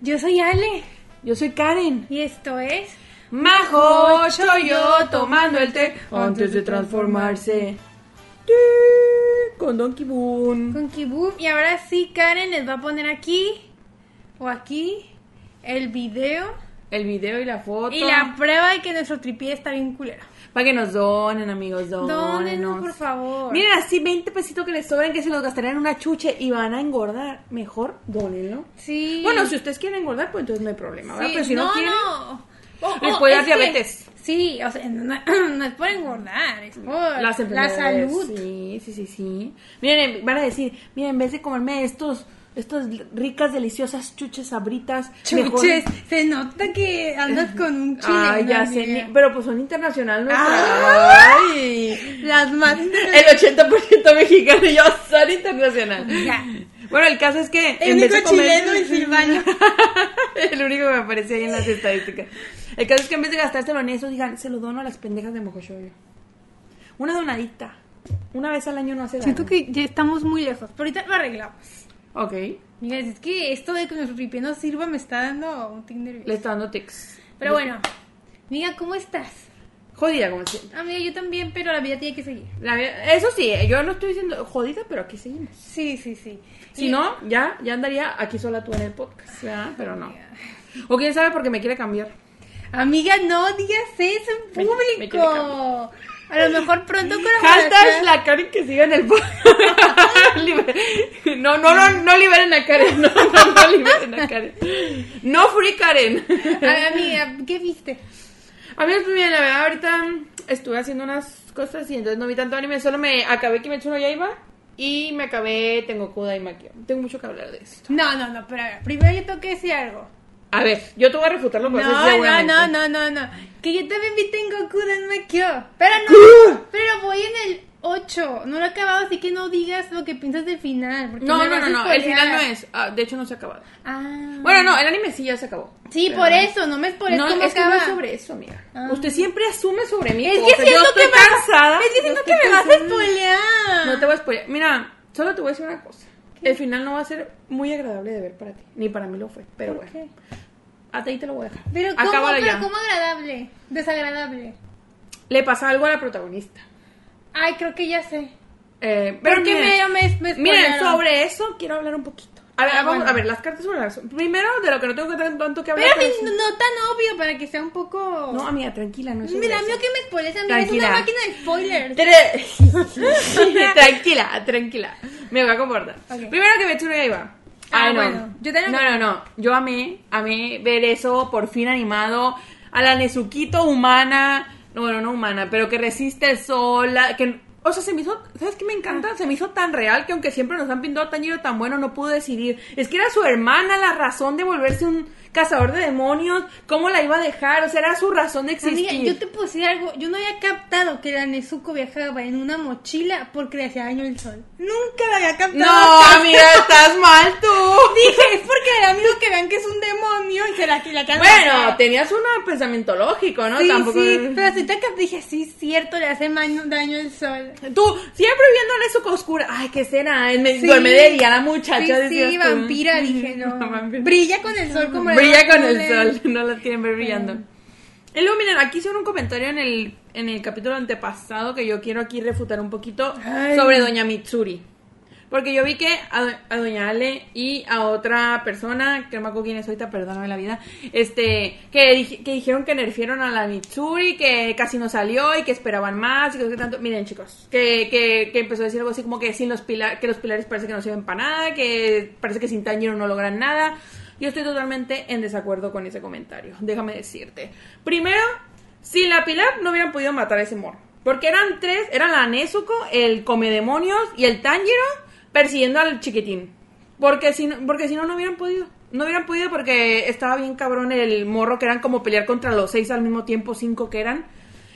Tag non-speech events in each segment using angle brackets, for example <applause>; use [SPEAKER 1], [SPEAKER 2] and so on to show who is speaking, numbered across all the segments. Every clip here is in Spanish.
[SPEAKER 1] Yo soy Ale
[SPEAKER 2] Yo soy Karen.
[SPEAKER 1] y esto es
[SPEAKER 2] Majo, soy yo tomando el té antes de transformarse. Tí, Con Donkey Boon.
[SPEAKER 1] con Kibum y ahora sí Karen les va a poner aquí o aquí el video
[SPEAKER 2] El video y la foto.
[SPEAKER 1] y la prueba de que nuestro tripié está bien culero.
[SPEAKER 2] Para que nos donen, amigos,
[SPEAKER 1] Dónenos, por
[SPEAKER 2] donenos.
[SPEAKER 1] favor.
[SPEAKER 2] Miren, así 20 pesitos que les sobran que se los gastarían en una chuche y van a engordar. Mejor donenlo.
[SPEAKER 1] Sí.
[SPEAKER 2] Bueno, si ustedes quieren engordar, pues entonces no hay problema, ¿verdad?
[SPEAKER 1] Sí,
[SPEAKER 2] Pero si no, quieren...
[SPEAKER 1] no. Oh,
[SPEAKER 2] les
[SPEAKER 1] oh,
[SPEAKER 2] puede
[SPEAKER 1] es
[SPEAKER 2] dar
[SPEAKER 1] que-
[SPEAKER 2] diabetes.
[SPEAKER 1] sí, o sea, no, <clears throat> no es por engordar, es por
[SPEAKER 2] las
[SPEAKER 1] la
[SPEAKER 2] enfermedades,
[SPEAKER 1] salud.
[SPEAKER 2] Sí, sí, sí, sí. Miren, em, van a decir, miren, en vez de comerme estos, estas ricas, deliciosas chuches sabritas. mejor-
[SPEAKER 1] Chuches, se nota que andas con un chile.
[SPEAKER 2] Ay,
[SPEAKER 1] ¿no,
[SPEAKER 2] ya sé,
[SPEAKER 1] amiga?
[SPEAKER 2] ni- pero pues son internacional nuestras. Ay.
[SPEAKER 1] Las
[SPEAKER 2] <laughs>
[SPEAKER 1] más.
[SPEAKER 2] El 80% mexicano y yo son internacional.
[SPEAKER 1] Ya.
[SPEAKER 2] Bueno, el caso es que
[SPEAKER 1] El único chileno y silvano.
[SPEAKER 2] <laughs> el único que me aparecía ahí en las estadísticas. El caso es que en vez de gastárselo en eso, digan, se lo dono a las pendejas de Mojojoyo. Una donadita. Una vez al año no hace daño.
[SPEAKER 1] Siento que ya estamos muy lejos, pero ahorita lo arreglamos.
[SPEAKER 2] Ok.
[SPEAKER 1] Mira, es que esto de que nuestro tripié no sirva me está dando un tic nervioso.
[SPEAKER 2] Le está dando tics.
[SPEAKER 1] Pero bueno, amiga, ¿cómo estás?
[SPEAKER 2] Jodida, como si.
[SPEAKER 1] Amiga, yo también, pero la vida tiene que seguir.
[SPEAKER 2] la vida- Eso sí, eh, yo no estoy diciendo jodida, pero aquí seguimos.
[SPEAKER 1] Sí, sí, sí.
[SPEAKER 2] Si
[SPEAKER 1] Y-
[SPEAKER 2] no, ya, ya andaría aquí sola tú en el podcast, ¿verdad? Pero no. O quién sabe porque me quiere cambiar.
[SPEAKER 1] <laughs> Amiga, no digas eso en
[SPEAKER 2] Me- me quiere
[SPEAKER 1] público. A lo mejor
[SPEAKER 2] <laughs>
[SPEAKER 1] pronto
[SPEAKER 2] Hashtag
[SPEAKER 1] colaboración.
[SPEAKER 2] la Karen que siga en el podcast. <laughs> Liber- no, no, no, no liberen a Karen. No, no, no liberen a Karen. No free Karen.
[SPEAKER 1] Ay, Amiga, ¿qué viste?
[SPEAKER 2] Amigos, pues bien, la verdad, ahorita mm, estuve haciendo unas cosas y entonces no vi tanto anime. Solo me acabé Kimetsu no Yaiba y me acabé Tengo Kuda y Makio. Tengo mucho que hablar de esto.
[SPEAKER 1] No, no, no, pero a ver, primero yo tengo que decir algo.
[SPEAKER 2] A ver, yo te voy a refutar lo
[SPEAKER 1] No,
[SPEAKER 2] que vas a decir
[SPEAKER 1] no,
[SPEAKER 2] seguramente.
[SPEAKER 1] no, no, no, no. Que yo también vi Tengo Kuden Makio. Pero no, pero voy en el 8. No lo he acabado, así que no digas lo que piensas del final. porque
[SPEAKER 2] No,
[SPEAKER 1] me
[SPEAKER 2] no,
[SPEAKER 1] vas a
[SPEAKER 2] no, no, el
[SPEAKER 1] spoilear.
[SPEAKER 2] final no es. Ah, de hecho, no se ha acabado.
[SPEAKER 1] Ah.
[SPEAKER 2] Bueno, no, el anime sí ya se acabó.
[SPEAKER 1] Sí,
[SPEAKER 2] Pero-
[SPEAKER 1] por eso, no me spoilees
[SPEAKER 2] No,
[SPEAKER 1] cómo
[SPEAKER 2] es que no
[SPEAKER 1] acaba.
[SPEAKER 2] es sobre eso, amiga.
[SPEAKER 1] Ah.
[SPEAKER 2] Usted siempre asume sobre mí.
[SPEAKER 1] Es que
[SPEAKER 2] cosas. Yo
[SPEAKER 1] siento
[SPEAKER 2] estoy
[SPEAKER 1] que me vas-
[SPEAKER 2] cansada.
[SPEAKER 1] Es que
[SPEAKER 2] Yo
[SPEAKER 1] siento
[SPEAKER 2] estoy
[SPEAKER 1] que me vas a
[SPEAKER 2] cansada.
[SPEAKER 1] spoilear.
[SPEAKER 2] No te voy a spoilear. Mira, solo te voy a decir una cosa. El final no va a ser muy agradable de ver para ti. Ni para mí lo fue, pero
[SPEAKER 1] ¿Por
[SPEAKER 2] bueno.
[SPEAKER 1] qué?
[SPEAKER 2] Hasta ahí te lo voy a dejar.
[SPEAKER 1] Pero ¿cómo,
[SPEAKER 2] Acábalo
[SPEAKER 1] pero
[SPEAKER 2] ya.
[SPEAKER 1] ¿cómo agradable? Desagradable.
[SPEAKER 2] Le pasa algo a la protagonista.
[SPEAKER 1] Ay, creo que ya sé.
[SPEAKER 2] Eh, pero
[SPEAKER 1] Pero que
[SPEAKER 2] miren,
[SPEAKER 1] medio me, me
[SPEAKER 2] miren,
[SPEAKER 1] spoilearon.
[SPEAKER 2] sobre eso quiero hablar un poquito. A ver,
[SPEAKER 1] Ah,
[SPEAKER 2] vamos,
[SPEAKER 1] bueno.
[SPEAKER 2] a ver, las cartas sobre las... Primero, de lo que no tengo que tan- tanto que hablar.
[SPEAKER 1] Pero
[SPEAKER 2] pero
[SPEAKER 1] ni-
[SPEAKER 2] sí.
[SPEAKER 1] no tan obvio para que sea un poco...
[SPEAKER 2] No, amiga, tranquila, no es sobre
[SPEAKER 1] Mira,
[SPEAKER 2] eso.
[SPEAKER 1] mío que me spoilees, amiga.
[SPEAKER 2] Tranquila.
[SPEAKER 1] Es una máquina de spoilers.
[SPEAKER 2] Tre- <laughs> tranquila, tranquila. Me voy a comportar.
[SPEAKER 1] Ok.
[SPEAKER 2] Primero que Metsu no Yaiba.
[SPEAKER 1] Ah,
[SPEAKER 2] Ay, no.
[SPEAKER 1] bueno. Yo también-
[SPEAKER 2] No, no, no. Yo amé, amé ver eso por fin animado. A la Nezuquito humana. No, bueno, no humana, pero que resiste el sol. la- que, o sea, se me hizo. ¿Sabes qué me
[SPEAKER 1] Ah.
[SPEAKER 2] encanta? Se me hizo tan real que aunque siempre nos han pintado tan lleno, tan bueno, no pude decidir. Es que era su hermana la razón de volverse un cazador de demonios. ¿Cómo la iba a dejar? O sea, era su razón de existir.
[SPEAKER 1] Amiga, yo te puedo decir algo. Yo no había captado que la Nezuko viajaba en una mochila porque le hacía daño el sol. Nunca la había captado.
[SPEAKER 2] No, amiga, estás mal tú.
[SPEAKER 1] Dije, es porque era amigo que vean que es un demonio y se la, y la quedan
[SPEAKER 2] Bueno,
[SPEAKER 1] atrás.
[SPEAKER 2] tenías un pensamiento lógico, ¿no?
[SPEAKER 1] sí,
[SPEAKER 2] Tampoco.
[SPEAKER 1] sí. Pero si te cap- dije, sí, cierto, le hace maño- daño el sol.
[SPEAKER 2] Tú siempre viendo en eso con oscura. Ay, qué será. Me,
[SPEAKER 1] Sí.
[SPEAKER 2] Duerme de día la muchacha.
[SPEAKER 1] sí,
[SPEAKER 2] decías
[SPEAKER 1] sí,
[SPEAKER 2] tú.
[SPEAKER 1] vampira,
[SPEAKER 2] <laughs>
[SPEAKER 1] dije, no.
[SPEAKER 2] Vampira.
[SPEAKER 1] Brilla con el sol como el
[SPEAKER 2] Brilla con
[SPEAKER 1] sol.
[SPEAKER 2] el sol. <laughs> No la quieren ver brillando. Y luego, miren, aquí hicieron un comentario en el, en el capítulo antepasado que yo quiero aquí refutar un poquito
[SPEAKER 1] Ay.
[SPEAKER 2] sobre Doña Mitsuri. Porque yo vi que a, do- a Doña Ale y a otra persona, que no me acuerdo quién es ahorita, perdóname la vida, este, que, dij- que dijeron que nerfieron a la Mitsuri, que casi no salió y que esperaban más y que no sé qué tanto. Miren, chicos, que, que, que empezó a decir algo así como que sin los pila- que los pilares parece que no sirven para nada, que parece que sin Tanjiro no logran nada. Yo estoy totalmente en desacuerdo con ese comentario, déjame decirte. Primero, sin la Pilar no hubieran podido matar a ese morro. Porque eran tres, eran la Nezuko, el Comedemonios y el Tanjiro persiguiendo al chiquitín. Porque si, no- porque si no, no hubieran podido. No hubieran podido porque estaba bien cabrón el morro, que eran como pelear contra los seis al mismo tiempo, cinco que eran.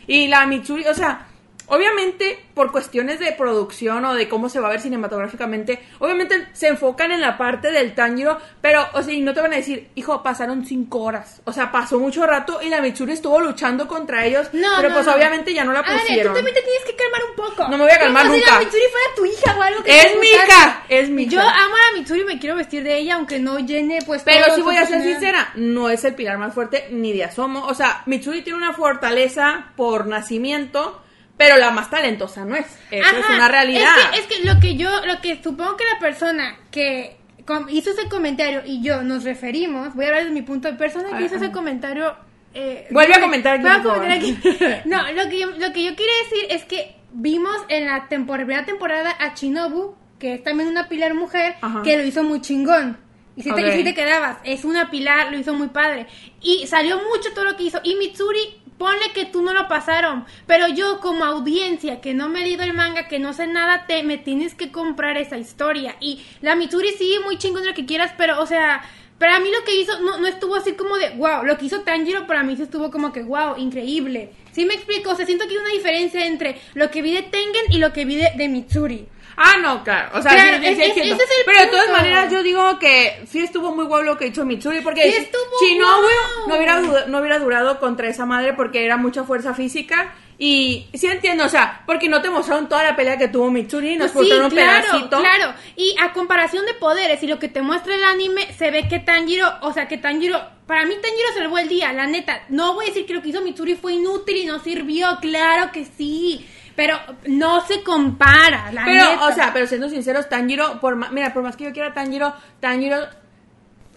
[SPEAKER 2] Y la Mitsuri, o sea, Obviamente, por cuestiones de producción o de cómo se va a ver cinematográficamente, obviamente se enfocan en la parte del Tanjiro, pero, o sea, y no te van a decir, hijo, pasaron cinco horas. O sea, pasó mucho rato y la Mitsuri estuvo luchando contra ellos,
[SPEAKER 1] No,
[SPEAKER 2] pero
[SPEAKER 1] no,
[SPEAKER 2] pues
[SPEAKER 1] no.
[SPEAKER 2] obviamente ya no la
[SPEAKER 1] Adri,
[SPEAKER 2] pusieron.
[SPEAKER 1] tú también te tienes que calmar un poco.
[SPEAKER 2] No me voy a calmar
[SPEAKER 1] Como si
[SPEAKER 2] nunca.
[SPEAKER 1] la Mitsuri fuera tu hija o algo que
[SPEAKER 2] Es
[SPEAKER 1] te
[SPEAKER 2] mi
[SPEAKER 1] gustase.
[SPEAKER 2] hija, es mi
[SPEAKER 1] Yo
[SPEAKER 2] hija.
[SPEAKER 1] amo a la Mitsuri y me quiero vestir de ella, aunque no llene, pues.
[SPEAKER 2] Pero
[SPEAKER 1] todo
[SPEAKER 2] sí
[SPEAKER 1] su
[SPEAKER 2] voy a ser
[SPEAKER 1] personalidad.
[SPEAKER 2] sincera, no es el pilar más fuerte ni de asomo. O sea, Mitsuri tiene una fortaleza por nacimiento, pero la más talentosa no es. Eso es
[SPEAKER 1] Ajá,
[SPEAKER 2] Eh, pues, una realidad.
[SPEAKER 1] Es que, es que lo que yo, lo que supongo que la persona que com- hizo ese comentario y yo nos referimos, voy a hablar desde mi punto de persona que hizo
[SPEAKER 2] Ajá.
[SPEAKER 1] ese comentario. eh,
[SPEAKER 2] Vuelve a
[SPEAKER 1] no,
[SPEAKER 2] comentar aquí,
[SPEAKER 1] vuelve a
[SPEAKER 2] por favor.
[SPEAKER 1] comentar
[SPEAKER 2] <laughs>
[SPEAKER 1] aquí. No, lo que, yo, lo que yo quiero decir es que vimos en la tempor- primera temporada a Chinobu, que es también una pilar mujer,
[SPEAKER 2] Ajá.
[SPEAKER 1] que lo hizo muy chingón. Y si, te, y
[SPEAKER 2] Ok.
[SPEAKER 1] si te quedabas, es una pilar, lo hizo muy padre. Y salió mucho todo lo que hizo. Y Mitsuri, ponle que tú no lo pasaron. Pero yo, como audiencia, que no me he leído el manga, que no sé nada, te me tienes que comprar esa historia. Y la Mitsuri sí, muy chingón lo que quieras, pero, o sea, para mí lo que hizo no, no estuvo así como de wow. Lo que hizo Tanjiro para mí sí estuvo como que wow, increíble. ¿Sí me explico? O sea, siento que hay una diferencia entre lo que vi de Tengen y lo que vi de, de Mitsuri.
[SPEAKER 2] Ah, no, claro. O sea,
[SPEAKER 1] Claro,
[SPEAKER 2] sí, sí,
[SPEAKER 1] es-
[SPEAKER 2] sí,
[SPEAKER 1] es-
[SPEAKER 2] entiendo.
[SPEAKER 1] ese es el
[SPEAKER 2] Pero de todas
[SPEAKER 1] punto.
[SPEAKER 2] maneras, yo digo que sí estuvo muy guau lo que hizo Mitsuri. Porque
[SPEAKER 1] Sí
[SPEAKER 2] si-
[SPEAKER 1] estuvo
[SPEAKER 2] si no,
[SPEAKER 1] guau.
[SPEAKER 2] hubiera- no, hubiera, du- no hubiera durado contra esa madre porque era mucha fuerza física. Y sí entiendo, o sea, porque no te mostraron toda la pelea que tuvo Mitsuri. Nos
[SPEAKER 1] Pues sí,
[SPEAKER 2] mostraron un
[SPEAKER 1] claro,
[SPEAKER 2] pedacito.
[SPEAKER 1] Claro, y a comparación de poderes y lo que te muestra el anime, se ve que Tanjiro, o sea, que Tanjiro, para mí Tanjiro salvó el día, la neta. No voy a decir que lo que hizo Mitsuri fue inútil y no sirvió, claro que sí, pero no se compara, la
[SPEAKER 2] Pero,
[SPEAKER 1] neta.
[SPEAKER 2] o sea, pero siendo sinceros, Tanjiro, por más, mira, por más que yo quiera Tanjiro, Tanjiro,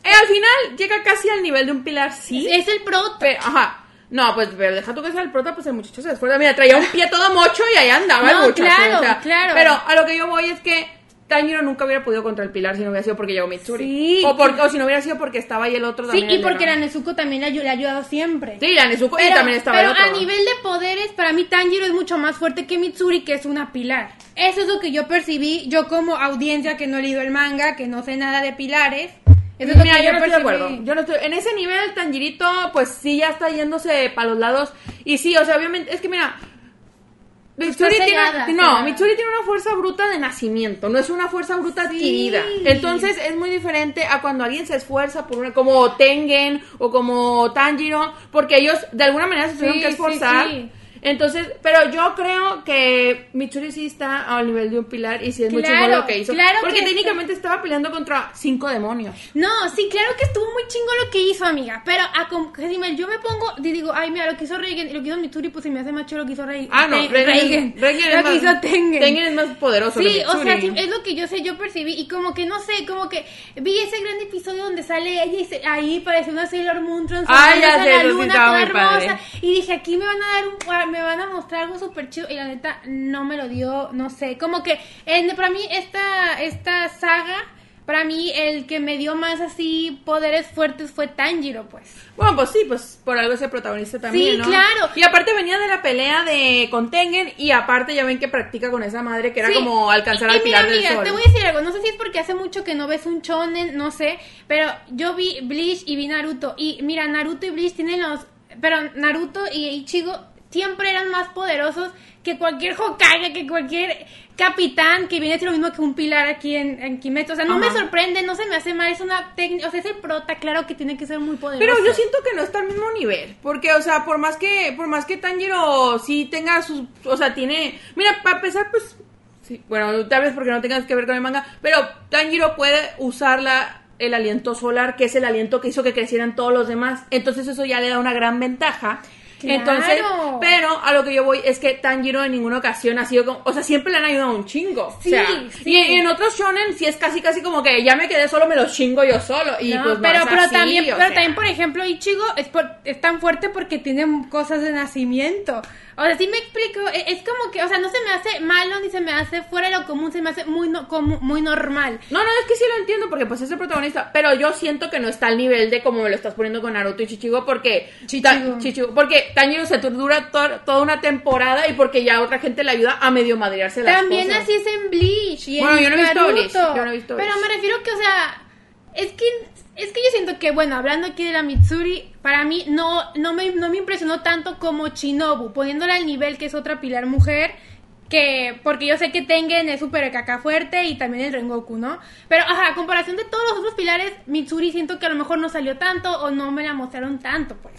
[SPEAKER 2] eh, al final llega casi al nivel de un pilar, sí.
[SPEAKER 1] es el prota.
[SPEAKER 2] Pero, ajá. No, pues, pero deja tú que sea el prota, pues el muchacho se esfuerza. Mira, traía un pie todo mocho y ahí andaba el
[SPEAKER 1] No,
[SPEAKER 2] muchacho.
[SPEAKER 1] claro,
[SPEAKER 2] o sea,
[SPEAKER 1] claro.
[SPEAKER 2] Pero a lo que yo voy es que Tanjiro nunca hubiera podido contra el pilar si no hubiera sido porque llegó Mitsuri.
[SPEAKER 1] Sí.
[SPEAKER 2] O, porque, o si no hubiera sido porque estaba ahí el otro
[SPEAKER 1] sí,
[SPEAKER 2] también.
[SPEAKER 1] y
[SPEAKER 2] el
[SPEAKER 1] porque
[SPEAKER 2] de-
[SPEAKER 1] la Nezuko también le ayu- le ha ayudado siempre.
[SPEAKER 2] Sí, la Nezuko y
[SPEAKER 1] Pero,
[SPEAKER 2] también estaba
[SPEAKER 1] pero
[SPEAKER 2] el otro.
[SPEAKER 1] a nivel de poderes, para mí Tanjiro es mucho más fuerte que Mitsuri, que es una pilar. Eso es lo que yo percibí, yo como audiencia que no he leído el manga, que no sé nada de pilares. Eso es lo
[SPEAKER 2] Mira,
[SPEAKER 1] que
[SPEAKER 2] yo, no estoy de
[SPEAKER 1] percibí.
[SPEAKER 2] acuerdo. Yo no estoy- En ese nivel, Tanjirito, pues sí, ya está yéndose para los lados. Y sí, o sea, obviamente, es que mira. Mitsuri
[SPEAKER 1] Pues está
[SPEAKER 2] tiene,
[SPEAKER 1] cegada,
[SPEAKER 2] no,
[SPEAKER 1] cegada.
[SPEAKER 2] Mitsuri tiene una fuerza bruta de nacimiento, no es una fuerza bruta adquirida. Entonces es muy diferente a cuando alguien se esfuerza por una, como Tengen o como Tanjiro, porque ellos de alguna manera se tuvieron
[SPEAKER 1] Sí,
[SPEAKER 2] que
[SPEAKER 1] sí,
[SPEAKER 2] esforzar.
[SPEAKER 1] sí.
[SPEAKER 2] Entonces, pero yo creo que Mitsuri sí está al nivel de un pilar y sí es muy
[SPEAKER 1] Claro,
[SPEAKER 2] chingón lo que hizo.
[SPEAKER 1] claro
[SPEAKER 2] porque
[SPEAKER 1] que está.
[SPEAKER 2] técnicamente estaba peleando contra cinco demonios.
[SPEAKER 1] No, sí, claro que estuvo muy chingo lo que hizo, amiga. Pero a com- que si me- yo me pongo y digo, ay, mira, lo que hizo Reigen y lo que hizo Mitsuri, pues se me hace más chido lo que hizo Reigen.
[SPEAKER 2] Ah, no,
[SPEAKER 1] Te-
[SPEAKER 2] Rengen, Rengen
[SPEAKER 1] Lo que
[SPEAKER 2] es más,
[SPEAKER 1] hizo Tengen.
[SPEAKER 2] es más poderoso.
[SPEAKER 1] Sí,
[SPEAKER 2] que
[SPEAKER 1] o sea, sí,
[SPEAKER 2] Mitsuri.
[SPEAKER 1] es lo que yo sé, yo percibí y como que no sé, como que vi ese gran episodio donde sale ella y se- ahí parece una Sailor Moon
[SPEAKER 2] Ah,
[SPEAKER 1] transformándose
[SPEAKER 2] ya sé,
[SPEAKER 1] a la
[SPEAKER 2] eso sí
[SPEAKER 1] luna
[SPEAKER 2] estaba
[SPEAKER 1] toda
[SPEAKER 2] muy padre.
[SPEAKER 1] hermosa y dije, aquí me van a dar un, ah, me van a mostrar algo súper chido y la neta no me lo dio, no sé, como que en- para mí esta esta saga para mí el que me dio más así poderes fuertes fue Tanjiro, pues.
[SPEAKER 2] Bueno, pues sí, pues por algo es el protagonista también,
[SPEAKER 1] Sí,
[SPEAKER 2] ¿no?
[SPEAKER 1] claro.
[SPEAKER 2] Y aparte venía de la pelea de con Tengen y aparte ya ven que practica con esa madre que era
[SPEAKER 1] Sí.
[SPEAKER 2] como alcanzar
[SPEAKER 1] Y-
[SPEAKER 2] al
[SPEAKER 1] y mira,
[SPEAKER 2] pilar del
[SPEAKER 1] amiga,
[SPEAKER 2] sol.
[SPEAKER 1] Te voy a decir algo, no sé si es porque hace mucho que no ves un shonen, no sé, pero yo vi Bleach y vi Naruto y mira, Naruto y Bleach tienen los pero Naruto y Ichigo siempre eran más poderosos que cualquier Hokage, que cualquier capitán que viene a ser lo mismo que un pilar aquí en, en Kimetsu, o sea, no me
[SPEAKER 2] Ajá.
[SPEAKER 1] sorprende, no se me hace mal, es una técnica, o sea, es el prota, claro que tiene que ser muy poderoso.
[SPEAKER 2] Pero yo siento que no está al mismo nivel, porque o sea, por más que por más que Tanjiro sí tenga sus, o sea, tiene, mira, para empezar pues sí, bueno, tal vez porque no tengas que ver con el manga, pero Tanjiro puede usar la el aliento solar, que es el aliento que hizo que crecieran todos los demás. Entonces eso ya le da una gran ventaja.
[SPEAKER 1] Claro.
[SPEAKER 2] Entonces, pero a lo que yo voy es que Tanjiro en ninguna ocasión ha sido como, o sea, siempre le han ayudado un chingo. o
[SPEAKER 1] Sí,
[SPEAKER 2] sea,
[SPEAKER 1] sí.
[SPEAKER 2] Y en- en otros shonen sí es casi casi como que ya me quedé solo, me lo chingo yo solo. Y
[SPEAKER 1] No,
[SPEAKER 2] pues no
[SPEAKER 1] pero
[SPEAKER 2] es
[SPEAKER 1] pero
[SPEAKER 2] así,
[SPEAKER 1] también
[SPEAKER 2] o
[SPEAKER 1] pero
[SPEAKER 2] sea.
[SPEAKER 1] también por ejemplo Ichigo es, por- es tan fuerte porque tiene cosas de nacimiento o sea sí me explico e- es, como que o sea no se me hace malo ni se me hace fuera de lo común se me hace muy no, comú- muy normal
[SPEAKER 2] No, no, es que sí lo entiendo porque pues es el protagonista, pero yo siento que no está al nivel de como me lo estás poniendo con Naruto y Chichigo porque
[SPEAKER 1] Chichigo.
[SPEAKER 2] Chichigo, porque Tanjiro se tur- dura to- toda una temporada y porque ya otra gente le ayuda a medio madrearse las
[SPEAKER 1] también
[SPEAKER 2] cosas.
[SPEAKER 1] así es en Bleach y en
[SPEAKER 2] Bueno, yo no he visto
[SPEAKER 1] Naruto.
[SPEAKER 2] Bleach, yo no he visto
[SPEAKER 1] pero
[SPEAKER 2] Bleach.
[SPEAKER 1] me refiero que o sea es que Es que yo siento que, bueno, hablando aquí de la Mitsuri, para mí no, no, me, no me impresionó tanto como Shinobu, poniéndola al nivel que es otra pilar mujer, que porque yo sé que Tengen es súper caca fuerte y también el Rengoku, ¿no? Pero, ajá, a comparación de todos los otros pilares, Mitsuri siento que a lo mejor no salió tanto o no me la mostraron tanto, pues.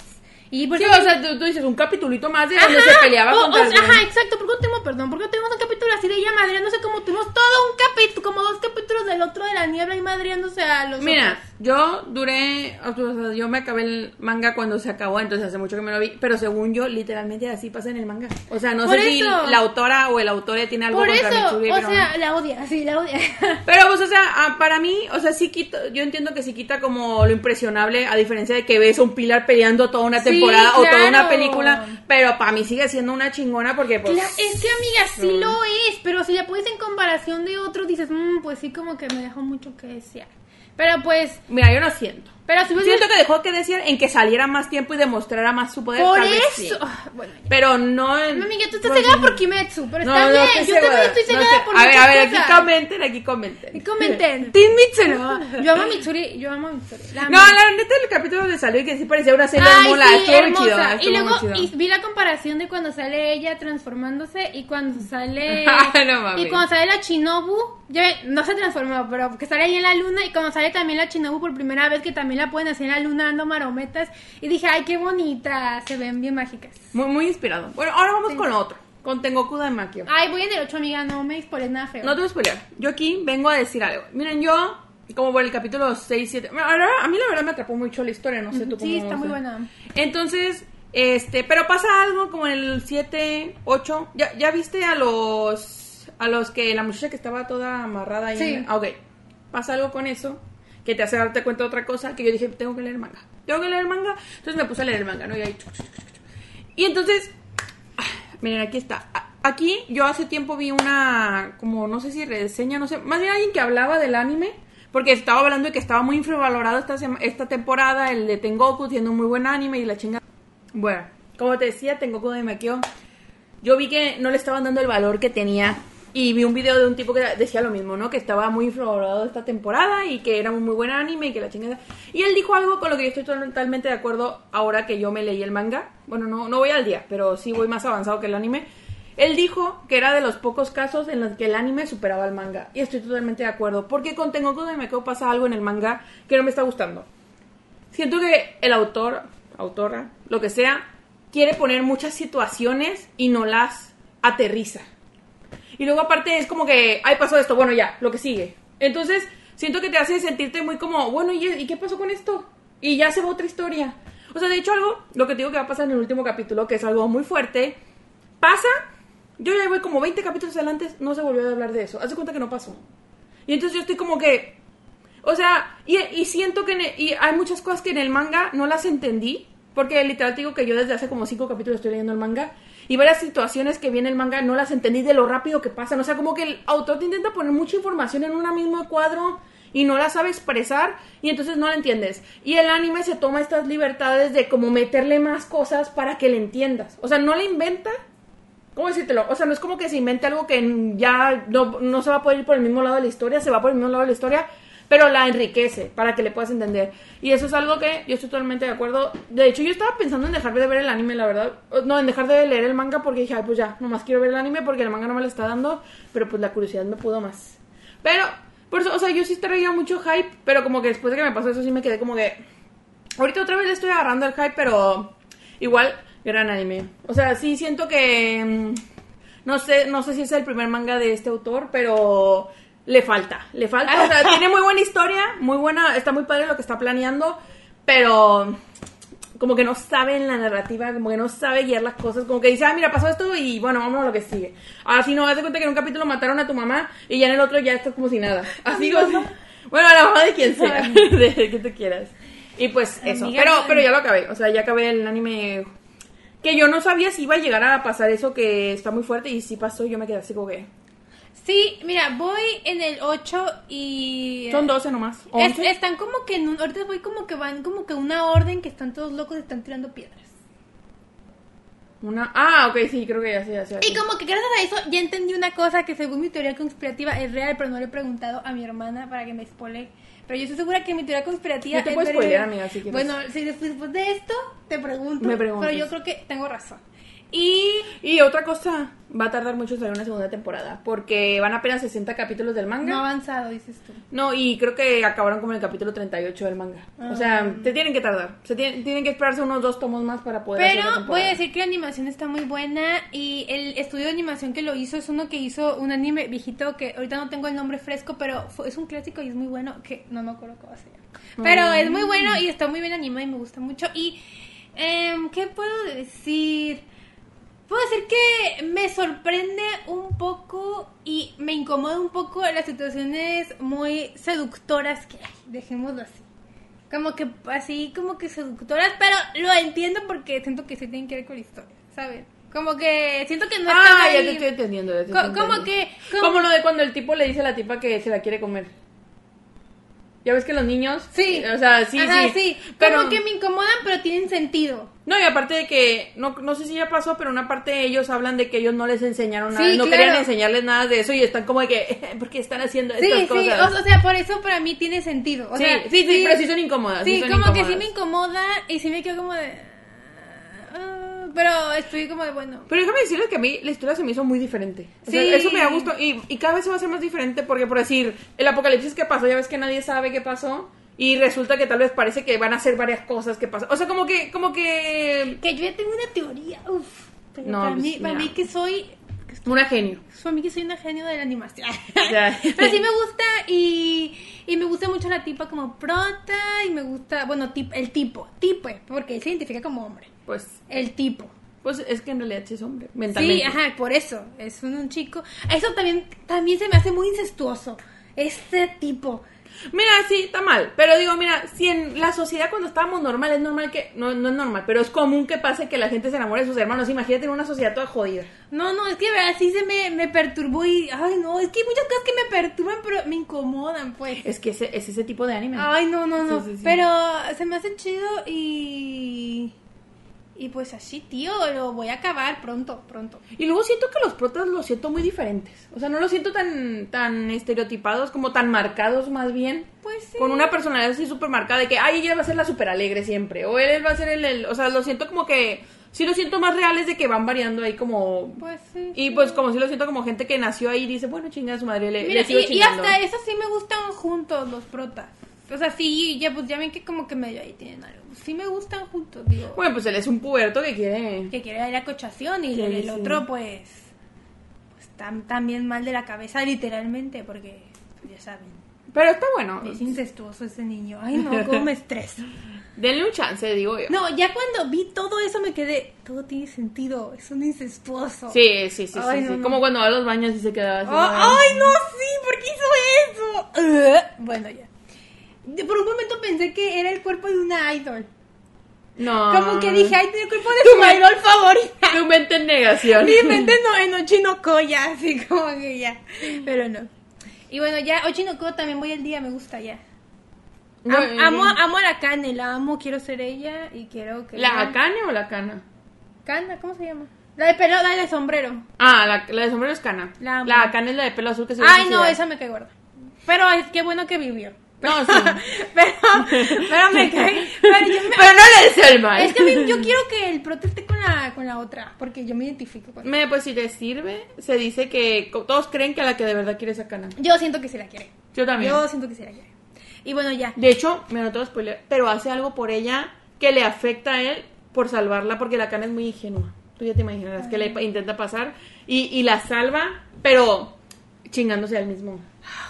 [SPEAKER 1] Y por
[SPEAKER 2] Sí,
[SPEAKER 1] eso-
[SPEAKER 2] o sea, tú, tú dices un capitulito más de donde
[SPEAKER 1] Ajá,
[SPEAKER 2] se peleaba
[SPEAKER 1] o-
[SPEAKER 2] contra
[SPEAKER 1] o
[SPEAKER 2] el
[SPEAKER 1] sea,
[SPEAKER 2] dragón.
[SPEAKER 1] Ajá, exacto, porque no tengo, perdón, porque no tenemos un capítulo así de ella madreándose como tuvimos todo un capítulo, como dos capítulos del otro de la niebla y madreándose a los
[SPEAKER 2] Mira,
[SPEAKER 1] otros.
[SPEAKER 2] yo duré, o sea, yo me acabé el manga cuando se acabó, entonces hace mucho que me lo vi, pero según yo, literalmente así pasa en el manga. O sea, no
[SPEAKER 1] Por
[SPEAKER 2] sé
[SPEAKER 1] eso.
[SPEAKER 2] si la autora o el autor ya tiene algo
[SPEAKER 1] Por
[SPEAKER 2] contra
[SPEAKER 1] eso,
[SPEAKER 2] Mitsuri,
[SPEAKER 1] o
[SPEAKER 2] pero
[SPEAKER 1] sea, la odia, sí, la odia. <laughs>
[SPEAKER 2] Pero, pues, o sea, ah, para mí, o sea, sí quita, yo entiendo que sí quita como lo impresionable, a diferencia de que ves a un pilar peleando toda una
[SPEAKER 1] Sí,
[SPEAKER 2] temporada o toda una
[SPEAKER 1] claro.
[SPEAKER 2] película, pero para mí sigue siendo una chingona porque, pues,
[SPEAKER 1] Cla- es que amiga, sí lo es, pero si la pones en comparación de otros, dices, "Mm, pues sí, como que me dejó mucho que desear. Pero pues,
[SPEAKER 2] mira, yo no siento.
[SPEAKER 1] pero si hubiese-
[SPEAKER 2] Siento que dejó que decir en que saliera más tiempo y demostrara más su poder.
[SPEAKER 1] por
[SPEAKER 2] tal vez
[SPEAKER 1] eso.
[SPEAKER 2] sí.
[SPEAKER 1] Ah, Bueno, ya.
[SPEAKER 2] Pero no en...
[SPEAKER 1] No, amiga, tú estás cegada por Kimetsu, pero está bien,
[SPEAKER 2] estoy
[SPEAKER 1] yo
[SPEAKER 2] segura,
[SPEAKER 1] también estoy
[SPEAKER 2] no
[SPEAKER 1] cegada
[SPEAKER 2] sé.
[SPEAKER 1] por
[SPEAKER 2] A ver, a ver,
[SPEAKER 1] muchas
[SPEAKER 2] aquí
[SPEAKER 1] cosas.
[SPEAKER 2] comenten, aquí comenten.
[SPEAKER 1] Y
[SPEAKER 2] <laughs>
[SPEAKER 1] comenten.
[SPEAKER 2] Team
[SPEAKER 1] <laughs>
[SPEAKER 2] Mitsuru.
[SPEAKER 1] No, yo amo a Mitsuri, yo amo a Mitsuri. la
[SPEAKER 2] No,
[SPEAKER 1] amo.
[SPEAKER 2] la neta, el capítulo de salud que sí parecía una serie
[SPEAKER 1] Ay,
[SPEAKER 2] mula.
[SPEAKER 1] sí,
[SPEAKER 2] estuvo muy
[SPEAKER 1] hermosa.
[SPEAKER 2] chido, estuvo
[SPEAKER 1] y
[SPEAKER 2] muy
[SPEAKER 1] luego
[SPEAKER 2] chido.
[SPEAKER 1] y vi la comparación de cuando sale ella transformándose y cuando sale
[SPEAKER 2] Ay, <laughs> no mames.
[SPEAKER 1] y cuando sale la Chinobu, ya ve- no se transformó, pero que sale ahí en la luna y cuando sale también la Chinobu por primera vez que también la pueden hacer en la luna dando marometas y dije, "Ay, qué bonita, se ven bien mágicas."
[SPEAKER 2] Muy, muy inspirado. Bueno, ahora vamos con lo otro. Con Tengoku Daimakyo.
[SPEAKER 1] Ay, voy en el 8, amiga, no me expones nada feo.
[SPEAKER 2] No te voy a spoilear. Yo aquí vengo a decir algo. Miren, yo, como por el capítulo 6, 7. bueno, ahora, a mí la verdad me atrapó mucho la historia, no sé tú
[SPEAKER 1] Ujú,
[SPEAKER 2] cómo.
[SPEAKER 1] sí, está muy
[SPEAKER 2] o sea.
[SPEAKER 1] buena.
[SPEAKER 2] Entonces, este, pero pasa algo como en el 7, 8. ¿Ya, ya viste a los. a los que. la muchacha que estaba toda amarrada ahí.
[SPEAKER 1] Sí.
[SPEAKER 2] en- ah, ok. Pasa algo con eso que te hace darte cuenta de otra cosa que yo dije, tengo que leer manga. Tengo que leer manga. Entonces me puse a leer el manga, ¿no? Y ahí. chuc, chuc, chuc, chuc. Y entonces Miren, aquí está. A- Aquí yo hace tiempo vi una, como no sé si reseña, no sé, más bien alguien que hablaba del anime, porque estaba hablando de que estaba muy infravalorado esta, sema- esta temporada, el de Tengoku, siendo un muy buen anime y la chingada. Bueno, como te decía, Tengoku de Makio, yo vi que no le estaban dando el valor que tenía y vi un video de un tipo que decía lo mismo, ¿no? Que estaba muy infravalorado esta temporada y que era un muy buen anime y que la chingada. Y él dijo algo con lo que yo estoy totalmente de acuerdo ahora que yo me leí el manga. Bueno, no, no voy al día, pero sí voy más avanzado que el anime. Él dijo que era de los pocos casos en los que el anime superaba al manga. Y estoy totalmente de acuerdo. Porque con Tengoku Daimako pasa algo en el manga que no me está gustando. Siento que el autor, autora, lo que sea, quiere poner muchas situaciones y no las aterriza. Y luego aparte es como que, ay, pasó esto, bueno, ya, lo que sigue. Entonces, siento que te hace sentirte muy como, bueno, ¿y, y qué pasó con esto? Y ya se va otra historia. O sea, de hecho algo, lo que te digo que va a pasar en el último capítulo, que es algo muy fuerte, pasa, yo ya voy como 20 capítulos adelante, no se volvió a hablar de eso. Haz de cuenta que no pasó. Y entonces yo estoy como que, o sea, y, y siento que en el- y hay muchas cosas que en el manga no las entendí. Porque literal te digo que yo desde hace como cinco capítulos estoy leyendo el manga. Y varias situaciones que vi en el manga no las entendí de lo rápido que pasan. O sea, como que el autor te intenta poner mucha información en un mismo cuadro y no la sabe expresar y entonces no la entiendes. Y el anime se toma estas libertades de como meterle más cosas para que le entiendas. O sea, no la inventa, ¿Cómo decírtelo? O sea, no es como que se invente algo que n- ya no, no se va a poder ir por el mismo lado de la historia, se va por el mismo lado de la historia, pero la enriquece para que le puedas entender. Y eso es algo que yo estoy totalmente de acuerdo. De hecho, yo estaba pensando en dejar de ver el anime, la verdad. O- No, en dejar de leer el manga porque dije, ay, pues ya, nomás quiero ver el anime porque el manga no me lo está dando, pero pues la curiosidad me pudo más. Pero, por eso, o sea, yo sí traía mucho hype, pero como que después de que me pasó eso sí me quedé como que... Ahorita otra vez le estoy agarrando el hype, pero igual, gran anime. O sea, sí siento que. mm, No sé, no sé si es el primer manga de este autor, pero le falta. Le falta. O sea, tiene muy buena historia, muy buena. Está muy padre lo que está planeando, pero. Como que no sabe en la narrativa, como que no sabe guiar las cosas, como que dice, ah, mira, pasó esto y bueno, vamos a lo que sigue. Así no, haz de cuenta que en un capítulo mataron a tu mamá y ya en el otro ya estás como
[SPEAKER 1] <laughs>
[SPEAKER 2] si nada. Así, como si- Bueno, a la mamá de quien sea, <laughs> de que tú quieras. Y pues eso,
[SPEAKER 1] Amiga,
[SPEAKER 2] pero,
[SPEAKER 1] no-
[SPEAKER 2] pero ya lo acabé, o sea, ya acabé el anime que yo no sabía si iba a llegar a pasar eso que está muy fuerte y si pasó yo me quedé así como que
[SPEAKER 1] Sí, mira, voy en el 8 y
[SPEAKER 2] son 12 nomás,
[SPEAKER 1] Es-
[SPEAKER 2] 11.
[SPEAKER 1] están como que en un, ahorita voy como que van como que una orden que están todos locos y están tirando piedras.
[SPEAKER 2] Una. Ah, ok, sí, creo que ya sé, ya sé. ya
[SPEAKER 1] Y
[SPEAKER 2] sé.
[SPEAKER 1] como que gracias a eso ya entendí una cosa que según mi teoría conspirativa es real, pero no le he preguntado a mi hermana para que me spoile. Pero yo estoy segura que mi teoría conspirativa
[SPEAKER 2] Yo te
[SPEAKER 1] es
[SPEAKER 2] puedo
[SPEAKER 1] verdadera.
[SPEAKER 2] spoilear, amiga, si quieres.
[SPEAKER 1] Bueno, si después después de esto te pregunto,
[SPEAKER 2] Me preguntas.
[SPEAKER 1] pero yo creo que tengo razón. Y
[SPEAKER 2] Y otra cosa, va a tardar mucho en salir una segunda temporada. Porque van apenas 60 capítulos del manga.
[SPEAKER 1] no ha avanzado, dices tú.
[SPEAKER 2] No, y creo que acabaron como en el capítulo 38 del manga. O
[SPEAKER 1] Ah.
[SPEAKER 2] sea, te tienen que tardar. Se tienen, tienen que esperarse unos dos tomos más para poder hacer la
[SPEAKER 1] Pero voy
[SPEAKER 2] temporada.
[SPEAKER 1] a decir que la animación está muy buena y el estudio de animación que lo hizo es uno que hizo un anime viejito que ahorita no tengo el nombre fresco, pero fue- es un clásico y es muy bueno, que no me acuerdo cómo se llama.
[SPEAKER 2] Mm.
[SPEAKER 1] Pero es muy bueno y está muy bien animado y me gusta mucho. Y, em, ¿qué puedo decir? Puedo decir que me sorprende un poco y me incomoda un poco las situaciones muy seductoras que hay, dejémoslo así. Como que así, como que seductoras, pero lo entiendo porque siento que sí tienen que ver con la historia, ¿sabes? Como que siento que no están
[SPEAKER 2] Ah, ya
[SPEAKER 1] ahí.
[SPEAKER 2] te estoy entendiendo. ya te
[SPEAKER 1] Co-
[SPEAKER 2] estoy
[SPEAKER 1] como
[SPEAKER 2] entendiendo.
[SPEAKER 1] que- como-
[SPEAKER 2] Como... lo de cuando el tipo le dice a la tipa que se la quiere comer. Ya ves que los niños.
[SPEAKER 1] Sí.
[SPEAKER 2] O sea, sí,
[SPEAKER 1] Ajá,
[SPEAKER 2] sí.
[SPEAKER 1] Como que me incomodan, pero tienen sentido.
[SPEAKER 2] No, y aparte de que, no, no sé si ya pasó, pero una parte de ellos hablan de que ellos no les enseñaron nada,
[SPEAKER 1] Sí,
[SPEAKER 2] no
[SPEAKER 1] claro.
[SPEAKER 2] querían enseñarles nada de eso y están como de que, <laughs> ¿por qué están haciendo
[SPEAKER 1] Sí,
[SPEAKER 2] estas
[SPEAKER 1] sí,
[SPEAKER 2] cosas?
[SPEAKER 1] o, o sea, por eso para mí tiene sentido. O
[SPEAKER 2] sí,
[SPEAKER 1] sea,
[SPEAKER 2] sí, sí, pero sí son incómodas.
[SPEAKER 1] Sí,
[SPEAKER 2] son
[SPEAKER 1] como que sí
[SPEAKER 2] incómodas.
[SPEAKER 1] me incomoda y sí me quedo como de... ah, Pero estoy como de, bueno...
[SPEAKER 2] Pero déjame decirles que a mí la historia se me hizo muy diferente. O sea,
[SPEAKER 1] Sí.
[SPEAKER 2] eso me da gusto. Y, y cada vez se va a hacer más diferente porque, por decir, el apocalipsis que pasó, ya ves que nadie sabe qué pasó. Y resulta que tal vez parece que van a hacer varias cosas que pasan. O sea, como que, como que...
[SPEAKER 1] Que yo ya tengo una teoría, uff. Pero
[SPEAKER 2] No,
[SPEAKER 1] para,
[SPEAKER 2] pues,
[SPEAKER 1] mí, para
[SPEAKER 2] mira.
[SPEAKER 1] mí que soy...
[SPEAKER 2] Una genio.
[SPEAKER 1] Para mí que soy una genio de la animación.
[SPEAKER 2] <laughs> Ya.
[SPEAKER 1] Pero sí me gusta y, y me gusta mucho la tipa como prota y me gusta, bueno, tip- el tipo, tipo, porque él se identifica como hombre.
[SPEAKER 2] Pues,
[SPEAKER 1] El tipo.
[SPEAKER 2] pues es que en realidad sí es hombre.
[SPEAKER 1] Sí,
[SPEAKER 2] Mentalmente.
[SPEAKER 1] ajá, por eso. Es un, un chico. Eso también, también se me hace muy incestuoso. Este tipo.
[SPEAKER 2] Mira, sí, está mal. Pero digo, mira, si en la sociedad cuando estábamos normal, es normal que. No, no es normal, pero es común que pase que la gente se enamore de sus hermanos. Imagínate en una sociedad toda jodida.
[SPEAKER 1] No, no, es que de verdad sí se me, me perturbó y. Ay, no, es que hay muchas cosas que me perturban, pero me incomodan, pues.
[SPEAKER 2] Es que ese, es ese tipo de anime.
[SPEAKER 1] Ay, no, no, no.
[SPEAKER 2] Sí, sí, sí.
[SPEAKER 1] Pero se me hace chido y. Y pues así, tío, lo voy a acabar pronto, pronto.
[SPEAKER 2] Y luego siento que los protas los siento muy diferentes. O sea, no los siento tan, tan estereotipados, como tan marcados más bien.
[SPEAKER 1] Pues sí.
[SPEAKER 2] Con una personalidad así súper marcada de que, ay, ella va a ser la súper alegre siempre. O él va a ser el, el- O sea, lo siento como que. Sí, lo siento más reales de que van variando ahí como.
[SPEAKER 1] Pues sí.
[SPEAKER 2] Y
[SPEAKER 1] sí.
[SPEAKER 2] pues como sí lo siento como gente que nació ahí y dice, bueno, chinga su madre, le,
[SPEAKER 1] Mira,
[SPEAKER 2] le sigo
[SPEAKER 1] y, y
[SPEAKER 2] chingando.
[SPEAKER 1] hasta eso sí me gustan juntos los protas. O sea, sí, ya pues ya ven que como que medio ahí tienen algo. Sí me gustan juntos, digo.
[SPEAKER 2] Bueno, pues él es un puberto que quiere.
[SPEAKER 1] que quiere ir a cochación y
[SPEAKER 2] Sí,
[SPEAKER 1] el
[SPEAKER 2] sí.
[SPEAKER 1] otro pues, pues tam- también mal de la cabeza literalmente porque pues, ya saben,
[SPEAKER 2] Pero está bueno.
[SPEAKER 1] es incestuoso ese niño. Ay no, cómo me
[SPEAKER 2] <laughs>
[SPEAKER 1] estreso.
[SPEAKER 2] Denle un chance, digo yo.
[SPEAKER 1] No, ya cuando vi todo eso me quedé, todo tiene sentido, es un incestuoso.
[SPEAKER 2] Sí, sí, sí,
[SPEAKER 1] Ay,
[SPEAKER 2] sí,
[SPEAKER 1] no,
[SPEAKER 2] sí.
[SPEAKER 1] no.
[SPEAKER 2] Como cuando va a los baños y se queda así.
[SPEAKER 1] Oh, ay, no, sí, ¿por qué hizo eso? Ugh. bueno, ya. De- Por un momento pensé que era el cuerpo de una idol.
[SPEAKER 2] no.
[SPEAKER 1] Como que dije,
[SPEAKER 2] <laughs>
[SPEAKER 1] ay, tiene el cuerpo de
[SPEAKER 2] Ah. Tu
[SPEAKER 1] su
[SPEAKER 2] men-
[SPEAKER 1] idol favorita.
[SPEAKER 2] Tu mente en
[SPEAKER 1] <laughs>
[SPEAKER 2] negación.
[SPEAKER 1] Mi
[SPEAKER 2] <laughs>
[SPEAKER 1] mente no, en Ochinocoya, así como que ya. Pero no. Y bueno, ya Ochinocoya también voy el día, me gusta ya. Am-
[SPEAKER 2] Muy bien.
[SPEAKER 1] amo, amo a la Kane, la amo, quiero ser ella y quiero que...
[SPEAKER 2] ¿La cana o la cana?
[SPEAKER 1] Kana, ¿cómo se llama? La de pelo, la de sombrero.
[SPEAKER 2] Ah, la, la de sombrero es cana.
[SPEAKER 1] La amo.
[SPEAKER 2] cana es la de pelo azul que se
[SPEAKER 1] Ay,
[SPEAKER 2] suicida.
[SPEAKER 1] no, esa me cae gorda. Pero es que bueno que vivió. <laughs>
[SPEAKER 2] No, sí.
[SPEAKER 1] Pero, pero
[SPEAKER 2] <laughs>
[SPEAKER 1] me cae... Pero yo me-
[SPEAKER 2] Pero no le deseo el mal.
[SPEAKER 1] Es que a mí- yo quiero que el prota esté con la, con la otra, porque yo me identifico con
[SPEAKER 2] Me, pues si te sirve, se dice que co- todos creen que a la que de verdad quiere es a cana.
[SPEAKER 1] Yo siento que se la quiere.
[SPEAKER 2] Yo también.
[SPEAKER 1] Yo siento que se la quiere. Y bueno, ya.
[SPEAKER 2] De hecho, me no te voy a spoilear, pero hace algo por ella que le afecta a él por salvarla, porque la cana es muy ingenua. Tú ya te imaginarás que le pa- intenta pasar y, y la salva, pero chingándose al mismo.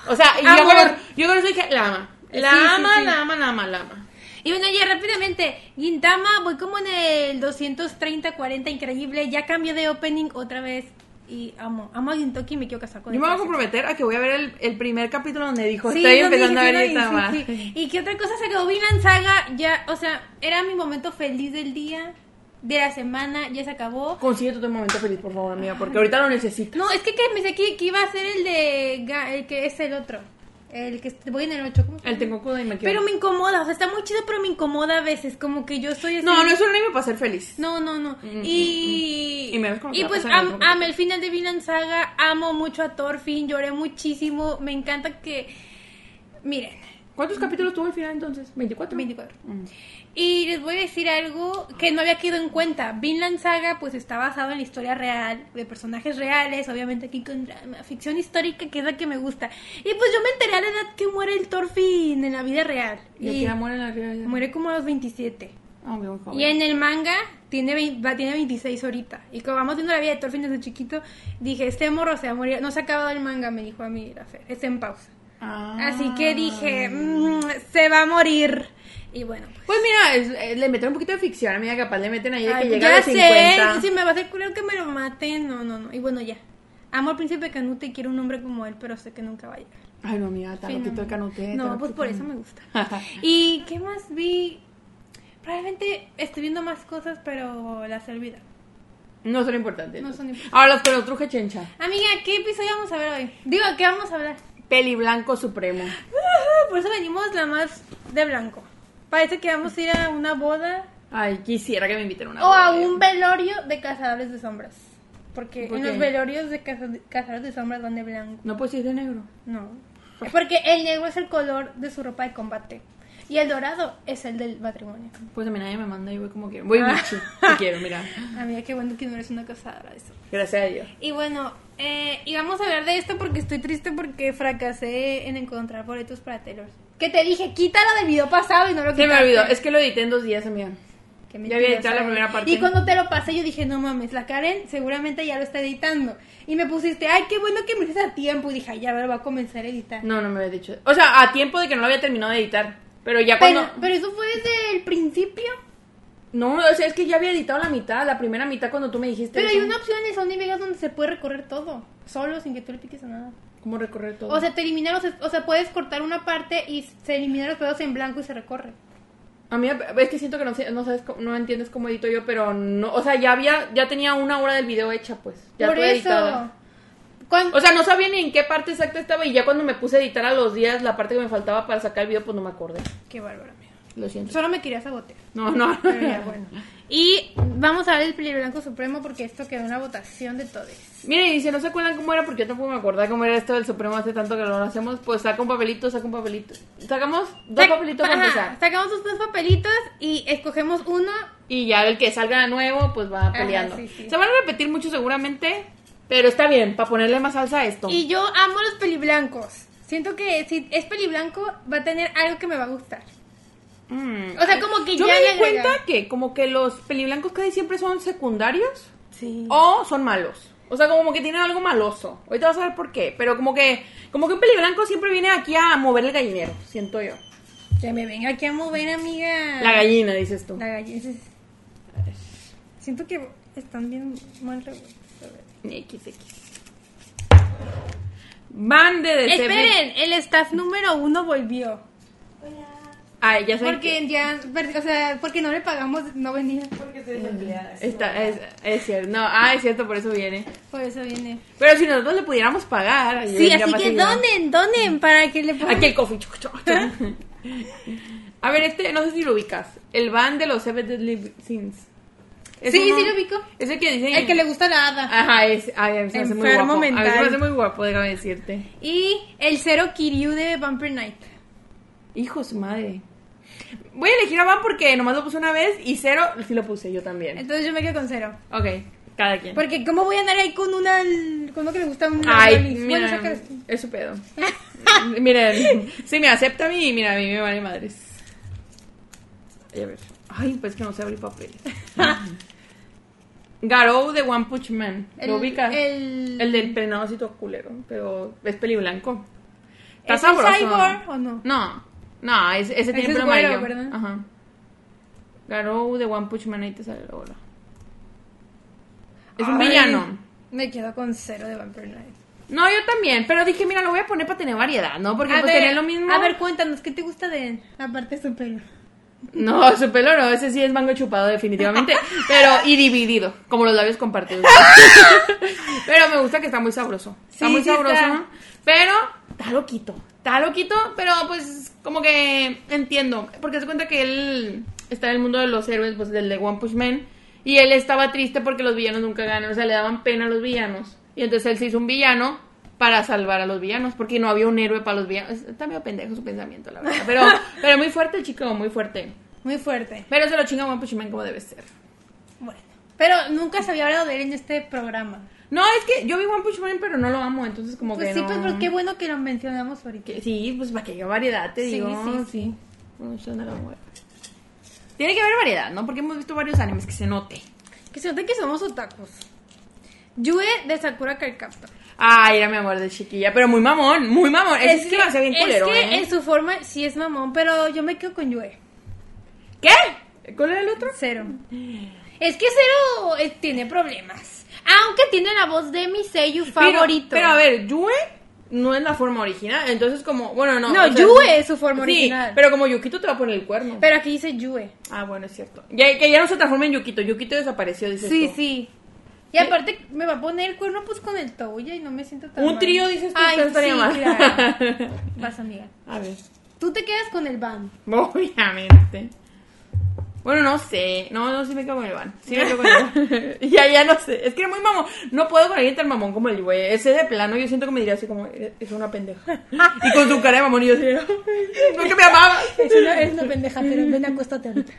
[SPEAKER 2] O sea, y yo,
[SPEAKER 1] Amor.
[SPEAKER 2] con- yo con eso dije, la ama. La
[SPEAKER 1] Sí, sí,
[SPEAKER 2] ama,
[SPEAKER 1] sí.
[SPEAKER 2] la ama, la ama, la ama.
[SPEAKER 1] Y bueno, ya rápidamente, Gintama, voy como en el 230-40, increíble, ya cambié de opening otra vez y amo, amo a Gintoki y me quiero casar con
[SPEAKER 2] Yo
[SPEAKER 1] él.
[SPEAKER 2] me voy a comprometer a que voy a ver el, el primer capítulo donde dijo,
[SPEAKER 1] Sí,
[SPEAKER 2] estoy
[SPEAKER 1] no
[SPEAKER 2] empezando a
[SPEAKER 1] dije,
[SPEAKER 2] ver
[SPEAKER 1] sí, no
[SPEAKER 2] Gintama.
[SPEAKER 1] dije, sí. Y que otra cosa se quedó Vinland Saga, ya, o sea, era mi momento feliz del día, de la semana, ya se acabó.
[SPEAKER 2] Consigue tu momento feliz, por favor, amiga, porque ahorita lo necesito.
[SPEAKER 1] No, es que, que me sé que, que iba a ser el de Ga- el que es el otro. El que voy en el 8, ¿cómo se
[SPEAKER 2] El
[SPEAKER 1] llama?
[SPEAKER 2] Tengoku de Maquio.
[SPEAKER 1] Pero me incomoda, o sea, está muy chido, pero me incomoda a veces, como que yo soy así.
[SPEAKER 2] No, no es un anime para ser feliz.
[SPEAKER 1] No, no, no.
[SPEAKER 2] Mm,
[SPEAKER 1] Y.
[SPEAKER 2] mm, mm. Y menos con lo que
[SPEAKER 1] y
[SPEAKER 2] va a
[SPEAKER 1] pues
[SPEAKER 2] pasar en
[SPEAKER 1] am,
[SPEAKER 2] el próximo
[SPEAKER 1] amé el final de Vinland Saga. Amo mucho a Thorfinn. Lloré muchísimo. Me encanta que. Miren.
[SPEAKER 2] ¿Cuántos capítulos tuvo al final entonces? ¿24?
[SPEAKER 1] 24.
[SPEAKER 2] Mm.
[SPEAKER 1] Y les voy a decir algo que no había quedado en cuenta. Vinland Saga pues está basado en la historia real, de personajes reales, obviamente aquí con drama, ficción histórica que es la que me gusta. Y pues yo me enteré a la edad que muere el Thorfinn en la vida real.
[SPEAKER 2] Y aquí la muere en la realidad.
[SPEAKER 1] muere como a los 27.
[SPEAKER 2] Ah, muy joven.
[SPEAKER 1] Y en el manga tiene, vein- va, tiene 26 ahorita. Y como vamos viendo la vida de Thorfinn desde chiquito, dije, este morro se va a morir. No se ha acabado el manga, me dijo a mí la Fer. Está en pausa.
[SPEAKER 2] Ah.
[SPEAKER 1] Así que dije, "Mm, se va a morir. Y bueno, pues.
[SPEAKER 2] Pues mira, es- eh, le meten un poquito de ficción, amiga, capaz le meten ahí de que
[SPEAKER 1] Ay,
[SPEAKER 2] llega a
[SPEAKER 1] ya
[SPEAKER 2] los
[SPEAKER 1] sé,
[SPEAKER 2] 50.
[SPEAKER 1] si me va a hacer culero que me lo maten. No, no, no. Y bueno, ya. Amo al príncipe Canute y quiero un hombre como él, pero sé que nunca va a llegar.
[SPEAKER 2] Ay, no, amiga, tan
[SPEAKER 1] Sí, no,
[SPEAKER 2] loquito el
[SPEAKER 1] no.
[SPEAKER 2] canute.
[SPEAKER 1] No,
[SPEAKER 2] tan
[SPEAKER 1] pues
[SPEAKER 2] loquito
[SPEAKER 1] por
[SPEAKER 2] el
[SPEAKER 1] eso me
[SPEAKER 2] canute. <laughs>
[SPEAKER 1] gusta. ¿Y qué más vi? Probablemente estoy viendo más cosas, pero las he olvidado.
[SPEAKER 2] No son importantes. pues.
[SPEAKER 1] No son importantes.
[SPEAKER 2] Ahora los que nos truje chencha.
[SPEAKER 1] Amiga, ¿qué episodio vamos a ver hoy? Digo, ¿qué vamos a hablar?
[SPEAKER 2] Peli blanco supremo.
[SPEAKER 1] <laughs> Por eso venimos la más de blanco. Parece que vamos a ir a una boda
[SPEAKER 2] Ay, quisiera que me invitaran una
[SPEAKER 1] o a
[SPEAKER 2] boda.
[SPEAKER 1] un velorio de cazadores de sombras. Porque
[SPEAKER 2] ¿Por
[SPEAKER 1] en
[SPEAKER 2] qué?
[SPEAKER 1] los velorios de caza- cazadores de sombras van de blanco.
[SPEAKER 2] No, pues si es de negro.
[SPEAKER 1] No. Porque el negro es el color de su ropa de combate. Y el dorado es el del matrimonio.
[SPEAKER 2] Pues a mí nadie me manda y voy como quiero. Voy
[SPEAKER 1] Ah.
[SPEAKER 2] Michi, si quiero,
[SPEAKER 1] <laughs>
[SPEAKER 2] mira.
[SPEAKER 1] Amiga, qué bueno que no eres una cazadora de sombras.
[SPEAKER 2] Gracias a Dios.
[SPEAKER 1] Y bueno, eh, y vamos a hablar de esto porque estoy triste porque fracasé en encontrar boletos para Taylor. Que te dije, quítalo del video pasado y no lo
[SPEAKER 2] Se
[SPEAKER 1] quitaste.
[SPEAKER 2] me olvidó, es que lo edité en dos días, amiga.
[SPEAKER 1] Qué
[SPEAKER 2] ya había editado
[SPEAKER 1] mentirosa
[SPEAKER 2] la primera
[SPEAKER 1] eres.
[SPEAKER 2] parte.
[SPEAKER 1] Y cuando te lo pasé yo dije, no mames, la Karen seguramente ya lo está editando. Y me pusiste, ay, qué bueno que me dices a tiempo. Y dije, ay, ya lo va a comenzar a editar.
[SPEAKER 2] No, no me había dicho. O sea, a tiempo de que no lo había terminado de editar. Pero ya
[SPEAKER 1] pero,
[SPEAKER 2] cuando.
[SPEAKER 1] pero eso fue desde el principio.
[SPEAKER 2] No, o sea, es que ya había editado la mitad, la primera mitad cuando tú me dijiste.
[SPEAKER 1] Pero hay
[SPEAKER 2] eso.
[SPEAKER 1] una opción en el Sony Vegas donde se puede recorrer todo, solo, sin que tú le piques a nada.
[SPEAKER 2] ¿Cómo recorrer todo?
[SPEAKER 1] O sea, te elimina los, o sea, puedes cortar una parte y se eliminan los pedos en blanco y se recorre.
[SPEAKER 2] A mí es que siento que no, sé- no sabes, cómo- no entiendes cómo edito yo, pero no, o sea, ya había, ya tenía una hora del video hecha, pues, ya
[SPEAKER 1] Por
[SPEAKER 2] toda
[SPEAKER 1] eso.
[SPEAKER 2] editada.
[SPEAKER 1] Cuan-
[SPEAKER 2] O sea, no sabía ni en qué parte exacta estaba y ya cuando me puse a editar a los días la parte que me faltaba para sacar el video, pues no me acordé.
[SPEAKER 1] Qué bárbaro, amigo.
[SPEAKER 2] Lo siento.
[SPEAKER 1] Solo me quería sabotear.
[SPEAKER 2] No, no.
[SPEAKER 1] Pero ya,
[SPEAKER 2] <laughs>
[SPEAKER 1] bueno. Y vamos a ver el Peli Blanco Supremo porque esto quedó una votación de todos.
[SPEAKER 2] Miren, y si no se acuerdan cómo era, porque yo tampoco me acordaba cómo era esto del Supremo hace tanto que lo hacemos, pues saca un papelito, saca un papelito. Sacamos dos papelitos para empezar.
[SPEAKER 1] Sacamos los dos papelitos y escogemos uno.
[SPEAKER 2] Y ya el que salga nuevo, pues va peleando.
[SPEAKER 1] sí, sí.
[SPEAKER 2] Se van a repetir mucho seguramente, pero está bien, para ponerle más salsa a esto.
[SPEAKER 1] Y yo amo los peliblancos. Siento que si es peliblanco va a tener algo que me va a gustar.
[SPEAKER 2] Mm.
[SPEAKER 1] O sea, como que
[SPEAKER 2] Yo
[SPEAKER 1] ya
[SPEAKER 2] me
[SPEAKER 1] le
[SPEAKER 2] di
[SPEAKER 1] agrega-
[SPEAKER 2] cuenta que como que los peliblancos casi siempre son secundarios
[SPEAKER 1] Sí.
[SPEAKER 2] o son malos. O sea, como que tienen algo maloso. Ahorita vas a ver por qué. Pero como que, como que un peliblanco siempre viene aquí a mover el gallinero, siento yo.
[SPEAKER 1] Que me venga aquí a mover, amiga.
[SPEAKER 2] La gallina, dices tú.
[SPEAKER 1] La gallina. sí, sí. Siento que están bien mal revueltos. a ver.
[SPEAKER 2] XX. Van de DCB.
[SPEAKER 1] Esperen, el staff número uno volvió.
[SPEAKER 2] Ay, ya saben
[SPEAKER 1] Porque ya, per- o sea, porque no le pagamos, no venía.
[SPEAKER 2] que está- es, es cierto. No, ah, es cierto, por eso viene.
[SPEAKER 1] Por eso viene.
[SPEAKER 2] Pero si nosotros le pudiéramos pagar. yo
[SPEAKER 1] Sí,
[SPEAKER 2] vendría
[SPEAKER 1] así
[SPEAKER 2] más
[SPEAKER 1] que
[SPEAKER 2] seguido.
[SPEAKER 1] donen, donen para que le pongan.
[SPEAKER 2] Aquí el coffee. choc, choc, choc. A ver, este, no sé si lo ubicas. El van de los Seven Deadly Sins. Es
[SPEAKER 1] Sí, sí lo ubico.
[SPEAKER 2] Es el que dicen.
[SPEAKER 1] El que le gusta la hada.
[SPEAKER 2] Ajá, es. Ay, a mí se me hace muy
[SPEAKER 1] Enfermo
[SPEAKER 2] guapo. A mí se me
[SPEAKER 1] mental.
[SPEAKER 2] hace muy guapo, déjame decirte.
[SPEAKER 1] Y el cero Kiryu de Vampire Knight.
[SPEAKER 2] Hijo de su madre. Voy a elegir a Van porque nomás lo puse una vez y cero sí lo puse yo también.
[SPEAKER 1] Entonces yo me quedo con cero.
[SPEAKER 2] Ok, cada quien.
[SPEAKER 1] Porque cómo voy a andar ahí con una con uno que le gusta un
[SPEAKER 2] Ay,
[SPEAKER 1] bueno,
[SPEAKER 2] mira,
[SPEAKER 1] saca este. esto.
[SPEAKER 2] es
[SPEAKER 1] <laughs>
[SPEAKER 2] su pedo. Miren, si me acepta a mí, mira, a mí me vale madres. Ay, a ver. Ay, pues que no sé abrir papel. <laughs> Garou de One Punch Man. ¿Lo
[SPEAKER 1] El-
[SPEAKER 2] ubicas?
[SPEAKER 1] el-
[SPEAKER 2] El del peinadocito culero, pero es peliblanco. Está
[SPEAKER 1] ¿Es un
[SPEAKER 2] sabroso.
[SPEAKER 1] cyborg o no?
[SPEAKER 2] No, no, ese, ese tiene
[SPEAKER 1] es
[SPEAKER 2] pelo
[SPEAKER 1] güero,
[SPEAKER 2] amarillo.
[SPEAKER 1] ¿verdad?
[SPEAKER 2] Ajá. Garou de One Punch Man, ahí te sale la bola. Es un
[SPEAKER 1] Ay,
[SPEAKER 2] villano.
[SPEAKER 1] Me quedo con cero de Vampire Knight.
[SPEAKER 2] No, yo también, pero dije, mira, lo voy a poner para tener variedad, ¿no? Porque pues tener lo mismo.
[SPEAKER 1] a ver, cuéntanos, ¿qué te gusta de él? Aparte de su pelo.
[SPEAKER 2] No, <laughs> su pelo no, ese sí es mango
[SPEAKER 1] <laughs>
[SPEAKER 2] chupado, definitivamente. pero, y dividido, como los labios compartidos. pero me gusta que está muy sabroso. Está
[SPEAKER 1] Sí,
[SPEAKER 2] muy
[SPEAKER 1] sí
[SPEAKER 2] sabroso,
[SPEAKER 1] está.
[SPEAKER 2] ¿no? Pero, está loquito. está loquito, pero pues como que entiendo. Porque se cuenta que él está en el mundo de los héroes, pues del de One Punch Man. Y él estaba triste porque los villanos nunca ganan. O sea, le daban pena a los villanos. Y entonces él se hizo un villano para salvar a los villanos. Porque no había un héroe para los villanos. Está medio pendejo su pensamiento, la verdad.
[SPEAKER 1] <laughs>
[SPEAKER 2] Pero, pero muy fuerte el chico, muy fuerte.
[SPEAKER 1] Muy fuerte.
[SPEAKER 2] Pero se lo chinga One Punch Man como debe ser.
[SPEAKER 1] Bueno. Pero nunca se había hablado de él en este programa.
[SPEAKER 2] No, es que yo vi One Punch Man, pero no lo amo. Entonces como
[SPEAKER 1] Pues
[SPEAKER 2] que
[SPEAKER 1] sí,
[SPEAKER 2] no...
[SPEAKER 1] pues pero qué bueno que lo mencionamos ahorita.
[SPEAKER 2] Que sí, pues para que haya variedad, te
[SPEAKER 1] Sí,
[SPEAKER 2] digo.
[SPEAKER 1] sí, sí.
[SPEAKER 2] No, yo no lo voy a- Tiene que haber variedad, ¿no? Porque hemos visto varios animes que se note.
[SPEAKER 1] Que se note que somos otakus. Yue de Sakura Card Captor.
[SPEAKER 2] Ay, era mi amor de chiquilla, pero muy mamón, muy mamón. Ese sí se me hacía bien
[SPEAKER 1] es
[SPEAKER 2] culero,
[SPEAKER 1] que
[SPEAKER 2] ¿eh?
[SPEAKER 1] en su forma sí es mamón, pero yo me quedo con Yue.
[SPEAKER 2] ¿Qué? ¿Cuál era el otro? <gasps>
[SPEAKER 1] Cero. Es que Cero eh, tiene problemas. Aunque tiene la voz de mi seiyuu
[SPEAKER 2] Pero-
[SPEAKER 1] favorito.
[SPEAKER 2] Pero, a ver, Yue no es la forma original, entonces como, bueno, no.
[SPEAKER 1] No, Yue es su forma
[SPEAKER 2] sí,
[SPEAKER 1] original.
[SPEAKER 2] pero como Yukito te va a poner el cuerno.
[SPEAKER 1] Pero aquí dice Yue.
[SPEAKER 2] Ah, bueno, es cierto. Ya, que ya no se transforma en Yukito, Yukito desapareció, dices
[SPEAKER 1] Sí,
[SPEAKER 2] tú.
[SPEAKER 1] sí. Y aparte me va a poner el cuerno pues con el Touya y no me siento tan
[SPEAKER 2] Un
[SPEAKER 1] mal.
[SPEAKER 2] trío, dices tú,
[SPEAKER 1] Ay,
[SPEAKER 2] no estaría
[SPEAKER 1] sí,
[SPEAKER 2] mal.
[SPEAKER 1] claro. Vas, amiga.
[SPEAKER 2] A ver.
[SPEAKER 1] Tú te quedas con el van.
[SPEAKER 2] Obviamente. Bueno, no sé. No, no, sí me quedo con el van. Sí me quedo con el van. ya, ya no sé. Es que era muy mamón. No puedo con alguien tan mamón como el güey. Ese de plano, yo siento que me diría así como, "Eres- es una pendeja. y con su cara de mamón y yo así, porque me amaba.
[SPEAKER 1] Es una,
[SPEAKER 2] <laughs>
[SPEAKER 1] es una pendeja, pero ven, acuéstate ahorita.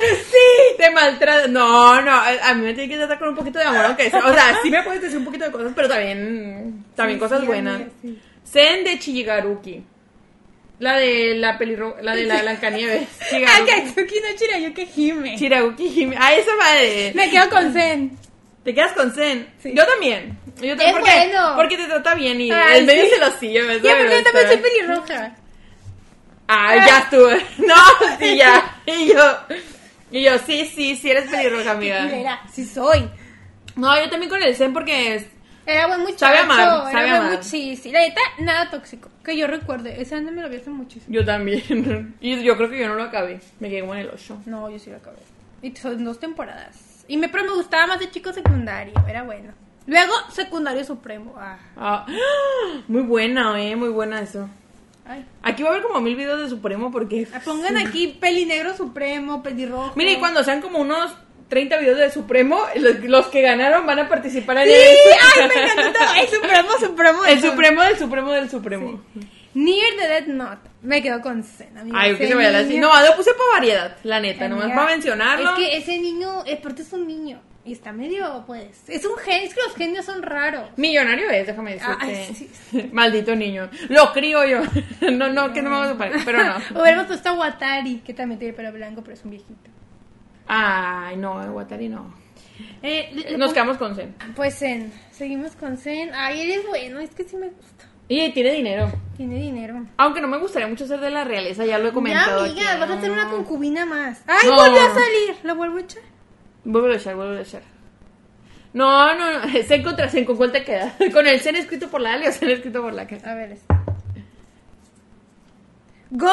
[SPEAKER 2] Sí, te maltrata. No, no, a mí me tiene que tratar con un poquito de amor, aunque sea. O sea, sí me puedes decir un poquito de cosas, pero también, también
[SPEAKER 1] Sí,
[SPEAKER 2] cosas
[SPEAKER 1] sí,
[SPEAKER 2] buenas.
[SPEAKER 1] amiga, sí.
[SPEAKER 2] Zen de Chigaruki. La de la pelirro... la de la Blancanieves. Shigaruki.
[SPEAKER 1] Akatsuki Ah, no Chirayuke Hime.
[SPEAKER 2] Chiraguki Hime. Ah, esa madre.
[SPEAKER 1] Me quedo con Zen.
[SPEAKER 2] ¿Te quedas con Zen?
[SPEAKER 1] Sí.
[SPEAKER 2] Yo también. Yo también
[SPEAKER 1] Es
[SPEAKER 2] porque,
[SPEAKER 1] bueno.
[SPEAKER 2] porque te trata bien y
[SPEAKER 1] Ay,
[SPEAKER 2] el medio
[SPEAKER 1] sí.
[SPEAKER 2] se lo sigue. me
[SPEAKER 1] Ya,
[SPEAKER 2] sabe,
[SPEAKER 1] porque yo
[SPEAKER 2] me
[SPEAKER 1] también
[SPEAKER 2] sabe.
[SPEAKER 1] soy Ah. pelirroja.
[SPEAKER 2] Ay,
[SPEAKER 1] <laughs>
[SPEAKER 2] ya estuve. No, sí, ya. Y yo, y yo, sí, sí, sí eres pelirroja, amiga.
[SPEAKER 1] Mira, sí soy.
[SPEAKER 2] No, yo también con el Zen porque es...
[SPEAKER 1] Era buen muchacho.
[SPEAKER 2] Sabe amar, sabe
[SPEAKER 1] era
[SPEAKER 2] amar.
[SPEAKER 1] buen muchísimo. La neta, nada tóxico. Que yo recuerde. Ese anime me lo vi hace muchísimo.
[SPEAKER 2] Yo también. <laughs> Y yo creo que yo no lo acabé. Me quedé con el 8.
[SPEAKER 1] No, yo sí lo acabé. Y son dos temporadas. Y me, pero me gustaba más de chico secundario. Era bueno. Luego, secundario supremo. Ah.
[SPEAKER 2] Ah, <gasps> muy buena, eh, muy buena eso.
[SPEAKER 1] Ay.
[SPEAKER 2] Aquí va a haber como mil videos de Supremo porque...
[SPEAKER 1] Pongan aquí pelinegro supremo, pelirrojo.
[SPEAKER 2] Mira, y cuando sean como unos 30 videos de Supremo, los, los que ganaron van a participar en
[SPEAKER 1] Sí,
[SPEAKER 2] el...
[SPEAKER 1] ay, me
[SPEAKER 2] <laughs>
[SPEAKER 1] encantó. El supremo, supremo.
[SPEAKER 2] El Supremo del Supremo del Supremo.
[SPEAKER 1] Near the Dead Note. Me quedo con Zen, amiga.
[SPEAKER 2] Ay, que
[SPEAKER 1] Ese
[SPEAKER 2] se vaya así.
[SPEAKER 1] niño-
[SPEAKER 2] No, lo puse para variedad, la neta, nomás
[SPEAKER 1] Amiga,
[SPEAKER 2] para mencionarlo.
[SPEAKER 1] Es que ese niño, eh, aparte es un niño. Y está medio, pues. Es un genio. Es que los genios son raros.
[SPEAKER 2] Millonario es, déjame decirte.
[SPEAKER 1] Ay,
[SPEAKER 2] <laughs> Maldito niño. Lo crío yo. <laughs> No, no, que no me vamos a parar, pero
[SPEAKER 1] <laughs>
[SPEAKER 2] no.
[SPEAKER 1] Hubiéramos puesto a Watari, que también tiene pelo blanco, pero es un viejito.
[SPEAKER 2] Ay, no, Watari no.
[SPEAKER 1] Eh, le- le
[SPEAKER 2] Nos
[SPEAKER 1] pon-
[SPEAKER 2] quedamos con Zen.
[SPEAKER 1] Pues Zen. Seguimos con Zen. Ay, eres bueno. Es que sí me gusta.
[SPEAKER 2] Y tiene dinero.
[SPEAKER 1] Tiene dinero.
[SPEAKER 2] Aunque no me gustaría mucho ser de la realeza, ya lo he
[SPEAKER 1] Ya,
[SPEAKER 2] comentado.
[SPEAKER 1] amiga,
[SPEAKER 2] aquí.
[SPEAKER 1] vas a tener una concubina más. Ay,
[SPEAKER 2] No.
[SPEAKER 1] volvió a salir. ¿La vuelvo a echar?
[SPEAKER 2] Vuelvo a echar, vuelvo a echar. No, no, <laughs> no. Zen contra Zen, ¿con cuál te queda? <laughs> ¿Con el Zen escrito por la Ali o Zen escrito por la K?
[SPEAKER 1] A ver. este. ¡Goyo!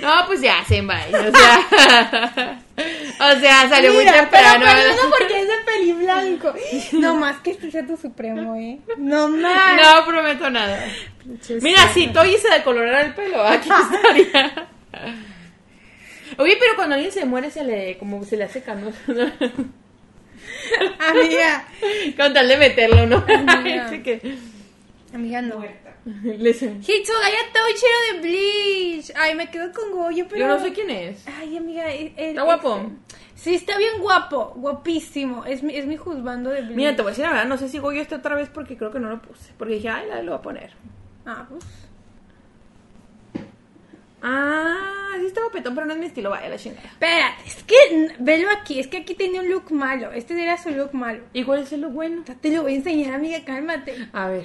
[SPEAKER 2] No, pues ya, Zen, bye. O sea, <laughs> o sea <laughs> salió muy
[SPEAKER 1] Mira,
[SPEAKER 2] temprano.
[SPEAKER 1] Pero perdona porque es de peli
[SPEAKER 2] <laughs>
[SPEAKER 1] blanco. No más que este sea tu supremo, ¿eh? No más.
[SPEAKER 2] No prometo nada. Mira, si Toy se decolorara el pelo, <laughs> aquí estaría. Oye, pero cuando alguien se muere se le como se le hace canoso. ¿no? <laughs>
[SPEAKER 1] Amiga.
[SPEAKER 2] Con tal de meterlo, ¿no? <laughs>
[SPEAKER 1] Amiga.
[SPEAKER 2] Así que
[SPEAKER 1] Amiga, no.
[SPEAKER 2] le sé.
[SPEAKER 1] Hitsugaya Touchero de Bleach. Ay, me quedo con Goyo, pero.
[SPEAKER 2] Yo no sé quién es.
[SPEAKER 1] Ay, amiga. él- él-
[SPEAKER 2] Está guapo.
[SPEAKER 1] Sí, está bien guapo. Guapísimo. Es mi, es mi juzgando de Bleach.
[SPEAKER 2] Mira, te voy a decir la verdad, no sé si Goyo está otra vez porque creo que no lo puse. Porque dije, ay, la lo voy a poner.
[SPEAKER 1] Ah, pues.
[SPEAKER 2] Ah, sí está guapetón, pero no es mi estilo, vaya la chingada.
[SPEAKER 1] Espérate, es que. n- Velo aquí. Es que aquí tenía un look malo. Este era su look malo.
[SPEAKER 2] ¿Y cuál es el lo bueno?
[SPEAKER 1] Te lo voy a enseñar, amiga, cálmate.
[SPEAKER 2] A ver.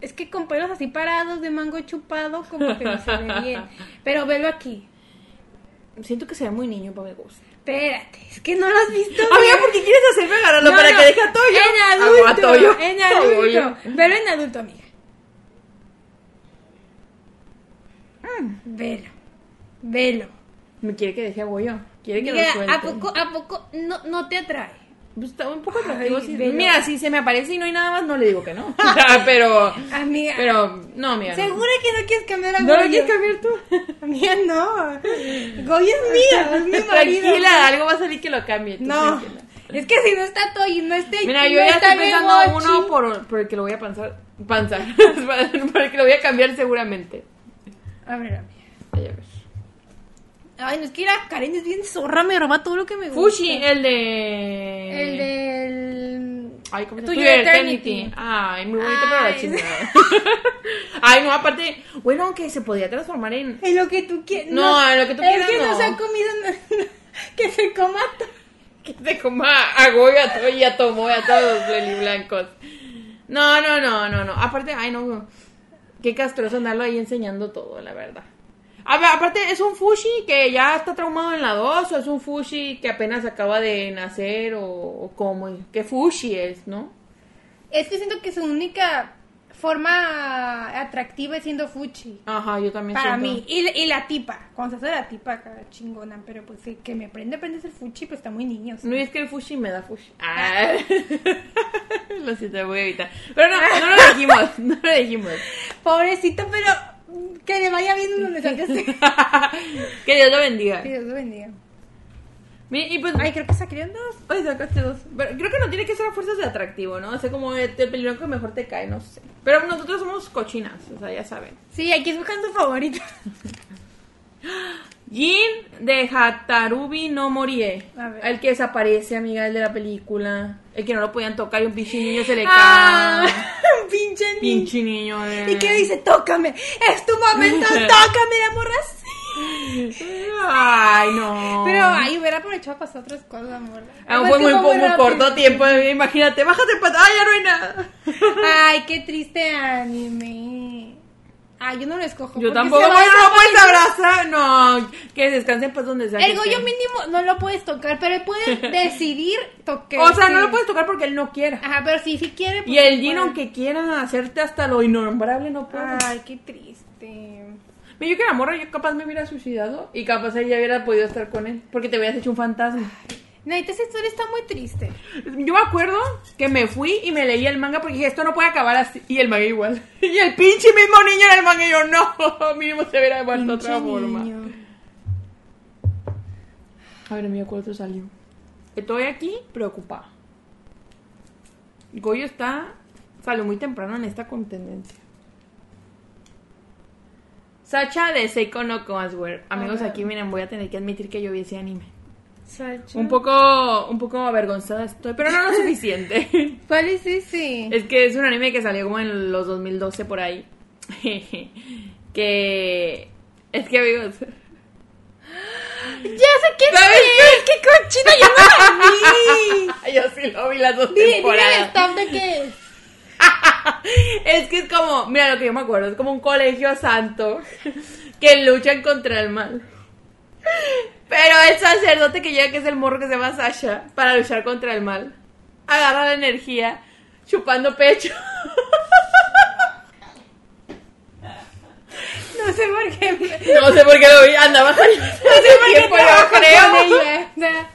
[SPEAKER 1] Es que con pelos así parados de mango chupado, como que no se ve
[SPEAKER 2] <laughs>
[SPEAKER 1] bien. Pero velo aquí.
[SPEAKER 2] Siento que se ve muy niño para mi gusto.
[SPEAKER 1] Espérate, es que no lo has visto.
[SPEAKER 2] Amiga, ¿por qué quieres hacerme agarrarlo?
[SPEAKER 1] No,
[SPEAKER 2] ¿Para
[SPEAKER 1] no,
[SPEAKER 2] que deje a Toyo?
[SPEAKER 1] En
[SPEAKER 2] Hago a
[SPEAKER 1] adulto.
[SPEAKER 2] Toyo.
[SPEAKER 1] En
[SPEAKER 2] Toyo.
[SPEAKER 1] adulto. Velo en adulto, amiga. Mm, Velo. Velo.
[SPEAKER 2] Me quiere que deje a Goyo. Quiere que
[SPEAKER 1] Mira,
[SPEAKER 2] lo suelte.
[SPEAKER 1] ¿a poco, ¿A poco no, no te atrae?
[SPEAKER 2] pues, está un poco atractivo.
[SPEAKER 1] Ay,
[SPEAKER 2] sí.
[SPEAKER 1] velo.
[SPEAKER 2] Mira, si se me aparece y no hay nada más, no le digo que no. <laughs> O sea, pero,
[SPEAKER 1] Amiga,
[SPEAKER 2] pero, no, amiga. no.
[SPEAKER 1] ¿segura que no quieres cambiar a
[SPEAKER 2] ¿No lo
[SPEAKER 1] Goyo?
[SPEAKER 2] quieres cambiar tú?
[SPEAKER 1] Amiga, no. Goyo es mío, <laughs> es mi marido.
[SPEAKER 2] Tranquila, algo va a salir que lo cambie. tú
[SPEAKER 1] No,
[SPEAKER 2] tranquila.
[SPEAKER 1] es que si no está Toy, no está
[SPEAKER 2] Mira,
[SPEAKER 1] no
[SPEAKER 2] yo ya
[SPEAKER 1] está
[SPEAKER 2] estoy pensando
[SPEAKER 1] Gochi.
[SPEAKER 2] uno por, por el que lo voy a panzar. Panzar. <laughs> por el que lo voy a cambiar seguramente.
[SPEAKER 1] A ver, amiga.
[SPEAKER 2] Ahí a ver.
[SPEAKER 1] Ay, no es que la Karen es bien zorra, me roba todo lo que me gusta.
[SPEAKER 2] Fushi, el de.
[SPEAKER 1] El del.
[SPEAKER 2] Ay, ¿cómo se
[SPEAKER 1] To
[SPEAKER 2] llama?
[SPEAKER 1] Your
[SPEAKER 2] To Your
[SPEAKER 1] Eternity.
[SPEAKER 2] Ay, muy bonito, pero la
[SPEAKER 1] Ay. <laughs>
[SPEAKER 2] chingada. Ay, no, aparte. Bueno, aunque se podía transformar en.
[SPEAKER 1] En lo que tú quieras.
[SPEAKER 2] No, en lo que tú quieras,
[SPEAKER 1] Es que
[SPEAKER 2] no.
[SPEAKER 1] se ha comido. no- que se coma todo.
[SPEAKER 2] <laughs> Que se coma a Goyo a todo, y a Tomoe, a todos los blancos. No, no, no, no, no. Aparte, ay, no. Qué castroso andarlo ahí enseñando todo, la verdad. A ver, aparte, es un Fushi que ya está traumado en la 2 o es un Fushi que apenas acaba de nacer o, o cómo. ¿Qué Fushi es, no?
[SPEAKER 1] Es que siento que su única forma atractiva es siendo Fuchi.
[SPEAKER 2] Ajá, yo también
[SPEAKER 1] Para
[SPEAKER 2] siento-
[SPEAKER 1] mí. Y, la- y la tipa. Cuando se hace la tipa, acá, chingona. Pero pues el que me prende, prende es el Fuchi, pues está muy niño. o sea.
[SPEAKER 2] No, y es que el fushi me da fushi. Ah. <laughs> lo siento, voy a evitar. Pero no, no lo dijimos, no lo
[SPEAKER 1] <laughs>
[SPEAKER 2] dijimos.
[SPEAKER 1] Pobrecito, pero que le vaya bien donde sea que <laughs> esté.
[SPEAKER 2] que Dios lo bendiga.
[SPEAKER 1] Que Dios lo bendiga.
[SPEAKER 2] Mira, y pues,
[SPEAKER 1] Ay, creo que sacarían dos.
[SPEAKER 2] ay, sacaste dos. Pero creo que no tiene que ser a fuerzas de atractivo, ¿no? O sea, como el, el pelirrojo que mejor te cae, no sé. Pero nosotros somos cochinas, o sea, ya saben.
[SPEAKER 1] Sí, aquí es buscando favorito.
[SPEAKER 2] Jin de Hatarubi no morie.
[SPEAKER 1] A ver.
[SPEAKER 2] El que desaparece, amiga, el de la película. El que no lo podían tocar y un pinche niño se le
[SPEAKER 1] Ah, <laughs>
[SPEAKER 2] cae.
[SPEAKER 1] pinche niño.
[SPEAKER 2] Pinche niño. De...
[SPEAKER 1] ¿Y qué dice? Tócame. Es tu
[SPEAKER 2] <laughs>
[SPEAKER 1] momento. Tócame, la morra.
[SPEAKER 2] Ay, no. Ah,
[SPEAKER 1] Pero ahí hubiera aprovechado para hacer otras cosas, amor.
[SPEAKER 2] Aún
[SPEAKER 1] Pues
[SPEAKER 2] fue muy,
[SPEAKER 1] estuvo
[SPEAKER 2] po- muy
[SPEAKER 1] rápido.
[SPEAKER 2] corto tiempo, eh, imagínate, bájate para... ¡Ay, ya no hay
[SPEAKER 1] <laughs>
[SPEAKER 2] nada!
[SPEAKER 1] Ay, qué triste anime. Ay, yo no lo escojo.
[SPEAKER 2] Yo
[SPEAKER 1] porque
[SPEAKER 2] tampoco,
[SPEAKER 1] se
[SPEAKER 2] no,
[SPEAKER 1] va a
[SPEAKER 2] no puedes
[SPEAKER 1] desaparecer.
[SPEAKER 2] abrazar, no, que descansen pues donde sea.
[SPEAKER 1] El
[SPEAKER 2] que
[SPEAKER 1] Goyo
[SPEAKER 2] estén.
[SPEAKER 1] mínimo no lo puedes tocar, pero él
[SPEAKER 2] <laughs>
[SPEAKER 1] puede decidir tocar.
[SPEAKER 2] O sea, no lo puedes tocar porque él no quiera.
[SPEAKER 1] Ajá, pero si sí quiere. pues
[SPEAKER 2] Y el
[SPEAKER 1] Jin
[SPEAKER 2] Jin, aunque quiera hacerte hasta lo innombrable, no puede.
[SPEAKER 1] Ay, qué triste.
[SPEAKER 2] Mira, yo que la morra, yo capaz me hubiera suicidado y capaz ella hubiera podido estar con él porque te hubieras hecho un fantasma.
[SPEAKER 1] Neta, esa historia está muy triste.
[SPEAKER 2] Yo me acuerdo que me fui y me leí el manga porque dije, esto no puede acabar así. Y el manga igual. <laughs> Y el pinche mismo niño en el manga y yo, no, <laughs> mínimo se hubiera muerto de otra
[SPEAKER 1] Pinche
[SPEAKER 2] forma.
[SPEAKER 1] niño.
[SPEAKER 2] A ver, amigo, ¿cuál otro salió? Estoy aquí preocupada. Goyo está. salió muy temprano en esta contendencia. Sacha de Seiko no Comasware. Amigos,
[SPEAKER 1] Ah.
[SPEAKER 2] aquí miren, voy a tener que admitir que yo vi ese anime.
[SPEAKER 1] Sacha.
[SPEAKER 2] Un poco, un poco avergonzada estoy, pero <laughs> no lo <laughs> suficiente.
[SPEAKER 1] ¿Cuál es ese?
[SPEAKER 2] es que es un anime que salió como en los 2012 por ahí. <laughs> que es que amigos,
[SPEAKER 1] Ya sé qué
[SPEAKER 2] ¿Sabes
[SPEAKER 1] es. ¡Qué cochino!
[SPEAKER 2] <laughs>
[SPEAKER 1] ¡Ya me la
[SPEAKER 2] yo sí lo vi las dos
[SPEAKER 1] vi! Dile, dile
[SPEAKER 2] temporadas.
[SPEAKER 1] el staff de qué es.
[SPEAKER 2] es que es como, mira lo que yo me acuerdo, es como un colegio santo que luchan contra el mal. Pero el sacerdote que llega, que es el morro que se llama Sasha, para luchar contra el mal, agarra la energía chupando pecho.
[SPEAKER 1] No sé por qué. me-
[SPEAKER 2] No sé por qué lo vi, andaba saliendo hace tiempo, yo <laughs>
[SPEAKER 1] trabajo con
[SPEAKER 2] creo.
[SPEAKER 1] ella, o sea,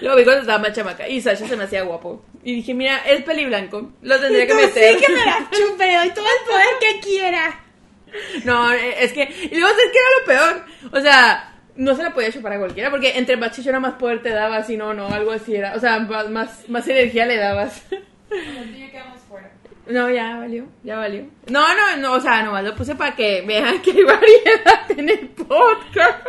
[SPEAKER 2] Lo vi cuando estaba más chamaca y Sasha se me hacía guapo. Y dije, mira, es peliblanco, lo tendría que
[SPEAKER 1] tú
[SPEAKER 2] meter.
[SPEAKER 1] Sí, que me la chupe, le doy todo el poder que
[SPEAKER 2] <laughs>
[SPEAKER 1] quiera.
[SPEAKER 2] No, eh, es que. Y luego, ¿sabes qué era lo peor? O sea, no se la podía chupar a cualquiera, porque entre más chichona más poder te dabas, y no, no, algo así era. O sea, más, más, más energía le dabas. No, ya valió, ya valió. No, no, no, o sea, nomás lo puse para que vean que hay variedad <laughs> en el podcast.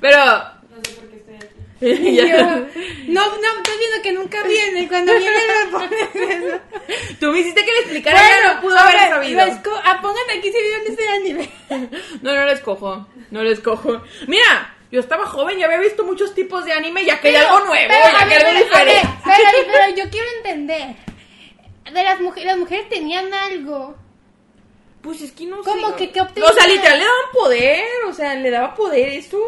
[SPEAKER 2] Pero. No sé por qué
[SPEAKER 1] Y
[SPEAKER 2] <laughs> estoy aquí.
[SPEAKER 1] yo, no, no, estás viendo que nunca viene. y Cuando viene me
[SPEAKER 2] <laughs>
[SPEAKER 1] pones eso.
[SPEAKER 2] Tú me hiciste que le explicara, ella no pudo
[SPEAKER 1] a
[SPEAKER 2] haber
[SPEAKER 1] ver,
[SPEAKER 2] sabido.
[SPEAKER 1] lo esco- ah, pongan aquí si vieron ese anime.
[SPEAKER 2] <laughs> No, no les cojo. No les cojo. Mira, yo estaba joven y había visto muchos tipos de anime y ya quería algo nuevo,
[SPEAKER 1] pero, a
[SPEAKER 2] ya
[SPEAKER 1] ver,
[SPEAKER 2] quería algo
[SPEAKER 1] pero, a ver,
[SPEAKER 2] diferente.
[SPEAKER 1] pero, pero yo quiero entender. De las mujeres, las mujeres tenían algo.
[SPEAKER 2] <laughs> Pues es que no sé.
[SPEAKER 1] ¿Cómo que qué
[SPEAKER 2] O sea,
[SPEAKER 1] obtenías?
[SPEAKER 2] literal le daban poder, o sea, le daba poder eso.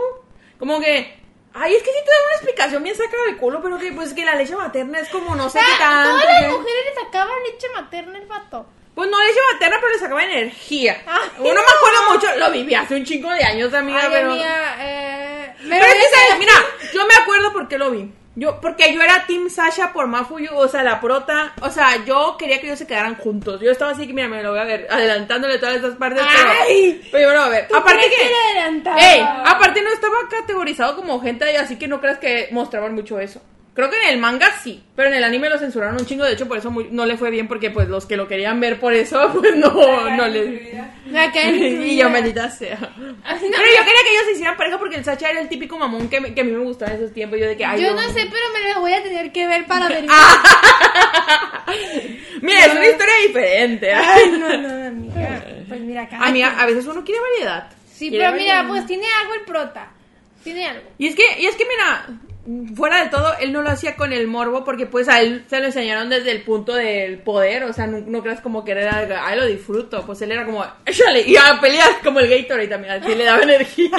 [SPEAKER 2] Como que. Ay, es que sí te daba una explicación bien saca del culo, pero que pues que la leche materna es como no sé qué
[SPEAKER 1] Ah,
[SPEAKER 2] tanto. ¿eh?
[SPEAKER 1] Todas las
[SPEAKER 2] que-
[SPEAKER 1] mujeres le sacaban leche materna el vato.
[SPEAKER 2] Pues no leche materna, pero le sacaba energía.
[SPEAKER 1] Ay,
[SPEAKER 2] Uno me acuerdo mucho, lo viví hace un chingo de años, amiga,
[SPEAKER 1] Ah, Ay,
[SPEAKER 2] pero.
[SPEAKER 1] amiga, eh, me
[SPEAKER 2] Pero es
[SPEAKER 1] voy
[SPEAKER 2] que,
[SPEAKER 1] a-
[SPEAKER 2] ¿sabes? mira, yo me acuerdo por qué lo vi. Yo, porque yo era Team Sasha por Mafuyu, o sea, la prota. O sea, yo quería que ellos se quedaran juntos. Yo estaba así que, mira, me lo voy a ver, adelantándole todas estas partes. pero-
[SPEAKER 1] ¡Ay!
[SPEAKER 2] Pero, yo me lo voy a ver.
[SPEAKER 1] ¿Tú
[SPEAKER 2] Aparte
[SPEAKER 1] crees
[SPEAKER 2] que.
[SPEAKER 1] que le adelantaba?
[SPEAKER 2] Ey, aparte no estaba categorizado como gente, así que no creas que mostraban mucho eso. Creo que en el manga sí, pero en el anime lo censuraron un chingo. De hecho, por eso muy- no le fue bien, porque pues los que lo querían ver por eso, <laughs> pues no, no les.
[SPEAKER 1] La que
[SPEAKER 2] <laughs> Y yo, maldita sea.
[SPEAKER 1] Así no-
[SPEAKER 2] Pero yo quería que ellos se hicieran pareja porque el Sacha era el típico mamón que, me- que a mí me gustaba en esos tiempos. Yo de que, ay,
[SPEAKER 1] Yo
[SPEAKER 2] no.
[SPEAKER 1] no sé, pero me lo voy a tener que ver para ver.
[SPEAKER 2] Mira, es una historia diferente.
[SPEAKER 1] Ay, no, no, amiga. Pues mira, acá.
[SPEAKER 2] Amiga, a veces uno quiere variedad.
[SPEAKER 1] Sí,
[SPEAKER 2] Quiere
[SPEAKER 1] pero mira,
[SPEAKER 2] variedad.
[SPEAKER 1] pues tiene algo el prota. Tiene algo.
[SPEAKER 2] Y es que, y es que mira, fuera de todo, él no lo hacía con el morbo porque pues a él se lo enseñaron desde el punto del poder, o sea, no, no creas como que era, algo, ay, lo disfruto, pues él era como, échale, y a pelear como el Gatorade también, así le
[SPEAKER 1] <laughs>
[SPEAKER 2] daba <laughs> energía.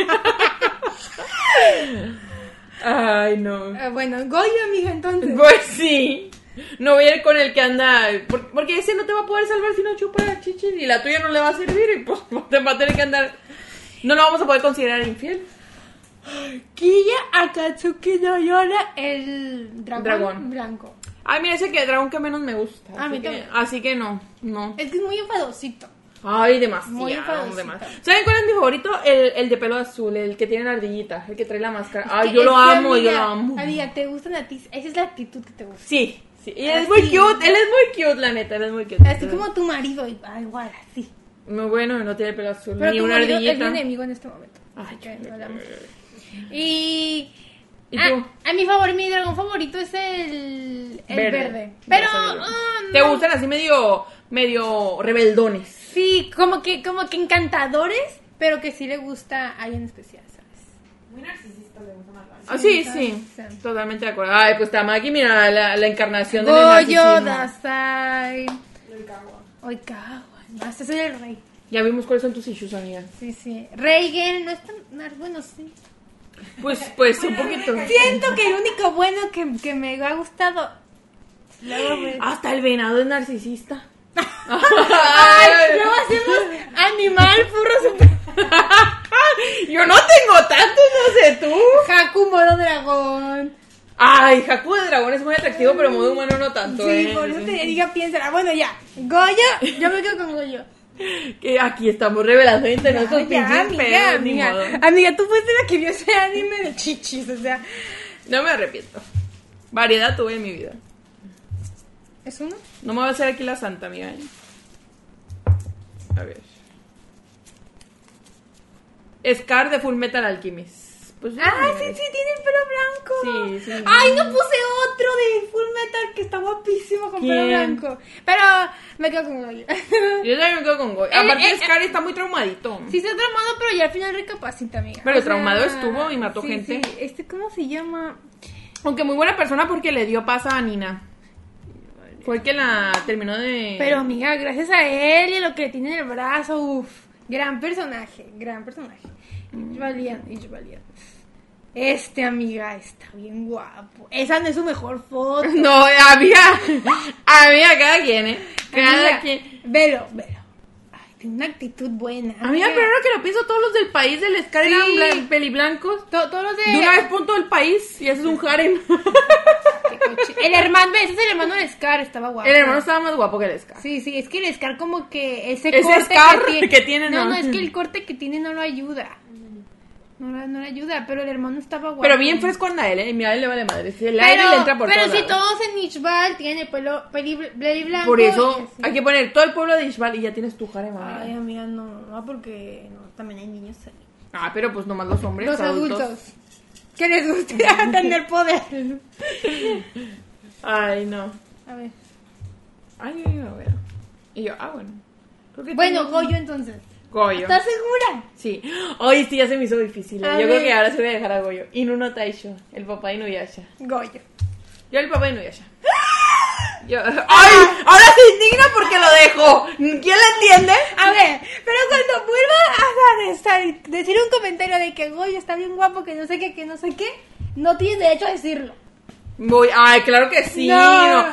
[SPEAKER 2] ay, no.
[SPEAKER 1] Ah, bueno, Goyo, amiga, entonces.
[SPEAKER 2] <laughs> Pues sí. No voy a ir con el que anda. por- Porque ese no te va a poder salvar si no chupa la chichi. Y la tuya no le va a servir. Y pues <laughs> te va a tener que andar. No lo vamos a poder considerar infiel.
[SPEAKER 1] Kiya Akatsuki no Yona, el dragón,
[SPEAKER 2] Dragón.
[SPEAKER 1] blanco.
[SPEAKER 2] Ay, mira, ese que dragón que menos me gusta.
[SPEAKER 1] A
[SPEAKER 2] así
[SPEAKER 1] mí
[SPEAKER 2] que-
[SPEAKER 1] también.
[SPEAKER 2] Así que no, no.
[SPEAKER 1] Es que es muy enfadosito.
[SPEAKER 2] Ay, demasiado.
[SPEAKER 1] Muy enfadosito.
[SPEAKER 2] demasiado. ¿Saben cuál es mi favorito? El, el de pelo azul, el que tiene la ardillita, el que trae la máscara. Ay,
[SPEAKER 1] Que
[SPEAKER 2] yo
[SPEAKER 1] es
[SPEAKER 2] lo
[SPEAKER 1] que,
[SPEAKER 2] amo, yo
[SPEAKER 1] amiga,
[SPEAKER 2] lo amo.
[SPEAKER 1] Amiga, te gustan a ti. Esa es la actitud que te gusta.
[SPEAKER 2] Sí, sí. Y
[SPEAKER 1] Así.
[SPEAKER 2] es muy cute, él es muy cute, la neta, él es muy cute.
[SPEAKER 1] Así como tu marido, y- ah, igual, así.
[SPEAKER 2] Muy bueno, no tiene pelo azul,
[SPEAKER 1] Pero
[SPEAKER 2] ni
[SPEAKER 1] tu
[SPEAKER 2] una
[SPEAKER 1] marido
[SPEAKER 2] ardillita.
[SPEAKER 1] es mi enemigo en este momento. Así
[SPEAKER 2] Ay,
[SPEAKER 1] que
[SPEAKER 2] chale.
[SPEAKER 1] no hablamos. Y.
[SPEAKER 2] ¿Y
[SPEAKER 1] a-
[SPEAKER 2] tú?
[SPEAKER 1] A, mi favor, mi dragón favorito es el. El verde.
[SPEAKER 2] Verde.
[SPEAKER 1] Pero.
[SPEAKER 2] Ya sabía.
[SPEAKER 1] ah,
[SPEAKER 2] Te
[SPEAKER 1] no.
[SPEAKER 2] gustan así medio, medio rebeldones.
[SPEAKER 1] Sí, como que, como que encantadores, pero que sí le gusta a alguien especial, ¿sabes?
[SPEAKER 3] Muy narcisista le gusta más.
[SPEAKER 2] Ah, sí,
[SPEAKER 1] Sí,
[SPEAKER 2] sí,
[SPEAKER 1] sí.
[SPEAKER 2] Totalmente de acuerdo. Ay, pues Tamaki, mira, la, la encarnación de
[SPEAKER 1] Goyo, Dasai.
[SPEAKER 3] El cagua.
[SPEAKER 1] Oikawa. No, ese es el rey.
[SPEAKER 2] Ya vimos cuáles son tus issues, amiga.
[SPEAKER 1] Sí, sí. Reigen, no es tan. no, Bueno, sí.
[SPEAKER 2] Pues, pues,
[SPEAKER 1] <laughs>
[SPEAKER 2] un poquito.
[SPEAKER 1] Siento que el único bueno que, que me ha gustado. Luego me-
[SPEAKER 2] Hasta el venado es narcisista.
[SPEAKER 1] <laughs> Ay, luego hacemos animal furro super.
[SPEAKER 2] <laughs> Yo no tengo tantos, no sé tú.
[SPEAKER 1] Haku modo dragón.
[SPEAKER 2] Ay, Haku de dragón es muy atractivo, pero muy humano no tanto.
[SPEAKER 1] Sí,
[SPEAKER 2] ¿eh?
[SPEAKER 1] por eso te diga, piénsala. Bueno, ya. Goyo, yo me quedo con Goyo.
[SPEAKER 2] Que aquí estamos revelando entre
[SPEAKER 1] Ya,
[SPEAKER 2] nosotros pinches
[SPEAKER 1] amiga,
[SPEAKER 2] pedos, ni
[SPEAKER 1] amiga.
[SPEAKER 2] modo.
[SPEAKER 1] Amiga, tú fuiste la que vio ese anime de chichis, o sea.
[SPEAKER 2] No me arrepiento. Variedad tuve en mi vida.
[SPEAKER 1] ¿Es uno?
[SPEAKER 2] No me voy a hacer aquí la santa, amiga. ¿eh? A ver. Scar de Full Metal Alchemist. Pues,
[SPEAKER 1] Ah,
[SPEAKER 2] eh,
[SPEAKER 1] sí, sí, tiene el pelo blanco.
[SPEAKER 2] Sí, sí.
[SPEAKER 1] Ay, no puse otro de Full Metal que está guapísimo con pelo
[SPEAKER 2] ¿Quién?
[SPEAKER 1] blanco. Pero me quedo con Goyo. <laughs>
[SPEAKER 2] Yo también me quedo con Goy.
[SPEAKER 1] Eh,
[SPEAKER 2] Aparte,
[SPEAKER 1] eh,
[SPEAKER 2] Scar está muy traumadito.
[SPEAKER 1] Sí, está traumado, pero ya al final recapacita, amiga.
[SPEAKER 2] Pero traumado estuvo y mató
[SPEAKER 1] sí,
[SPEAKER 2] gente.
[SPEAKER 1] sí. Este, ¿cómo se llama?
[SPEAKER 2] Aunque muy buena persona porque le dio pasa a Nina. Fue el que la terminó de.
[SPEAKER 1] Pero amiga, gracias a él y lo que tiene en el brazo, uff, gran personaje, gran personaje. Y valían, y valían. Este amiga está bien guapo. Esa no es su mejor foto.
[SPEAKER 2] <laughs>
[SPEAKER 1] <laughs>
[SPEAKER 2] No, había. Había cada quien, ¿eh? Cada
[SPEAKER 1] Amiga,
[SPEAKER 2] quien.
[SPEAKER 1] Velo, velo. Ay, tiene una actitud buena.
[SPEAKER 2] Amiga, pero ahora que lo pienso, todos los del país del Scar eran
[SPEAKER 1] Sí.
[SPEAKER 2] blan- peliblancos.
[SPEAKER 1] To- todos los de.
[SPEAKER 2] De una vez punto del país y ese es un
[SPEAKER 1] <laughs>
[SPEAKER 2] harem.
[SPEAKER 1] Qué coche. El hermano, ese es el hermano de Scar, estaba guapo.
[SPEAKER 2] El hermano estaba más guapo que el Scar.
[SPEAKER 1] Sí, sí, es que el Scar como que ese,
[SPEAKER 2] Ese
[SPEAKER 1] corte
[SPEAKER 2] Scar que tiene,
[SPEAKER 1] no,
[SPEAKER 2] no.
[SPEAKER 1] no, es que el corte que tiene no lo ayuda. No, lo- no le ayuda, pero el hermano estaba guapo.
[SPEAKER 2] Pero bien fresco anda él, ¿eh? Mira, él le vale madre. Si el aire
[SPEAKER 1] Pero-
[SPEAKER 2] le entra por
[SPEAKER 1] Pero
[SPEAKER 2] todos
[SPEAKER 1] si
[SPEAKER 2] lados.
[SPEAKER 1] todos en Nichbal tienen el pelo peli, peli blanco.
[SPEAKER 2] Por eso
[SPEAKER 1] y así.
[SPEAKER 2] hay que poner todo el pueblo de Ishbal y ya tienes tu harem. ¿eh? amiga.
[SPEAKER 1] Ay, amiga, no, no, porque no, también hay niños eh. ahí.
[SPEAKER 2] Ah, pero pues nomás los hombres.
[SPEAKER 1] Los adultos. Que les gusta <laughs> tener poder.
[SPEAKER 2] Ay, no.
[SPEAKER 1] A ver.
[SPEAKER 2] Ay, yo no veo. Y yo, ah, bueno. Creo que
[SPEAKER 1] Bueno,
[SPEAKER 2] tengo-
[SPEAKER 1] Goyo entonces.
[SPEAKER 2] Goyo.
[SPEAKER 1] ¿Estás segura?
[SPEAKER 2] Sí. Ay, sí, ya se me hizo difícil. ¿eh?
[SPEAKER 1] A
[SPEAKER 2] Yo
[SPEAKER 1] ver.
[SPEAKER 2] creo que ahora se voy a dejar a Goyo. Inuno Taisho, el papá de Inuyasha.
[SPEAKER 1] Goyo.
[SPEAKER 2] Yo el papá de Inuyasha. Yo... ¡Ah! <laughs> ¡Ay! Ahora se indigna porque lo dejo. ¿Quién lo entiende?
[SPEAKER 1] A ver, pero cuando vuelva a, a- a decir un comentario de que Goyo está bien guapo, que no sé qué, que no sé qué, no tienes derecho a decirlo.
[SPEAKER 2] Voy, ay, claro que sí.
[SPEAKER 1] No.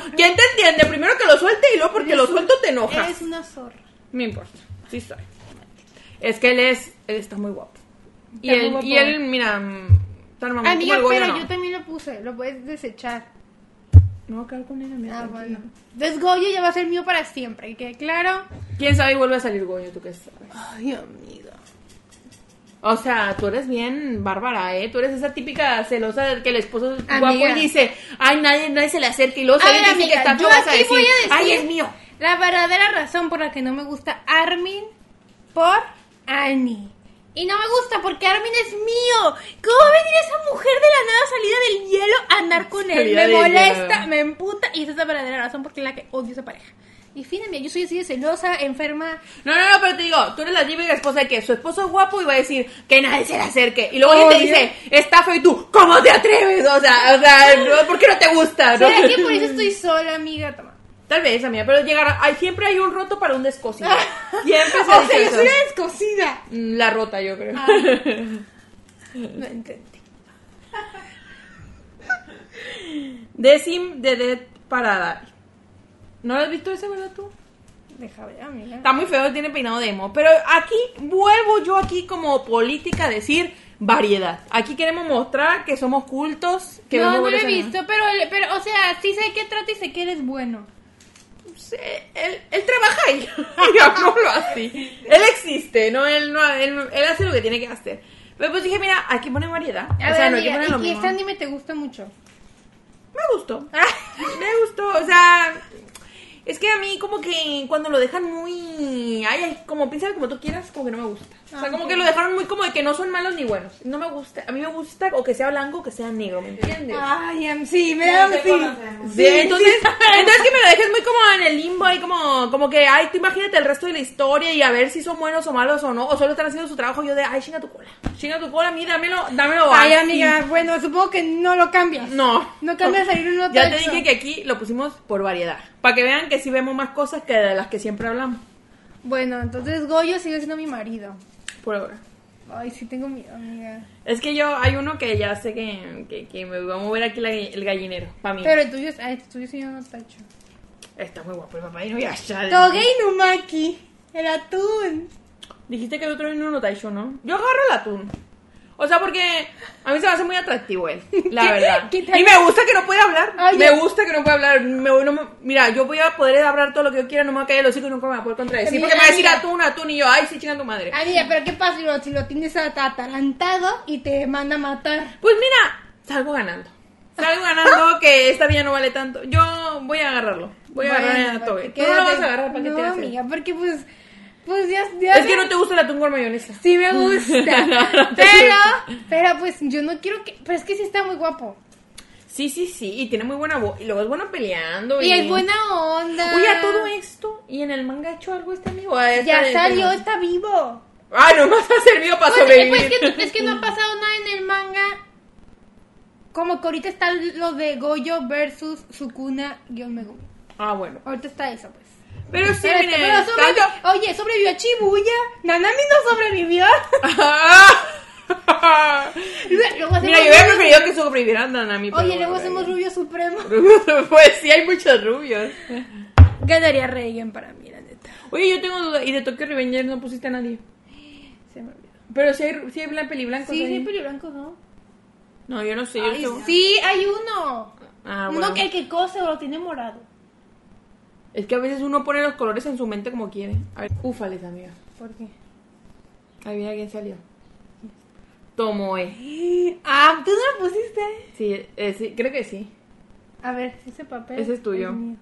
[SPEAKER 2] No. ¿Quién te entiende? Primero que lo suelte y luego porque lo suelto te enojas.
[SPEAKER 1] Eres una zorra.
[SPEAKER 2] No importa, sí soy. Es que él es, él está muy guapo. Y
[SPEAKER 1] Está muy
[SPEAKER 2] él,
[SPEAKER 1] guapo.
[SPEAKER 2] y él, mira, mm, tan mamón
[SPEAKER 1] Amiga,
[SPEAKER 2] como el Goyo,
[SPEAKER 1] pero
[SPEAKER 2] no.
[SPEAKER 1] yo también lo puse, lo puedes desechar.
[SPEAKER 2] No, acá con él, mira,
[SPEAKER 1] Ah, bueno.
[SPEAKER 2] tranquila.
[SPEAKER 1] Entonces Goyo ya va a ser mío para siempre, que claro.
[SPEAKER 2] ¿Quién sabe y vuelve a salir Goyo? ¿Tú qué sabes?
[SPEAKER 1] Ay, amigo.
[SPEAKER 2] O sea, tú eres bien bárbara, ¿eh? Tú eres esa típica celosa de que el esposo es
[SPEAKER 1] Amiga.
[SPEAKER 2] guapo y dice, ay, nadie, nadie se le acerca y luego
[SPEAKER 1] A
[SPEAKER 2] sale y
[SPEAKER 1] ver,
[SPEAKER 2] dice que
[SPEAKER 1] amiga,
[SPEAKER 2] está
[SPEAKER 1] yo
[SPEAKER 2] feo, vas
[SPEAKER 1] aquí voy a decir-
[SPEAKER 2] ay, es mío.
[SPEAKER 1] La verdadera razón por la que no me gusta Armin por Annie. Y no me gusta porque Armin es mío. ¿Cómo va a venir esa mujer de la nada salida del hielo a andar con él?
[SPEAKER 2] Salida
[SPEAKER 1] Me
[SPEAKER 2] del
[SPEAKER 1] molesta,
[SPEAKER 2] hielo.
[SPEAKER 1] me emputa y esa es la verdadera razón por la que odio a esa pareja. Y fin, amiga, yo soy así de celosa, enferma.
[SPEAKER 2] No, no, no, pero te digo, tú eres la típica esposa de que su esposo es guapo y va a decir que nadie se le acerque. Y luego alguien te
[SPEAKER 1] Obvio.
[SPEAKER 2] dice, está feo y tú, ¿cómo te atreves? O sea, o sea, no, ¿por qué no te gusta? Ah, no?
[SPEAKER 1] ¿Será que por eso estoy sola, amiga? Toma.
[SPEAKER 2] <laughs> Tal vez, amiga, pero llegará, hay, siempre hay un roto para
[SPEAKER 1] <laughs>
[SPEAKER 2] un descosido. Siempre se
[SPEAKER 1] o sea, yo
[SPEAKER 2] dice eso.
[SPEAKER 1] soy una descosida. Ah.
[SPEAKER 2] Mm, La rota, yo creo. <laughs>
[SPEAKER 1] No entendí.
[SPEAKER 2] Decim de Dead Paradise. ¿No lo has visto ese, verdad, tú?
[SPEAKER 1] Deja ver, amiga.
[SPEAKER 2] Está muy feo, tiene peinado de emo. Pero aquí vuelvo yo aquí como política a decir variedad. Aquí queremos mostrar que somos cultos. Que
[SPEAKER 1] no,
[SPEAKER 2] vemos
[SPEAKER 1] no lo
[SPEAKER 2] buenos
[SPEAKER 1] he
[SPEAKER 2] animales.
[SPEAKER 1] visto, pero, pero, o sea, sí sé de qué trata y sé que eres bueno.
[SPEAKER 2] Sí, él, él trabaja ahí. <laughs> Digámoslo así. Él existe, ¿no? Él, no él, él hace lo que tiene que hacer. Pero pues dije, mira, aquí pone variedad.
[SPEAKER 1] A
[SPEAKER 2] o
[SPEAKER 1] ver,
[SPEAKER 2] sea, no hay que
[SPEAKER 1] amiga,
[SPEAKER 2] poner lo
[SPEAKER 1] ¿y
[SPEAKER 2] mismo.
[SPEAKER 1] qué anime te gusta mucho? <laughs>
[SPEAKER 2] Me gustó.
[SPEAKER 1] Ah.
[SPEAKER 2] Me gustó, o sea, es que a mí como que cuando lo dejan muy, ay, ay, como piensa como tú quieras, como que no me gusta. O sea,
[SPEAKER 1] Ah,
[SPEAKER 2] como
[SPEAKER 1] ok.
[SPEAKER 2] que lo dejaron muy como de que no son malos ni buenos. No me gusta, a mí me gusta o que sea blanco o que sea negro, ¿me entiendes?
[SPEAKER 1] Ay, am- sí, me
[SPEAKER 3] Ah, Ya
[SPEAKER 1] da
[SPEAKER 3] te
[SPEAKER 1] sí.
[SPEAKER 3] conocemos.
[SPEAKER 2] Sí, entonces, entonces que me lo dejes muy como en el limbo ahí como, como que, ay, tú imagínate el resto de la historia y a ver si son buenos o malos o no, o solo están haciendo su trabajo yo de, ay, chinga tu cola, chinga tu cola, a mí dámelo, dámelo.
[SPEAKER 1] Ay,
[SPEAKER 2] así.
[SPEAKER 1] amiga, bueno, supongo que no lo cambias.
[SPEAKER 2] No.
[SPEAKER 1] No cambias salir un otro.
[SPEAKER 2] Ya te dije que aquí lo pusimos por variedad. Para que vean que sí vemos más cosas que de las que siempre hablamos.
[SPEAKER 1] Bueno, entonces Goyo sigue siendo mi marido.
[SPEAKER 2] Por ahora.
[SPEAKER 1] Ay, sí tengo miedo, amiga.
[SPEAKER 2] Es que yo, hay uno que ya sé que, que- que me va a mover aquí la- el gallinero. Para mí.
[SPEAKER 1] Pero el tuyo es... Ay, el tuyo sí yo no tacho.
[SPEAKER 2] Está muy guapo el papá y no ya ya-
[SPEAKER 1] Togei Numaki. El atún.
[SPEAKER 2] Dijiste que el otro no lo taisho, ¿no? Yo agarro el atún. O sea, porque a mí se me hace muy atractivo él,
[SPEAKER 1] <laughs>
[SPEAKER 2] la
[SPEAKER 1] ¿Qué-
[SPEAKER 2] verdad.
[SPEAKER 1] qué tal?
[SPEAKER 2] Y me gusta que no puede hablar.
[SPEAKER 1] Ay,
[SPEAKER 2] me
[SPEAKER 1] yo-
[SPEAKER 2] gusta que no puede hablar. Me, no me- mira, yo voy a poder hablar todo lo que yo quiera, no me va a caer el hocico y nunca me va a poder contradecir.
[SPEAKER 1] Amiga,
[SPEAKER 2] Porque me va a decir
[SPEAKER 1] amiga.
[SPEAKER 2] atún, atún y yo, ay, sí, chinga tu madre.
[SPEAKER 1] Amiga, pero ¿qué pasa si lo, si lo tienes at- atarantado y te manda a matar?
[SPEAKER 2] Pues mira, salgo ganando.
[SPEAKER 1] <laughs>
[SPEAKER 2] Salgo ganando que esta vida no vale tanto. Yo voy a agarrarlo. Voy a agarrar el
[SPEAKER 1] Bueno,
[SPEAKER 2] tobe.
[SPEAKER 1] porque
[SPEAKER 2] Tú no lo vas
[SPEAKER 1] quédate-
[SPEAKER 2] a agarrar para que
[SPEAKER 1] No,
[SPEAKER 2] te hagas
[SPEAKER 1] amiga, porque pues... Pues ya... ya
[SPEAKER 2] Es que no te gusta el atún con mayonesa.
[SPEAKER 1] Sí me
[SPEAKER 2] <laughs>
[SPEAKER 1] gusta, pero, pero pues yo no quiero que, pero es que sí está muy guapo.
[SPEAKER 2] Sí, sí, sí. Y tiene muy buena voz. Y luego es bueno peleando.
[SPEAKER 1] Y es buena onda.
[SPEAKER 2] Oye, a todo esto. ¿Y en el manga ha hecho algo este amigo? Ah, esta-
[SPEAKER 1] Ya
[SPEAKER 2] esta-
[SPEAKER 1] salió, está vivo.
[SPEAKER 2] Ah, nomás ha servido para
[SPEAKER 1] Pues, eh,
[SPEAKER 2] sobrevivir.
[SPEAKER 1] pues, es, que, es que no ha pasado nada en el manga. Como que ahorita está lo de Goyo versus Sukuna Megumi.
[SPEAKER 2] Ah, bueno.
[SPEAKER 1] Ahorita está eso, pues.
[SPEAKER 2] Pero sí,
[SPEAKER 1] Pero-
[SPEAKER 2] miren.
[SPEAKER 1] pero sobrevi-
[SPEAKER 2] tanto-
[SPEAKER 1] Oye, sobrevivió a Chibuya. Nanami no sobrevivió.
[SPEAKER 2] <laughs> Ah.
[SPEAKER 1] <laughs> Lue- Luego
[SPEAKER 2] <laughs> Mira, yo
[SPEAKER 1] hacemos-
[SPEAKER 2] hubiera preferido que sobrevivieran a Nami. pero
[SPEAKER 1] Oye,
[SPEAKER 2] bueno,
[SPEAKER 1] luego hacemos Rubio Supremo.
[SPEAKER 2] <laughs> Pues sí, hay muchos rubios.
[SPEAKER 1] Ganaría Reigen para mí, la neta.
[SPEAKER 2] Oye, yo tengo duda. ¿Y de Tokyo Revengers no pusiste a nadie?
[SPEAKER 1] Se me olvidó.
[SPEAKER 2] Pero si hay, si hay blan- peliblancos
[SPEAKER 1] Sí,
[SPEAKER 2] ahí.
[SPEAKER 1] sí, pero blanco no.
[SPEAKER 2] No, yo no sé. Yo
[SPEAKER 1] Ay,
[SPEAKER 2] estoy-
[SPEAKER 1] sí, hay uno.
[SPEAKER 2] Ah,
[SPEAKER 1] uno
[SPEAKER 2] bueno.
[SPEAKER 1] que el que cose o lo tiene morado.
[SPEAKER 2] Es que a veces uno pone los colores en su mente como quiere. A ver, úfales, amiga.
[SPEAKER 1] ¿Por
[SPEAKER 2] <gasps>
[SPEAKER 1] qué?
[SPEAKER 2] Ahí mira quién salió. Tomoe.
[SPEAKER 1] Ah, tú no lo pusiste.
[SPEAKER 2] Sí, eh, sí, creo que sí.
[SPEAKER 1] A ver, ese papel.
[SPEAKER 2] Ese es tuyo. Ah,
[SPEAKER 1] mío.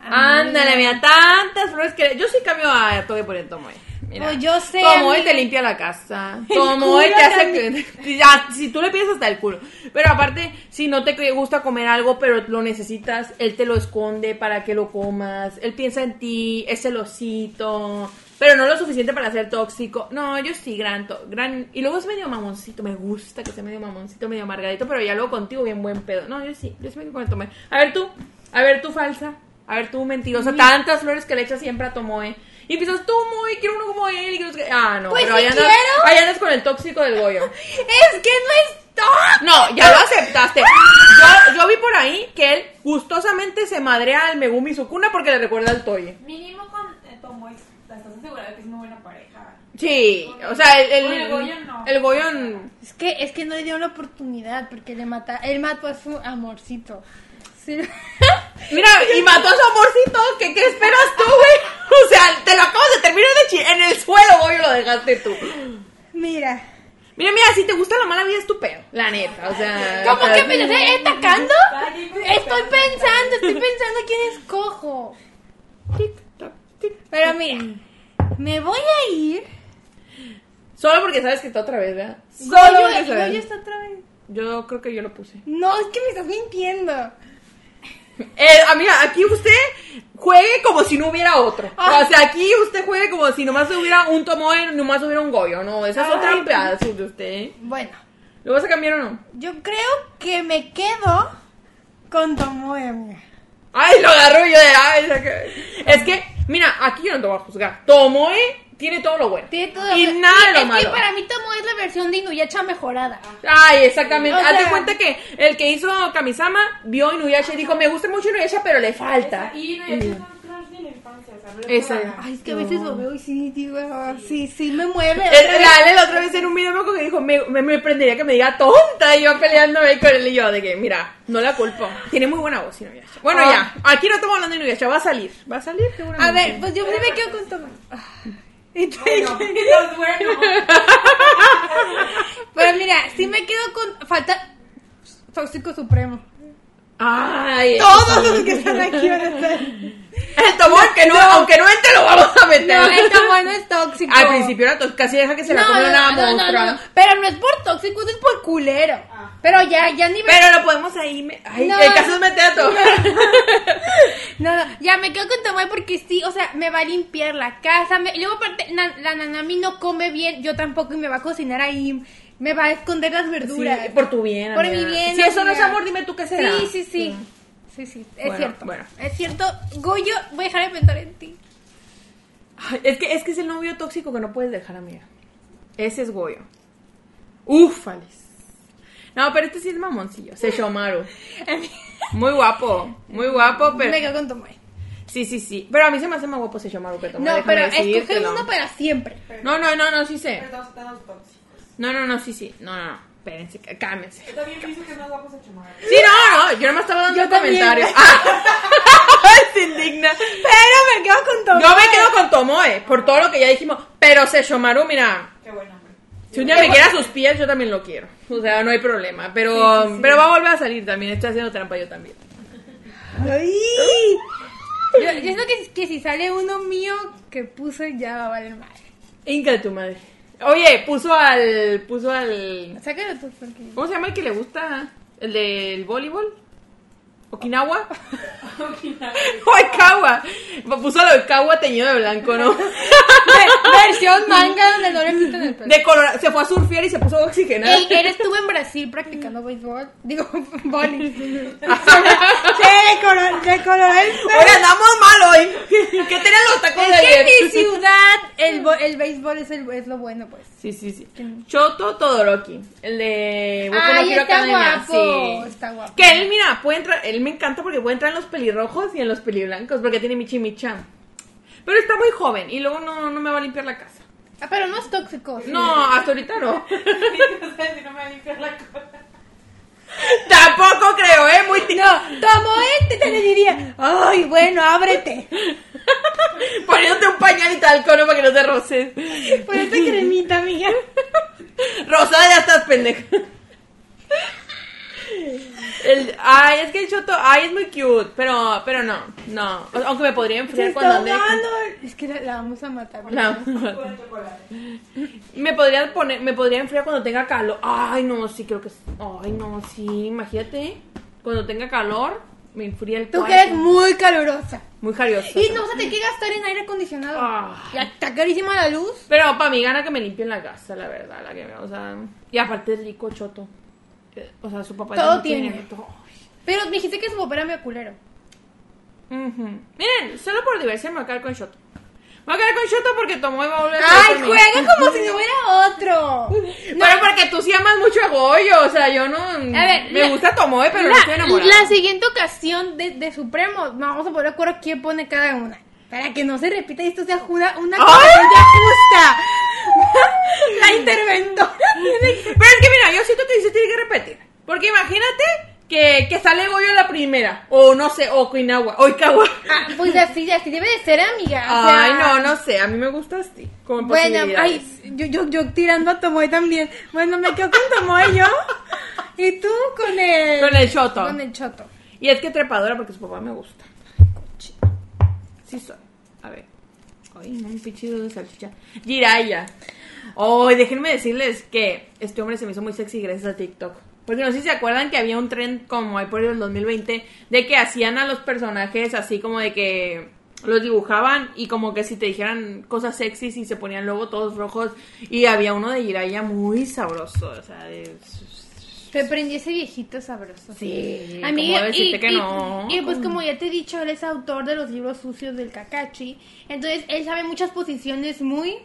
[SPEAKER 1] Ah,
[SPEAKER 2] Ándale, mira, tantas flores que... Yo sí cambio a Toge por el Tomoe. Mira.
[SPEAKER 1] Pues yo sé,
[SPEAKER 2] Tomoe
[SPEAKER 1] amiga.
[SPEAKER 2] te limpia la casa.
[SPEAKER 1] <laughs> El
[SPEAKER 2] Tomoe
[SPEAKER 1] culo
[SPEAKER 2] te hace...
[SPEAKER 1] también.
[SPEAKER 2] <laughs> que- Ah, si tú le pides hasta el culo. Pero aparte, si no te gusta comer algo, pero lo necesitas, él te lo esconde para que lo comas. Él piensa en ti, es celosito. Pero no lo suficiente para ser tóxico. No, yo sí, gran, to- gran... Y luego es medio mamoncito. Me gusta que sea medio mamoncito, medio margadito. Pero ya luego contigo bien buen pedo. No, yo sí. Yo sí me quedo con el Tomoe. A ver tú. A ver tú falsa. A ver tú mentirosa. Tantas flores que le echas siempre a Tomoe. Y empiezas, Tomoe, quiero uno como él. y que no sé qué. Ah, no.
[SPEAKER 1] Pues
[SPEAKER 2] pero
[SPEAKER 1] sí
[SPEAKER 2] ahí andas-
[SPEAKER 1] quiero.
[SPEAKER 2] ahí andas con el tóxico del Goyo.
[SPEAKER 1] Es que no es top.
[SPEAKER 2] No, ya lo aceptaste. Yo, yo vi por ahí que él gustosamente se madrea al Megumi Sukuna porque le recuerda al Toye.
[SPEAKER 3] Mínimo con eh, Tomoe, la estás asegurada que es muy buena pareja.
[SPEAKER 2] Sí, o sea, el, el,
[SPEAKER 3] Bueno, el Goyon no.
[SPEAKER 2] el Goyon-
[SPEAKER 1] Es que, es que no le dio la oportunidad porque le mata, él mató a su amorcito. Sí. <laughs>
[SPEAKER 2] Mira, y mató a su amorcito, ¿qué, qué esperas tú, güey? <laughs> O sea, te lo acabas de terminar de chi en el suelo, güey, lo dejaste tú.
[SPEAKER 1] Mira.
[SPEAKER 2] Mira, mira, si te gusta la mala vida es tu pedo, la neta, o sea...
[SPEAKER 1] ¿Cómo
[SPEAKER 2] o
[SPEAKER 1] que
[SPEAKER 2] sea,
[SPEAKER 1] me estoy atacando? Estoy pensando, estoy pensando quién escojo. Pero mira, me voy a ir.
[SPEAKER 2] Solo porque sabes que está otra vez, ¿verdad? Solo
[SPEAKER 1] Goyo,
[SPEAKER 2] porque sabes.
[SPEAKER 1] Goyo está otra vez.
[SPEAKER 2] Yo creo que yo lo puse.
[SPEAKER 1] No, es que me estás mintiendo.
[SPEAKER 2] Eh, ah, mira, aquí usted juegue como si no hubiera otro.
[SPEAKER 1] Ah.
[SPEAKER 2] O sea, aquí usted juegue como si nomás hubiera un Tomoe, nomás hubiera un Goyo, ¿no? Esa es otra pedazo de usted.
[SPEAKER 1] Bueno,
[SPEAKER 2] ¿Lo vas a cambiar o no?
[SPEAKER 1] yo creo que me quedo con Tomoe. amiga.
[SPEAKER 2] Ay, lo agarro yo de... Ay, la que- Es que, mira, aquí yo no te voy a juzgar. Tomoe tiene todo lo bueno.
[SPEAKER 1] Tiene todo-
[SPEAKER 2] Y nada de lo
[SPEAKER 1] es
[SPEAKER 2] malo.
[SPEAKER 1] que para mí Tomoe es la versión de Inuyacha mejorada.
[SPEAKER 2] Ay, exactamente.
[SPEAKER 1] O
[SPEAKER 2] Hazte
[SPEAKER 1] sea-
[SPEAKER 2] cuenta que el que hizo Kamisama vio Inuyasha y dijo, me gusta mucho Inuyasha, pero le falta.
[SPEAKER 3] Y no, esos son crush de la infancia, o sea, no le
[SPEAKER 2] Esa-
[SPEAKER 3] puedo
[SPEAKER 2] <laughs>
[SPEAKER 3] ganar.
[SPEAKER 1] Ay, es que a veces lo veo y sí, digo, ah, sí, sí, me mueve.
[SPEAKER 2] El, la- la otra vez en un video me acuerdo que dijo, me, me, me prendería que me diga tonta y yo peleándome ahí con él y yo de que, mira, no la culpo. Tiene muy buena voz Inuyasha. Bueno,
[SPEAKER 1] Ah.
[SPEAKER 2] ya, aquí no estamos hablando de Inuyasha, va a salir. Va a salir seguramente.
[SPEAKER 1] A ver, pues yo sí me quedo con Tomoe. Y te-
[SPEAKER 3] Bueno,
[SPEAKER 2] <laughs>
[SPEAKER 3] los buenos.
[SPEAKER 1] Pero mira, sí me quedo con. Falta. Tóxico Supremo.
[SPEAKER 2] Ay,
[SPEAKER 1] Todos los que están aquí van a estar.
[SPEAKER 2] el tomón que no, aunque no entre lo vamos a meter.
[SPEAKER 1] No, el Tomoe no es tóxico.
[SPEAKER 2] <laughs> Al principio era to- casi deja que se la
[SPEAKER 1] No,
[SPEAKER 2] coma
[SPEAKER 1] no,
[SPEAKER 2] una
[SPEAKER 1] no, no,
[SPEAKER 2] monstrua.
[SPEAKER 1] no, no. Pero no es por tóxico, eso es por culero.
[SPEAKER 3] Ah.
[SPEAKER 1] Pero ya, ya ni
[SPEAKER 2] Pero lo podemos ahí. me- Ay,
[SPEAKER 1] No.
[SPEAKER 2] el caso es meter a tomar.
[SPEAKER 1] No, no, ya me quedo con Tomoe porque sí, o sea, me va a limpiar la casa. me- y Luego, aparte, na- la Nanami no come bien, yo tampoco, y me va a cocinar ahí. Me va a esconder las verduras.
[SPEAKER 2] Sí, por tu bien.
[SPEAKER 1] Por
[SPEAKER 2] amiga.
[SPEAKER 1] mi bien,
[SPEAKER 2] Si eso no es
[SPEAKER 1] amiga.
[SPEAKER 2] amor, dime tú qué será.
[SPEAKER 1] Sí, sí, sí. Sí, sí, es
[SPEAKER 2] Bueno,
[SPEAKER 1] cierto.
[SPEAKER 2] bueno.
[SPEAKER 1] Es cierto. Goyo, voy a dejar de pensar en ti.
[SPEAKER 2] Ay, es, que, es que es el novio tóxico que no puedes dejar, amiga. Ese es Goyo. Ufales. No, pero este sí es mamoncillo. Seishomaru. Muy guapo. Muy guapo,
[SPEAKER 1] Me
[SPEAKER 2] <laughs> pero.
[SPEAKER 1] quedo con Tomoe.
[SPEAKER 2] Sí, sí, sí. Pero a mí se me hace más guapo Seishomaru que Tomoe.
[SPEAKER 1] No,
[SPEAKER 2] déjame
[SPEAKER 1] pero escoge
[SPEAKER 2] decírtelo.
[SPEAKER 1] uno para siempre.
[SPEAKER 2] No, no, no, no, sí sé.
[SPEAKER 3] Pero todos están los tóxicos.
[SPEAKER 2] No, no, no, sí, sí. No, no, no. Espérense, cá- cálmense.
[SPEAKER 3] Yo también pienso que no vamos a chumar.
[SPEAKER 2] Sí, no, no. Yo nomás estaba dando
[SPEAKER 1] Yo
[SPEAKER 2] un
[SPEAKER 1] también. <laughs>
[SPEAKER 2] comentario. ¡Ah! <laughs> Se indigna.
[SPEAKER 1] Pero me quedo con Tomoe.
[SPEAKER 2] No me quedo con Tomoe, por todo lo que ya dijimos. Pero Seishomaru, mira,
[SPEAKER 3] Qué buen hombre. <laughs>
[SPEAKER 2] Si un día me queda a sus pies, yo también lo quiero. O sea, no hay problema. Pero, pero va a volver a salir también. Está haciendo trampa yo también.
[SPEAKER 1] Ay. Yo, yo siento que, que si sale uno mío que puse ya va a valer madre.
[SPEAKER 2] Inca tu madre. Oye, puso al. puso al.
[SPEAKER 1] Sácalo tú porque.
[SPEAKER 2] ¿Cómo se llama el que le gusta? ¿El del voleibol?
[SPEAKER 1] <laughs>
[SPEAKER 2] ¿Okinawa? <laughs> Oikawa. Puso al Oikawa teñido de
[SPEAKER 1] <laughs>
[SPEAKER 2] blanco, ¿no?
[SPEAKER 1] Ve- versión manga donde no le pintan el pelo.
[SPEAKER 2] De color... Se fue a surfear y se puso oxigenado.
[SPEAKER 1] Ey,
[SPEAKER 2] <laughs>
[SPEAKER 1] él estuvo en Brasil practicando béisbol. Digo, <laughs>
[SPEAKER 2] <laughs>
[SPEAKER 1] boli.
[SPEAKER 2] Oye, andamos mal hoy. ¿Qué tienen los tacos de
[SPEAKER 1] Es que
[SPEAKER 2] ayer?
[SPEAKER 1] en mi ciudad el, bo- el béisbol es, el, es lo bueno, pues.
[SPEAKER 2] Sí, sí, sí. Choto Todoroki. El de Boku no
[SPEAKER 1] Ay,
[SPEAKER 2] Hero
[SPEAKER 1] está
[SPEAKER 2] Academia,
[SPEAKER 1] guapo.
[SPEAKER 2] sí.
[SPEAKER 1] Está guapo.
[SPEAKER 2] Que él, mira, puede entrar. Él me encanta porque puede entrar en los pelirrojos y en los peliblancos porque tiene Michi Micha. Pero está muy joven y luego no, no me va a limpiar la casa.
[SPEAKER 1] Ah, Pero no es tóxico. sí.
[SPEAKER 2] No, hasta ahorita no. <laughs>
[SPEAKER 3] No sé si no me va a limpiar la cola.
[SPEAKER 2] Tampoco creo, ¿eh? Muy tío.
[SPEAKER 1] Como este te le diría, ay, bueno, ábrete.
[SPEAKER 2] <laughs> Poniéndote un pañal y tal, cono para que no te roces.
[SPEAKER 1] Por esta cremita,
[SPEAKER 2] <laughs>
[SPEAKER 1] amiga.
[SPEAKER 2] Rosada ya estás pendeja. El, ay, es que el choto, ay, es muy cute, pero, pero no, no. O- Aunque me podría enfriar cuando ande.
[SPEAKER 1] Es que la, la vamos a matar.
[SPEAKER 2] La-
[SPEAKER 3] Con el chocolate.
[SPEAKER 2] me podría poner, me podría enfriar cuando tenga calor. Ay, no, sí, creo que sí. Ay, no, sí, imagínate. Cuando tenga calor, me enfría el
[SPEAKER 1] Tú
[SPEAKER 2] cuarto.
[SPEAKER 1] que eres muy calurosa.
[SPEAKER 2] Muy jarioso.
[SPEAKER 1] Y no se te quiere gastar en aire acondicionado.
[SPEAKER 2] Mm. Ah.
[SPEAKER 1] Ya está carísima la luz.
[SPEAKER 2] Pero para mí gana que me limpien la casa, la verdad, la que me, o sea. Y aparte es rico choto. Eh, O sea, su papá ya
[SPEAKER 1] Todo
[SPEAKER 2] no
[SPEAKER 1] tiene.
[SPEAKER 2] todo.
[SPEAKER 1] Pero me dijiste que su papá era medio culero.
[SPEAKER 2] Ujú. Miren, solo por diversión me voy a quedar con Shoto. Me voy a quedar con Shoto porque Tomoe va a volver a
[SPEAKER 1] Ay,
[SPEAKER 2] estar conmigo.
[SPEAKER 1] juega como si no hubiera otro.
[SPEAKER 2] Pero porque tú sí amas mucho a Goyo, o sea, yo no... mm,
[SPEAKER 1] A ver,
[SPEAKER 2] me
[SPEAKER 1] la-
[SPEAKER 2] gusta Tomoe, pero no estoy
[SPEAKER 1] La,
[SPEAKER 2] enamorada.
[SPEAKER 1] la siguiente ocasión de, de Supremo, vamos a poner de acuerdo quién pone cada una. Para que no se repita y esto sea una, una
[SPEAKER 2] ¡Ay!
[SPEAKER 1] competencia justa. <laughs>
[SPEAKER 2] La interventora. <laughs> Pero es que mira, yo siento que sí se tiene que repetir. Porque imagínate que, que sale Goyo la primera. O no sé, o Kuinawa, o Ikawa.
[SPEAKER 1] Ah, pues así, así debe de ser, amiga. o sea,
[SPEAKER 2] Ay, no, no sé. A mí me gusta así. Como
[SPEAKER 1] Bueno,
[SPEAKER 2] posibilidades.
[SPEAKER 1] ay, yo, yo, yo tirando a Tomoe también. Bueno, me quedo con Tomoe yo. Y tú con el.
[SPEAKER 2] Con el choto.
[SPEAKER 1] Con el choto.
[SPEAKER 2] Y es que trepadora porque su papá me gusta. Sí soy. A ver. Ay, no, un pinche dedo de salchicha. Jiraya. Ay, déjenme decirles que este hombre se me hizo muy sexy gracias a TikTok. Porque no sé si se acuerdan que había un tren como ahí por el 2020 de que hacían a los personajes así como de que los dibujaban y como que si te dijeran cosas sexys y se ponían luego todos rojos y había uno de Jiraya muy sabroso, o sea, de-
[SPEAKER 1] Te prendí ese viejito sabroso.
[SPEAKER 2] sí,
[SPEAKER 1] Amiga,
[SPEAKER 2] ¿cómo decirte
[SPEAKER 1] y,
[SPEAKER 2] que
[SPEAKER 1] y-
[SPEAKER 2] no?
[SPEAKER 1] y, pues como ya te he dicho, él es autor de los libros sucios del Kakashi. Entonces, él sabe muchas posiciones muy...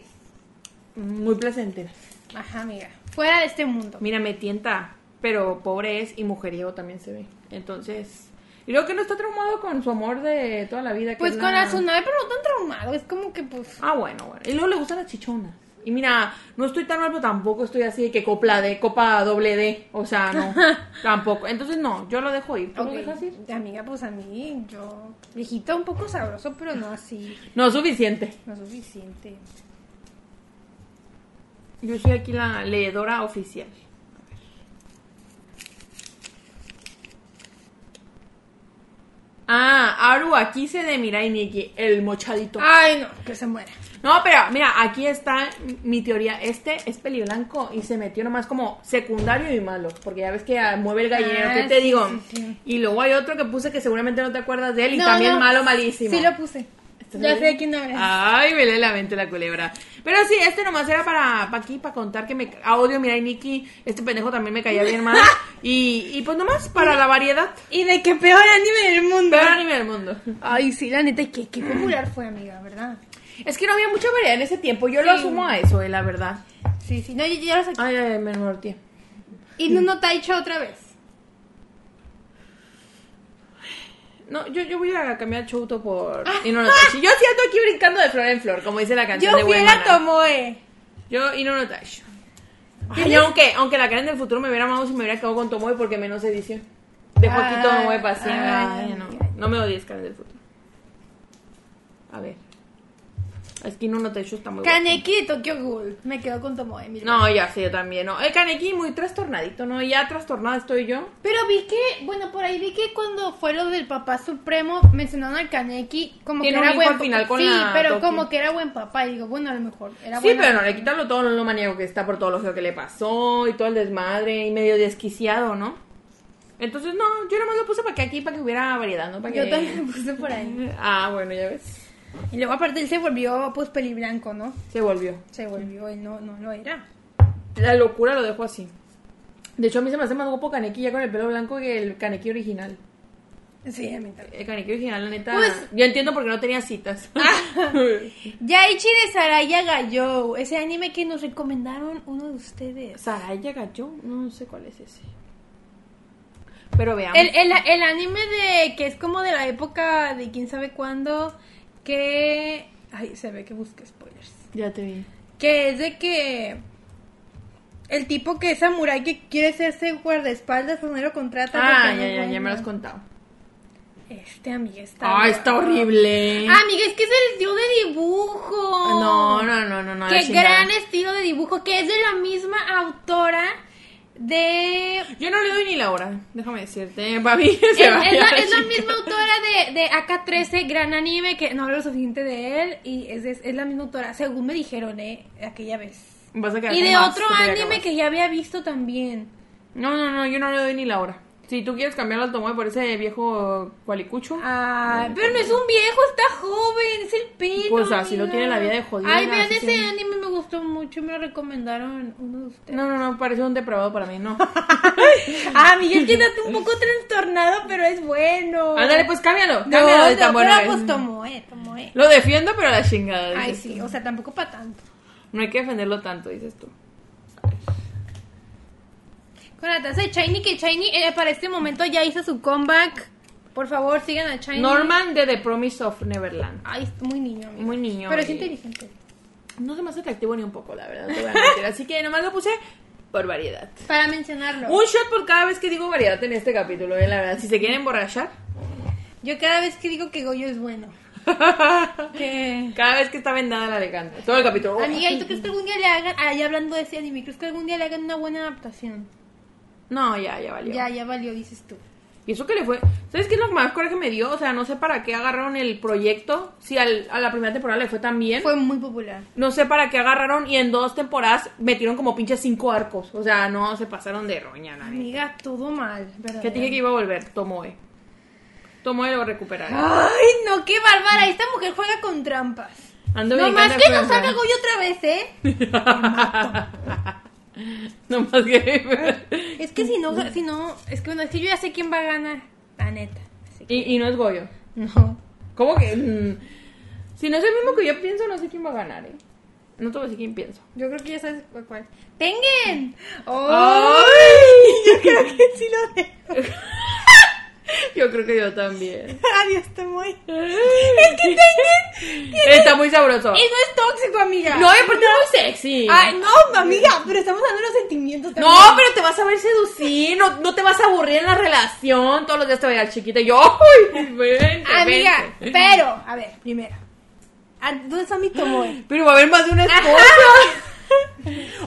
[SPEAKER 2] Muy placentera.
[SPEAKER 1] Ajá, amiga. Fuera de este mundo.
[SPEAKER 2] Mira, me tienta, pero pobre es y mujeriego también se ve. Entonces, creo que no está traumado con su amor de toda la vida. que
[SPEAKER 1] Pues
[SPEAKER 2] es
[SPEAKER 1] con
[SPEAKER 2] la-
[SPEAKER 1] Azunave, pero no tan traumado. Es como que pues...
[SPEAKER 2] Ah, bueno, bueno. Y luego le gustan las chichonas. Y mira, no estoy tan mal, pero tampoco estoy así de que copla de copa doble D. O sea,
[SPEAKER 1] <laughs>
[SPEAKER 2] no, tampoco. Entonces, no, yo lo dejo ir. ¿Tú
[SPEAKER 1] ok,
[SPEAKER 2] lo dejas ir?
[SPEAKER 1] Amiga, pues a mí, yo... Viejito un poco sabroso, pero no así.
[SPEAKER 2] No, suficiente.
[SPEAKER 1] No suficiente.
[SPEAKER 2] Yo soy aquí la leedora oficial. Ah, Aru Akise de Mirai Nikki, el mochadito.
[SPEAKER 1] Ay, no, que se muera.
[SPEAKER 2] No, pero mira, aquí está mi teoría. Este es peliblanco y se metió nomás como secundario y malo. Porque ya ves que ah, mueve el gallero,
[SPEAKER 1] Ah,
[SPEAKER 2] ¿qué te
[SPEAKER 1] sí,
[SPEAKER 2] digo?
[SPEAKER 1] sí, sí.
[SPEAKER 2] Y luego hay otro que puse que seguramente no te acuerdas de él y
[SPEAKER 1] No,
[SPEAKER 2] también
[SPEAKER 1] no,
[SPEAKER 2] malo, malísimo. ¿Este
[SPEAKER 1] Sí lo puse. Ya sé de quién hablas.
[SPEAKER 2] Ay, me lee la mente la culebra. Pero sí, este nomás era para, para aquí, para contar que me ca- odio, mira, y Nicky, este pendejo también me caía <laughs> bien mal. Y, y pues nomás para la variedad.
[SPEAKER 1] Y de que peor anime del mundo.
[SPEAKER 2] Peor anime del mundo.
[SPEAKER 1] Ay, sí, la neta, que qué popular fue, amiga, ¿verdad?
[SPEAKER 2] Es que no había mucha variedad en ese tiempo. Yo lo
[SPEAKER 1] Sí.
[SPEAKER 2] asumo a eso, eh, la verdad.
[SPEAKER 1] Sí, sí, no, yo, yo ya lo saqué.
[SPEAKER 2] Ay, ay, ay, me enmortié.
[SPEAKER 1] Y no, no te ha hecho otra vez.
[SPEAKER 2] No, yo, yo voy a cambiar Chouto por Inonatashi. Yo siento aquí brincando de flor en flor, como dice la canción
[SPEAKER 1] Ah. Yo
[SPEAKER 2] de
[SPEAKER 1] fui a la
[SPEAKER 2] Wemana.
[SPEAKER 1] Tomoe.
[SPEAKER 2] Yo Inonatashi. Ay, aunque, aunque la Karen del futuro me hubiera amado si me hubiera quedado con Tomoe porque menos edición. Dejó aquí
[SPEAKER 1] Ay,
[SPEAKER 2] Tomoe para siempre.
[SPEAKER 1] ay,
[SPEAKER 2] Ay, no. No me odies, Karen del futuro. A ver. Es que Inonatashi está muy guapo.
[SPEAKER 1] Kaneki de Tokyo Ghoul. Me quedo con Tomoe, mira.
[SPEAKER 2] No, ya sé, yo también. No. El Kaneki muy trastornadito, ¿no? Ya trastornada estoy yo.
[SPEAKER 1] Pero vi que, bueno, por ahí vi que cuando fue lo del papá supremo, mencionaron al Kaneki como
[SPEAKER 2] Tiene
[SPEAKER 1] que
[SPEAKER 2] un
[SPEAKER 1] era
[SPEAKER 2] hijo
[SPEAKER 1] buen
[SPEAKER 2] al final con
[SPEAKER 1] Sí,
[SPEAKER 2] la
[SPEAKER 1] pero
[SPEAKER 2] Tokio.
[SPEAKER 1] como que era buen papá. Y digo, bueno, a lo mejor era
[SPEAKER 2] Sí,
[SPEAKER 1] buena
[SPEAKER 2] pero no,
[SPEAKER 1] persona.
[SPEAKER 2] le quitarlo todo lo maníaco que está por todo lo feo que le pasó y todo el desmadre y medio desquiciado, ¿no? Entonces, no, yo nomás lo puse para que aquí, para que hubiera variedad, ¿no? Para
[SPEAKER 1] Yo
[SPEAKER 2] que-
[SPEAKER 1] también lo puse por ahí.
[SPEAKER 2] <laughs> Ah, bueno, ya ves.
[SPEAKER 1] Y luego aparte él se volvió pues peliblanco, ¿no?
[SPEAKER 2] Se volvió.
[SPEAKER 1] Se volvió, él no, no lo era.
[SPEAKER 2] La locura lo dejó así. De hecho, a mí se me hace más guapo Kaneki ya con el pelo blanco que el Kaneki original.
[SPEAKER 1] Sí, a mí también.
[SPEAKER 2] El Kaneki original, la neta.
[SPEAKER 1] Pues-
[SPEAKER 2] Yo entiendo por qué no tenía <laughs> citas. Ah.
[SPEAKER 1] Yaichi de Saraya Gayou, ese anime que nos recomendaron uno de ustedes.
[SPEAKER 2] Saraya Gacho, no sé cuál es ese. Pero veamos.
[SPEAKER 1] El, el, el anime de que es como de la época de quién sabe cuándo, que... Ay, se ve que busqué spoilers.
[SPEAKER 2] Ya te vi.
[SPEAKER 1] Que es de que el tipo que es samurai que quiere hacerse guardaespaldas, pues no lo contrata.
[SPEAKER 2] Ah,
[SPEAKER 1] porque
[SPEAKER 2] ya,
[SPEAKER 1] no
[SPEAKER 2] ya, ya me lo has
[SPEAKER 1] encuentra.
[SPEAKER 2] contado.
[SPEAKER 1] Este amiga está...
[SPEAKER 2] Ah, está horrible.
[SPEAKER 1] Ah, amiga, es que es el estilo de dibujo.
[SPEAKER 2] No, no, no, no, no. la
[SPEAKER 1] Qué
[SPEAKER 2] Ah, chingada.
[SPEAKER 1] gran estilo de dibujo, que es de la misma autora de...
[SPEAKER 2] Yo no le doy ni la hora, déjame decirte. Para mí <laughs> se
[SPEAKER 1] Es, es
[SPEAKER 2] vaya
[SPEAKER 1] la,
[SPEAKER 2] la
[SPEAKER 1] es la
[SPEAKER 2] chingada.
[SPEAKER 1] misma autora de, de AK-13, gran anime, que no hablo lo suficiente de él, y es, es, es la misma autora, según me dijeron, ¿eh? Aquella vez.
[SPEAKER 2] <laughs> Vas a quedar
[SPEAKER 1] Y de
[SPEAKER 2] como
[SPEAKER 1] otro
[SPEAKER 2] estúpida
[SPEAKER 1] anime
[SPEAKER 2] acabas.
[SPEAKER 1] que ya había visto también.
[SPEAKER 2] No, no, no, yo no le doy ni la hora. Si tú quieres cambiar el automóvil por ese viejo cualicucho.
[SPEAKER 1] Ah, pero no es un viejo, está joven, es el pelo.
[SPEAKER 2] Pues así lo
[SPEAKER 1] amiga.
[SPEAKER 2] tiene la vida de jodida,
[SPEAKER 1] Ay, vean
[SPEAKER 2] así
[SPEAKER 1] ese
[SPEAKER 2] se-
[SPEAKER 1] anime, me gustó mucho, me lo recomendaron uno de
[SPEAKER 2] <laughs>
[SPEAKER 1] ustedes.
[SPEAKER 2] No, no, no, parece un depravado para
[SPEAKER 1] <laughs>
[SPEAKER 2] mí, no.
[SPEAKER 1] Ah, Miguel, quédate un poco trastornado, pero es bueno.
[SPEAKER 2] Ándale, pues cámbialo.
[SPEAKER 1] No,
[SPEAKER 2] Cámbialo de
[SPEAKER 1] no,
[SPEAKER 2] tan buena
[SPEAKER 1] pero
[SPEAKER 2] vez.
[SPEAKER 1] pues Tomoe, Tomoe.
[SPEAKER 2] Lo defiendo, pero a la chingada.
[SPEAKER 1] eh. Ay,
[SPEAKER 2] dices
[SPEAKER 1] sí,
[SPEAKER 2] tú.
[SPEAKER 1] o sea, tampoco para tanto.
[SPEAKER 2] No hay que defenderlo tanto, dices tú.
[SPEAKER 1] Con la taza de Shiny, que Shiny eh, para este momento ya hizo su comeback. Por favor, sigan a Shiny.
[SPEAKER 2] Norman de The Promise of Neverland.
[SPEAKER 1] Ay, es muy niño. amigo.
[SPEAKER 2] Muy niño,
[SPEAKER 1] Pero es
[SPEAKER 2] y-
[SPEAKER 1] inteligente.
[SPEAKER 2] No se me hace atractivo ni un poco, la verdad. no
[SPEAKER 1] <laughs>
[SPEAKER 2] te voy a mentir. Así que nomás lo puse por variedad.
[SPEAKER 1] Para mencionarlo.
[SPEAKER 2] Un shot por cada vez que digo variedad en este capítulo, eh, la verdad. Si se quieren emborrachar,
[SPEAKER 1] Yo cada vez que digo que Goyo es
[SPEAKER 2] <laughs>
[SPEAKER 1] bueno. que...
[SPEAKER 2] cada vez que está vendada la elegante. Todo el capítulo.
[SPEAKER 1] Amiga, ¿y tú crees que algún día le hagan, ah, ya hablando de ese anime, crees que algún día le hagan una buena adaptación?
[SPEAKER 2] No, ya, ya valió.
[SPEAKER 1] Ya, ya valió, dices tú.
[SPEAKER 2] Y eso que le fue. ¿Sabes qué es lo que más coraje me dio? O sea, no sé para qué agarraron el proyecto. Si al- a la primera temporada le fue tan bien.
[SPEAKER 1] Fue muy popular.
[SPEAKER 2] No sé para qué agarraron y en dos temporadas metieron como pinches cinco arcos. O sea, no se pasaron de roña, nadie.
[SPEAKER 1] Amiga, todo mal, ¿verdad?
[SPEAKER 2] Que dije que iba a volver, Tomoe. Tomoe lo recuperará.
[SPEAKER 1] Ay, no, qué bárbara. Esta mujer juega con trampas.
[SPEAKER 2] Ando
[SPEAKER 1] No
[SPEAKER 2] bien
[SPEAKER 1] más
[SPEAKER 2] gana,
[SPEAKER 1] que nos
[SPEAKER 2] Franca.
[SPEAKER 1] haga Goyo otra vez, ¿eh?
[SPEAKER 2] <laughs> No más que. <laughs>
[SPEAKER 1] Es que si <laughs> no, si no, es que bueno, es que yo ya sé quién va a ganar, la neta. Así que-
[SPEAKER 2] y, y no es Goyo.
[SPEAKER 1] No.
[SPEAKER 2] ¿Cómo que.? mm? Si no es el mismo que yo pienso, no sé quién va a ganar, ¿eh? No te voy a decir quién pienso.
[SPEAKER 1] Yo creo que ya sabes cu- cuál. ¡Tengen! ¡Oh!
[SPEAKER 2] ¡Ay!
[SPEAKER 1] Yo creo <laughs> que sí lo <laughs> dejo.
[SPEAKER 2] <laughs> Yo creo que yo también.
[SPEAKER 1] Adiós, te voy. Es que Tengen
[SPEAKER 2] Está muy sabroso.
[SPEAKER 1] y no es tóxico, amiga.
[SPEAKER 2] No, y aparte es muy sexy.
[SPEAKER 1] Ay, no, amiga, pero estamos hablando de los sentimientos
[SPEAKER 2] No,
[SPEAKER 1] también.
[SPEAKER 2] pero te vas a ver seducir, no, no te vas a aburrir en la relación, todos los días te voy a dar chiquita y yo, ¡ay! Vente,
[SPEAKER 1] Amiga,
[SPEAKER 2] vente.
[SPEAKER 1] pero, a ver, primero. ¿A- Ah, ¿Dónde está mi tomoe?
[SPEAKER 2] Pero va a haber más
[SPEAKER 1] <laughs>
[SPEAKER 2] de una esposa.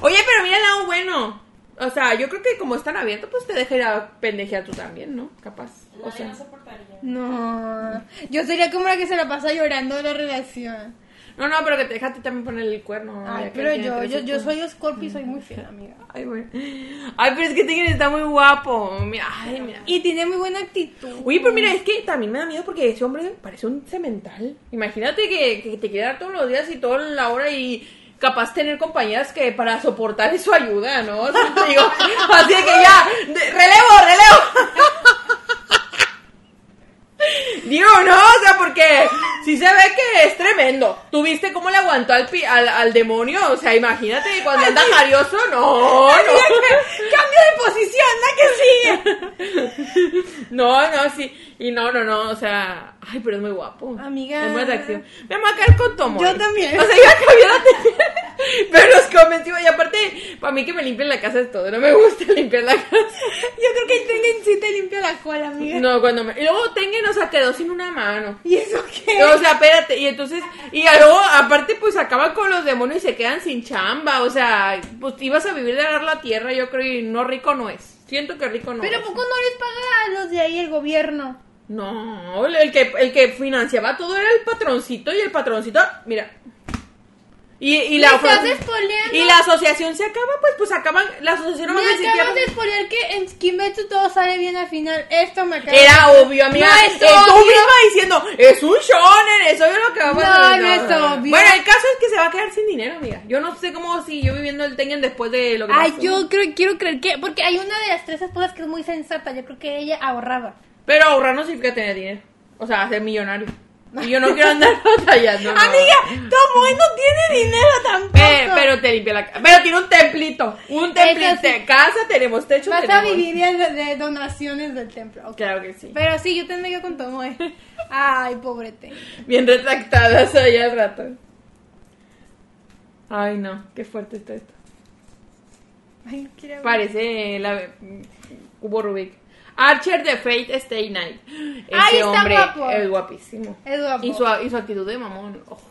[SPEAKER 2] Oye, pero mira el lado bueno. O sea, yo creo que como están abiertos, pues te deja ir a pendejear tú también, ¿no? Capaz. O
[SPEAKER 3] Nadie
[SPEAKER 2] sea,
[SPEAKER 3] no soportaría.
[SPEAKER 1] <gasps> No, yo sería como la que se la pasa llorando de la relación.
[SPEAKER 2] no, no, pero que te deja a ti también poner el cuerno.
[SPEAKER 1] Ay,
[SPEAKER 2] ya que
[SPEAKER 1] pero
[SPEAKER 2] tiene
[SPEAKER 1] yo,
[SPEAKER 2] tres
[SPEAKER 1] yo, yo
[SPEAKER 2] hijos.
[SPEAKER 1] soy Scorpio y soy muy fiel, amiga.
[SPEAKER 2] Ay, bueno. Ay, pero es que Tigre está muy guapo. Mira, ay, mira.
[SPEAKER 1] Y tiene muy buena actitud.
[SPEAKER 2] Oye, pero mira, es que también me da miedo porque ese hombre parece un cemental. Imagínate que, que te quiere dar todos los días y toda la hora y capaz tener compañías que para soportar eso ayuda, ¿no? O sea, te digo, <laughs> así que ya, de- relevo, relevo. <laughs> Digo, no, o sea, porque si se ve que es tremendo. Tuviste cómo le aguantó al, pi- al, al demonio, o sea, imagínate que cuando anda jarioso, no, no.
[SPEAKER 1] Cambio de posición, la que sigue.
[SPEAKER 2] No, no, sí. Y no, no, no, o sea. Ay, pero es muy guapo.
[SPEAKER 1] Amiga.
[SPEAKER 2] Es muy atractivo. Me va a caer con Tomo.
[SPEAKER 1] Yo también.
[SPEAKER 2] O sea, iba a cambiar la <laughs> Pero los convenció. Y aparte, para mí que me limpien la casa es todo. No me gusta <laughs> limpiar la casa.
[SPEAKER 1] <laughs> Yo creo que Tengen sí te limpia la cola, amiga.
[SPEAKER 2] No, cuando me. Y luego Tengen, o sea, quedó sin una mano.
[SPEAKER 1] ¿Y eso qué?
[SPEAKER 2] O sea, espérate. Y entonces. Y luego, aparte, pues acaban con los demonios y se quedan sin chamba. O sea, pues ibas a vivir de agarrar la tierra, yo creo. Y no rico no es. Siento que rico no
[SPEAKER 1] pero
[SPEAKER 2] es.
[SPEAKER 1] ¿a poco no les paga a los de ahí el gobierno?
[SPEAKER 2] No, el que, el que financiaba todo era el patroncito y el patroncito, mira. Y, y la
[SPEAKER 1] Me estás
[SPEAKER 2] frase-
[SPEAKER 1] espoleando.
[SPEAKER 2] y la asociación se acaba, pues pues acaban, la asociación no
[SPEAKER 1] Me
[SPEAKER 2] más
[SPEAKER 1] acabas de
[SPEAKER 2] existía.
[SPEAKER 1] spoiler que en Kimetsu todo sale bien al final. Esto me acaba
[SPEAKER 2] Era obvio, amiga.
[SPEAKER 1] No es
[SPEAKER 2] Eh, tú
[SPEAKER 1] obvio.
[SPEAKER 2] misma diciendo, es un shonen, es obvio lo que va a
[SPEAKER 1] No,
[SPEAKER 2] pasar.
[SPEAKER 1] no es obvio.
[SPEAKER 2] Bueno, el caso es que se va a quedar sin dinero, amiga. Yo no sé cómo siguió viviendo el Tengen después de lo que
[SPEAKER 1] Ay,
[SPEAKER 2] pasó.
[SPEAKER 1] yo creo, quiero creer que. Porque hay una de las tres esposas que es muy sensata. Yo creo que ella ahorraba.
[SPEAKER 2] Pero ahorrar no significa tener dinero. O sea, ser millonario. Y yo no quiero andar <laughs> batallando. no.
[SPEAKER 1] Tomoe no tiene dinero tampoco.
[SPEAKER 2] Eh, pero te limpia la casa. Pero tiene un templito. Un templito.
[SPEAKER 1] Eso sí.
[SPEAKER 2] Casa, tenemos techo.
[SPEAKER 1] Vas a
[SPEAKER 2] tenemos-
[SPEAKER 1] vivir de, de donaciones del templo. ok.
[SPEAKER 2] Claro que sí.
[SPEAKER 1] Pero sí, yo tendría con Tomoe. Ay, pobrete.
[SPEAKER 2] Bien retractadas allá al rato. Ay, no. Qué fuerte está esto.
[SPEAKER 1] Ay, quiero-
[SPEAKER 2] Parece la. Cubo Rubik. Archer de Fate Stay Night. Ese
[SPEAKER 1] Ay, está
[SPEAKER 2] hombre
[SPEAKER 1] guapo.
[SPEAKER 2] es guapísimo.
[SPEAKER 1] Es guapo.
[SPEAKER 2] Y su, y su actitud de mamón. ojo.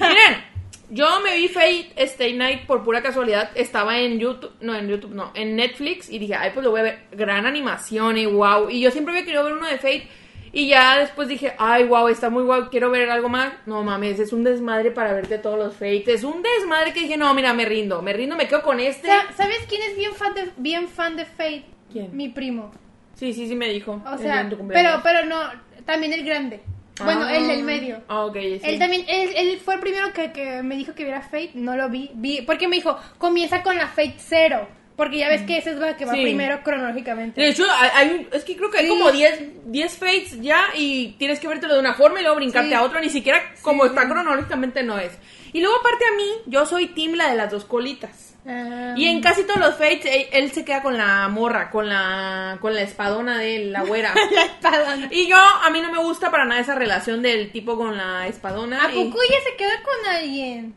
[SPEAKER 2] Miren, yo me vi Fate Stay Night por pura casualidad. Estaba en YouTube, no en YouTube, no, en Netflix. Y dije, ay, pues lo voy a ver. Gran animación y wow. Y yo siempre había querido ver uno de Fate. Y ya después dije, ay, wow, está muy guau, quiero ver algo más. No mames, es un desmadre para verte todos los Fates. Es un desmadre que dije, no, mira, me rindo, me rindo, me quedo con este.
[SPEAKER 1] Sa- ¿Sabes quién es bien fan de, bien fan de Fate?
[SPEAKER 2] ¿Quién?
[SPEAKER 1] Mi primo.
[SPEAKER 2] Sí, sí, sí me dijo.
[SPEAKER 1] O
[SPEAKER 2] el
[SPEAKER 1] sea,
[SPEAKER 2] día de tu cumpleaños.
[SPEAKER 1] pero, pero no, también el grande. Bueno,
[SPEAKER 2] Ah.
[SPEAKER 1] el del medio.
[SPEAKER 2] Ah, ok, sí.
[SPEAKER 1] Él también, él, él fue el primero que, que me dijo que viera Fate, no lo vi, vi, porque me dijo, comienza con la Fate Zero, porque ya ves que esa es la que va
[SPEAKER 2] Mm. Sí.
[SPEAKER 1] primero cronológicamente.
[SPEAKER 2] De hecho, hay- hay un- es que creo que hay
[SPEAKER 1] Sí.
[SPEAKER 2] como 10, 10 fates ya y tienes que vértelo de una forma y luego brincarte
[SPEAKER 1] Sí.
[SPEAKER 2] a otra. Ni siquiera como
[SPEAKER 1] Sí,
[SPEAKER 2] está
[SPEAKER 1] sí.
[SPEAKER 2] cronológicamente no es. Y luego aparte a mí, yo soy Tim la de las dos colitas.
[SPEAKER 1] Ah,
[SPEAKER 2] Y en casi todos los fates él, él se queda con la morra, con la, con la espadona de él, la güera.
[SPEAKER 1] <laughs> la espadona.
[SPEAKER 2] y yo, a mí no me gusta para nada esa relación del tipo con la espadona.
[SPEAKER 1] ¿A
[SPEAKER 2] ah, y-
[SPEAKER 1] poco ella se queda con alguien?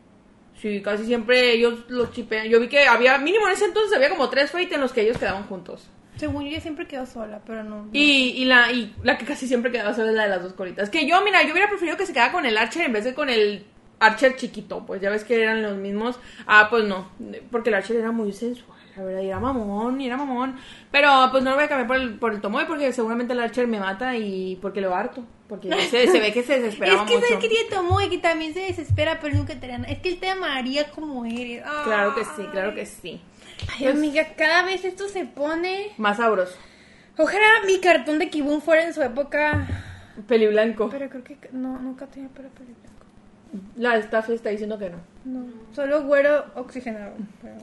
[SPEAKER 2] Sí, casi siempre ellos los chipean. Yo vi que había, mínimo en ese entonces había como tres fights en los que ellos quedaban juntos.
[SPEAKER 1] Según yo, yo siempre quedo sola, pero no.
[SPEAKER 2] Y, y la, y la que casi siempre quedaba sola es la de las dos colitas. Que yo, mira, yo hubiera preferido que se quedara con el Archer en vez de con el Archer chiquito. Pues ya ves que eran los mismos. Ah, pues no. Porque el Archer era muy sensual, la verdad. Y era mamón, y era mamón. Pero pues no lo voy a cambiar por el, por el Tomoe porque seguramente el Archer me mata y porque lo harto. Porque se, se ve
[SPEAKER 1] <laughs>
[SPEAKER 2] que se
[SPEAKER 1] Es
[SPEAKER 2] desesperaba
[SPEAKER 1] que
[SPEAKER 2] mucho.
[SPEAKER 1] sabes que tiene Tomoe que también se desespera, pero nunca te dan. Es que él te amaría como eres.
[SPEAKER 2] Claro que sí, claro que sí.
[SPEAKER 1] Ay, amiga, cada vez esto se pone.
[SPEAKER 2] Más sabroso.
[SPEAKER 1] Ojalá mi cartón de Kibun fuera en su época.
[SPEAKER 2] Peli blanco.
[SPEAKER 1] Pero creo que no, nunca tenía pelo pelo blanco.
[SPEAKER 2] La staff está diciendo que no.
[SPEAKER 1] No, solo güero oxigenado. pero-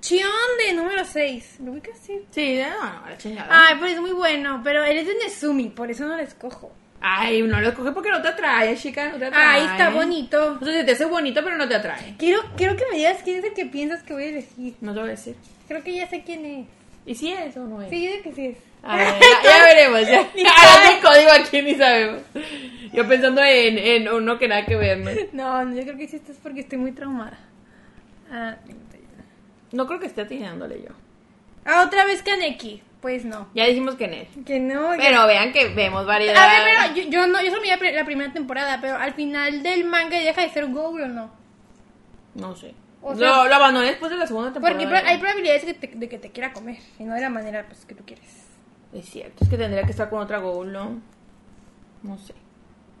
[SPEAKER 1] Chion de número 6. ¿Lo ubicas? Sí.
[SPEAKER 2] Sí, no, no, la chingada.
[SPEAKER 1] Ay, pero es muy bueno. Pero él es de Nezumi, por eso no la escojo.
[SPEAKER 2] Ay, no lo coge porque no te atrae, chica, no te atrae.
[SPEAKER 1] Ay, está bonito.
[SPEAKER 2] O sea, se te hace bonito, pero no te atrae.
[SPEAKER 1] Quiero, quiero que me digas quién es el que piensas que voy a elegir.
[SPEAKER 2] No te voy a decir.
[SPEAKER 1] Creo que ya sé quién es.
[SPEAKER 2] ¿Y si es o no es?
[SPEAKER 1] Sí, yo sé que sí es.
[SPEAKER 2] A ver, ya,
[SPEAKER 1] <laughs>
[SPEAKER 2] ya veremos, ya. <laughs> Ahora el código aquí ni sabemos. Yo pensando en, en uno que nada que ver, ¿no?
[SPEAKER 1] <laughs> No, no, yo creo que sí esto es porque estoy muy traumada. Ah,
[SPEAKER 2] No creo que esté atinándole yo.
[SPEAKER 1] ah, otra vez Kaneki. Pues no.
[SPEAKER 2] Ya dijimos que en él.
[SPEAKER 1] Que no. que-
[SPEAKER 2] Pero vean que vemos variedad.
[SPEAKER 1] A ver, pero yo, yo no, yo solo miré la primera temporada, pero al final del manga deja de ser Gouro, ¿o no?
[SPEAKER 2] No sé.
[SPEAKER 1] O
[SPEAKER 2] Lo-
[SPEAKER 1] sea-
[SPEAKER 2] lo, abandoné después de la segunda temporada.
[SPEAKER 1] Porque pro- hay probabilidades que te- de que te quiera comer y no de la manera pues, que tú quieres.
[SPEAKER 2] Es cierto, es que tendría que estar con otra Goul, ¿no? No sé.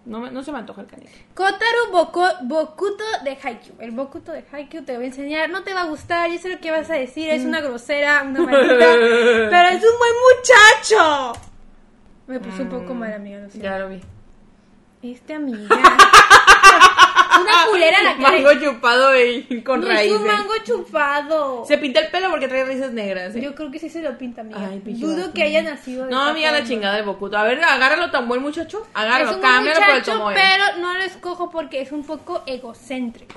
[SPEAKER 2] No, me- no se me antoja el canil.
[SPEAKER 1] Kotaru Boko- Bokuto de Haikyuu. El Bokuto de Haikyuu te voy a enseñar, no te va a gustar, yo sé lo que vas a decir, es una grosera,
[SPEAKER 2] <laughs>
[SPEAKER 1] una maldita, pero es un buen muchacho. Me puse un poco mal, amiga, lo siento.
[SPEAKER 2] Ya lo vi.
[SPEAKER 1] Este amiga. <laughs> una culera
[SPEAKER 2] <laughs>
[SPEAKER 1] la cara.
[SPEAKER 2] Mango chupado y <laughs> con
[SPEAKER 1] No, es
[SPEAKER 2] raíces.
[SPEAKER 1] un mango chupado.
[SPEAKER 2] Se pinta el pelo porque trae raíces negras. ¿eh?
[SPEAKER 1] Yo creo que sí se lo pinta, amiga.
[SPEAKER 2] Ay, pinche
[SPEAKER 1] Dudo
[SPEAKER 2] vato.
[SPEAKER 1] que haya nacido. de
[SPEAKER 2] No,
[SPEAKER 1] esa
[SPEAKER 2] amiga, la
[SPEAKER 1] forma.
[SPEAKER 2] chingada del Bocuto. A ver, agárralo tan buen muchacho.
[SPEAKER 1] Es
[SPEAKER 2] Agárralo,
[SPEAKER 1] un buen
[SPEAKER 2] cámbialo por el
[SPEAKER 1] muchacho,
[SPEAKER 2] tomoe.
[SPEAKER 1] pero no lo escojo porque es un poco egocéntrico.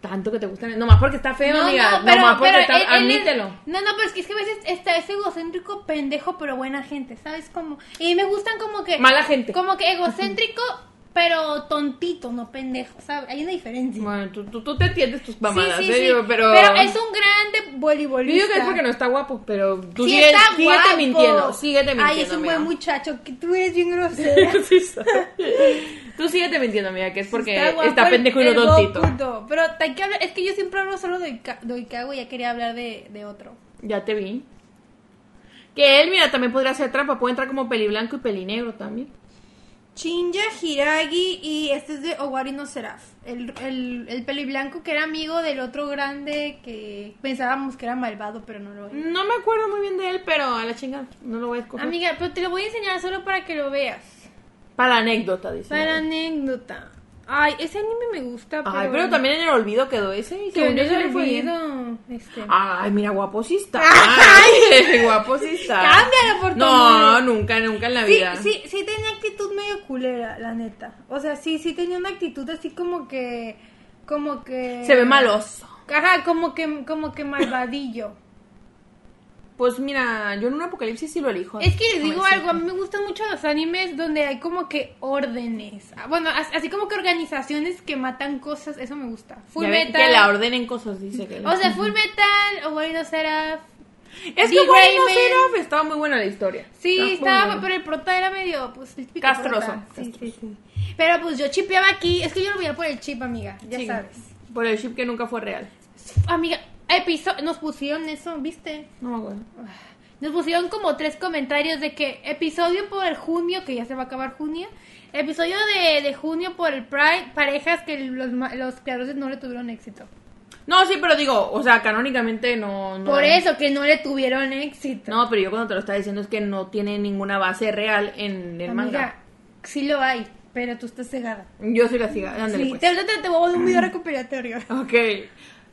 [SPEAKER 2] Tanto que te gustan. Nomás porque está feo, amiga. nomás porque está.
[SPEAKER 1] él- él es-
[SPEAKER 2] Admítelo.
[SPEAKER 1] no, no, pero es que, es que a veces está es egocéntrico, pendejo, pero buena gente, ¿sabes? Como, y me gustan como que...
[SPEAKER 2] Mala gente.
[SPEAKER 1] Como que egocéntrico, pero tontito, no pendejo, ¿sabes? Hay una diferencia.
[SPEAKER 2] Bueno, tú, tú, tú te entiendes tus mamadas,
[SPEAKER 1] sí, sí,
[SPEAKER 2] ¿eh?
[SPEAKER 1] sí.
[SPEAKER 2] Yo- Pero...
[SPEAKER 1] es un grande
[SPEAKER 2] Yo
[SPEAKER 1] voleibolista.
[SPEAKER 2] digo que es porque no está guapo, pero tú
[SPEAKER 1] Sí
[SPEAKER 2] sigues,
[SPEAKER 1] está
[SPEAKER 2] síguete
[SPEAKER 1] guapo.
[SPEAKER 2] mintiendo. Síguete mintiendo.
[SPEAKER 1] Ay, es un buen
[SPEAKER 2] amiga.
[SPEAKER 1] muchacho, que tú eres bien grosera.
[SPEAKER 2] Sí, soy. Tú síguete mintiendo, amiga, que es <laughs> porque está,
[SPEAKER 1] guapo el-
[SPEAKER 2] pendejo y no
[SPEAKER 1] el
[SPEAKER 2] tontito.
[SPEAKER 1] Bokuto, Pero hay que hablar, es que yo siempre hablo solo de, Oika- de Oikawa y ya quería hablar de, de otro.
[SPEAKER 2] Ya te vi. Que él, mira, también podría hacer trampa. Puede entrar como peli blanco y peli negro también.
[SPEAKER 1] Shinja Hiragi y este es de Owari no Seraph. El, el, el peli blanco que era amigo del otro grande que pensábamos que era malvado, pero no lo era.
[SPEAKER 2] No me acuerdo muy bien de él, pero a la chingada. No lo voy a escoger.
[SPEAKER 1] Amiga, pero te lo voy a enseñar solo para que lo veas.
[SPEAKER 2] Para anécdota, dice.
[SPEAKER 1] Para anécdota. Ay, ese anime me gusta, pero...
[SPEAKER 2] Ay, pero también en el olvido quedó ese. Y
[SPEAKER 1] Que
[SPEAKER 2] según
[SPEAKER 1] no
[SPEAKER 2] yo
[SPEAKER 1] se
[SPEAKER 2] se
[SPEAKER 1] lo
[SPEAKER 2] le fue bien. Ah,
[SPEAKER 1] Este.
[SPEAKER 2] Ay, mira, guapo sí está. Ay, <laughs> guapo sí está.
[SPEAKER 1] Cámbialo por
[SPEAKER 2] No,
[SPEAKER 1] Tomoe.
[SPEAKER 2] nunca, nunca en la
[SPEAKER 1] Sí,
[SPEAKER 2] vida.
[SPEAKER 1] sí, sí tenía actitud medio culera, la neta. O sea, sí, sí tenía una actitud así como que, como que.
[SPEAKER 2] Se ve maloso.
[SPEAKER 1] Ajá, como que, como que malvadillo.
[SPEAKER 2] Pues mira, yo en un apocalipsis sí lo elijo.
[SPEAKER 1] <laughs> Es que les digo
[SPEAKER 2] Ay, sí.
[SPEAKER 1] algo, a mí me gustan mucho los animes donde hay como que órdenes. Ah, Bueno, as- así como que organizaciones que matan cosas, eso me gusta. Full
[SPEAKER 2] Ya ven,
[SPEAKER 1] metal.
[SPEAKER 2] Que la ordenen cosas, dice que.
[SPEAKER 1] O sea, Full Metal, o bueno, Seraph.
[SPEAKER 2] es
[SPEAKER 1] Dee
[SPEAKER 2] que bueno,
[SPEAKER 1] Grayman.
[SPEAKER 2] Seraph estaba muy buena la historia.
[SPEAKER 1] Sí,
[SPEAKER 2] Estaba Ah, muy
[SPEAKER 1] estaba,
[SPEAKER 2] buena.
[SPEAKER 1] pero el prota era medio, pues, el típico
[SPEAKER 2] Castroso,
[SPEAKER 1] prota. Sí, sí, sí. Pero pues yo chipeaba aquí, es que yo lo veía por el chip, amiga, ya
[SPEAKER 2] Sí,
[SPEAKER 1] sabes.
[SPEAKER 2] Por el chip que nunca fue real.
[SPEAKER 1] Amiga, episodio, nos pusieron eso, ¿viste?
[SPEAKER 2] No me acuerdo.
[SPEAKER 1] Nos pusieron como tres comentarios de que episodio por el junio, que ya se va a acabar junio, episodio de, de junio por el Pride, parejas que los, ma- los creadores no le tuvieron éxito.
[SPEAKER 2] No, sí, pero digo, o sea, canónicamente no. no
[SPEAKER 1] Por eso que no le tuvieron éxito.
[SPEAKER 2] No, pero yo cuando te lo estaba diciendo es que no tiene ninguna base real en el
[SPEAKER 1] amiga,
[SPEAKER 2] manga.
[SPEAKER 1] sí lo hay, pero tú estás cegada.
[SPEAKER 2] Yo soy la ciga. Ándale,
[SPEAKER 1] Sí,
[SPEAKER 2] pues.
[SPEAKER 1] te, ahorita te voy a dar un video recuperatorio.
[SPEAKER 2] Ok.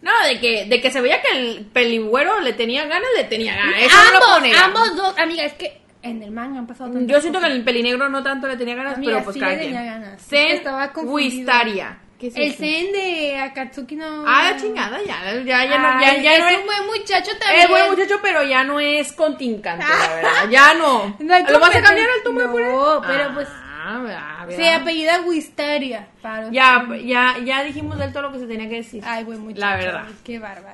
[SPEAKER 2] No, de que, de que se veía que el peligüero le tenía ganas, le tenía ganas. Ah, Eso no lo
[SPEAKER 1] ambos,
[SPEAKER 2] pone.
[SPEAKER 1] ambos dos, amiga, es que en el manga han pasado tantas
[SPEAKER 2] Yo siento que
[SPEAKER 1] cosas.
[SPEAKER 2] el pelinegro no tanto le tenía ganas,
[SPEAKER 1] Amiga,
[SPEAKER 2] pero pues
[SPEAKER 1] sí
[SPEAKER 2] cada
[SPEAKER 1] le tenía
[SPEAKER 2] quien.
[SPEAKER 1] ganas.
[SPEAKER 2] Zen
[SPEAKER 1] Estaba confundido.
[SPEAKER 2] Wistaria. ¿Qué es
[SPEAKER 1] el
[SPEAKER 2] eso?
[SPEAKER 1] Zen de Akatsuki no.
[SPEAKER 2] Ah, la chingada, ya, Ah, ya, ya, no, ya,
[SPEAKER 1] Ay,
[SPEAKER 2] ya
[SPEAKER 1] es
[SPEAKER 2] no
[SPEAKER 1] un
[SPEAKER 2] es.
[SPEAKER 1] buen muchacho también.
[SPEAKER 2] Es buen muchacho, pero
[SPEAKER 1] <laughs>
[SPEAKER 2] ya no es contrincante, la verdad. Ya no.
[SPEAKER 1] No hay
[SPEAKER 2] ¿Lo vas a
[SPEAKER 1] competencia.
[SPEAKER 2] cambiar al tomo
[SPEAKER 1] No, pero pues
[SPEAKER 2] Ah, ah,
[SPEAKER 1] Se
[SPEAKER 2] ¿verdad?
[SPEAKER 1] apellida Wisteria. para los-
[SPEAKER 2] ya, ya, ya dijimos de él todo lo que se tenía que decir.
[SPEAKER 1] Ay, güey, muchachos.
[SPEAKER 2] La verdad.
[SPEAKER 1] Qué bárbara.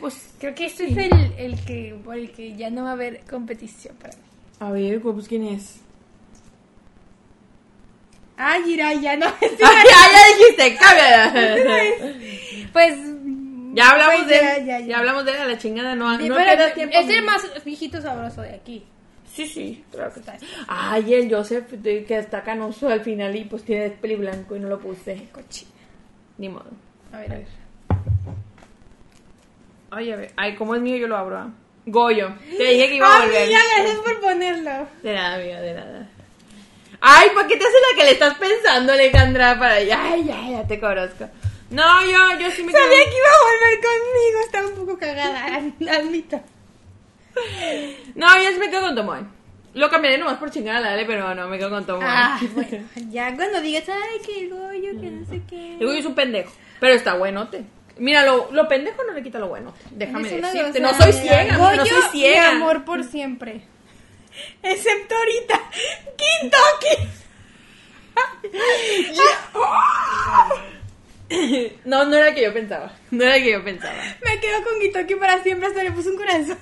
[SPEAKER 2] Pues,
[SPEAKER 1] Creo que este es el, el que por el que ya no va a haber competición para mí.
[SPEAKER 2] a ver, güey, pues,
[SPEAKER 1] <laughs>
[SPEAKER 2] ¿quién es?
[SPEAKER 1] Ay, Jiraya, no. <laughs>
[SPEAKER 2] <laughs> Ah, ya, ya dijiste, cambia.
[SPEAKER 1] Pues.
[SPEAKER 2] <laughs> ya hablamos
[SPEAKER 1] pues,
[SPEAKER 2] de
[SPEAKER 1] ya,
[SPEAKER 2] él.
[SPEAKER 1] ya,
[SPEAKER 2] Ya,
[SPEAKER 1] ya.
[SPEAKER 2] hablamos de él a la chingada, no,
[SPEAKER 1] Sí,
[SPEAKER 2] no
[SPEAKER 1] pero
[SPEAKER 2] queda tiempo.
[SPEAKER 1] es el más viejito sabroso de aquí.
[SPEAKER 2] Sí, sí, claro que sí. Ay, el Joseph de- que está canoso al final y pues tiene peli blanco y no lo puse.
[SPEAKER 1] Cochina.
[SPEAKER 2] Ni modo.
[SPEAKER 1] A ver, a ver.
[SPEAKER 2] Ay, a ver. Ay, como es mío, yo lo abro. ah. Goyo. Te dije que iba a volver.
[SPEAKER 1] ya gracias por ponerlo.
[SPEAKER 2] De nada, amiga, de nada. Ay, ¿para qué te hace la que le estás pensando, Alejandra? Para Ay, ya, ya te conozco. No, yo, yo sí me
[SPEAKER 1] Sabía
[SPEAKER 2] quedo-
[SPEAKER 1] que iba a volver conmigo, estaba un poco cagada, <laughs> admito.
[SPEAKER 2] No, yo sí me quedo con Tomoe. Lo cambiaré nomás por chingar a la Dale, pero no, me quedo con Tomoe.
[SPEAKER 1] Ah, bueno, ya cuando digas, ay, qué goyo, que no sé qué.
[SPEAKER 2] Digo, yo es un pendejo, pero está buenote. Mira, lo, lo pendejo no le quita lo bueno. Déjame
[SPEAKER 1] Eres una
[SPEAKER 2] decirte. No
[SPEAKER 1] gozada.
[SPEAKER 2] soy ciega,
[SPEAKER 1] Goyo,
[SPEAKER 2] no soy ciega.
[SPEAKER 1] mi amor por siempre. Excepto ahorita. Quinto,
[SPEAKER 2] No, no era el que yo pensaba. No era el que yo pensaba.
[SPEAKER 1] Me quedo con Gitoki para siempre, hasta le puse un corazón.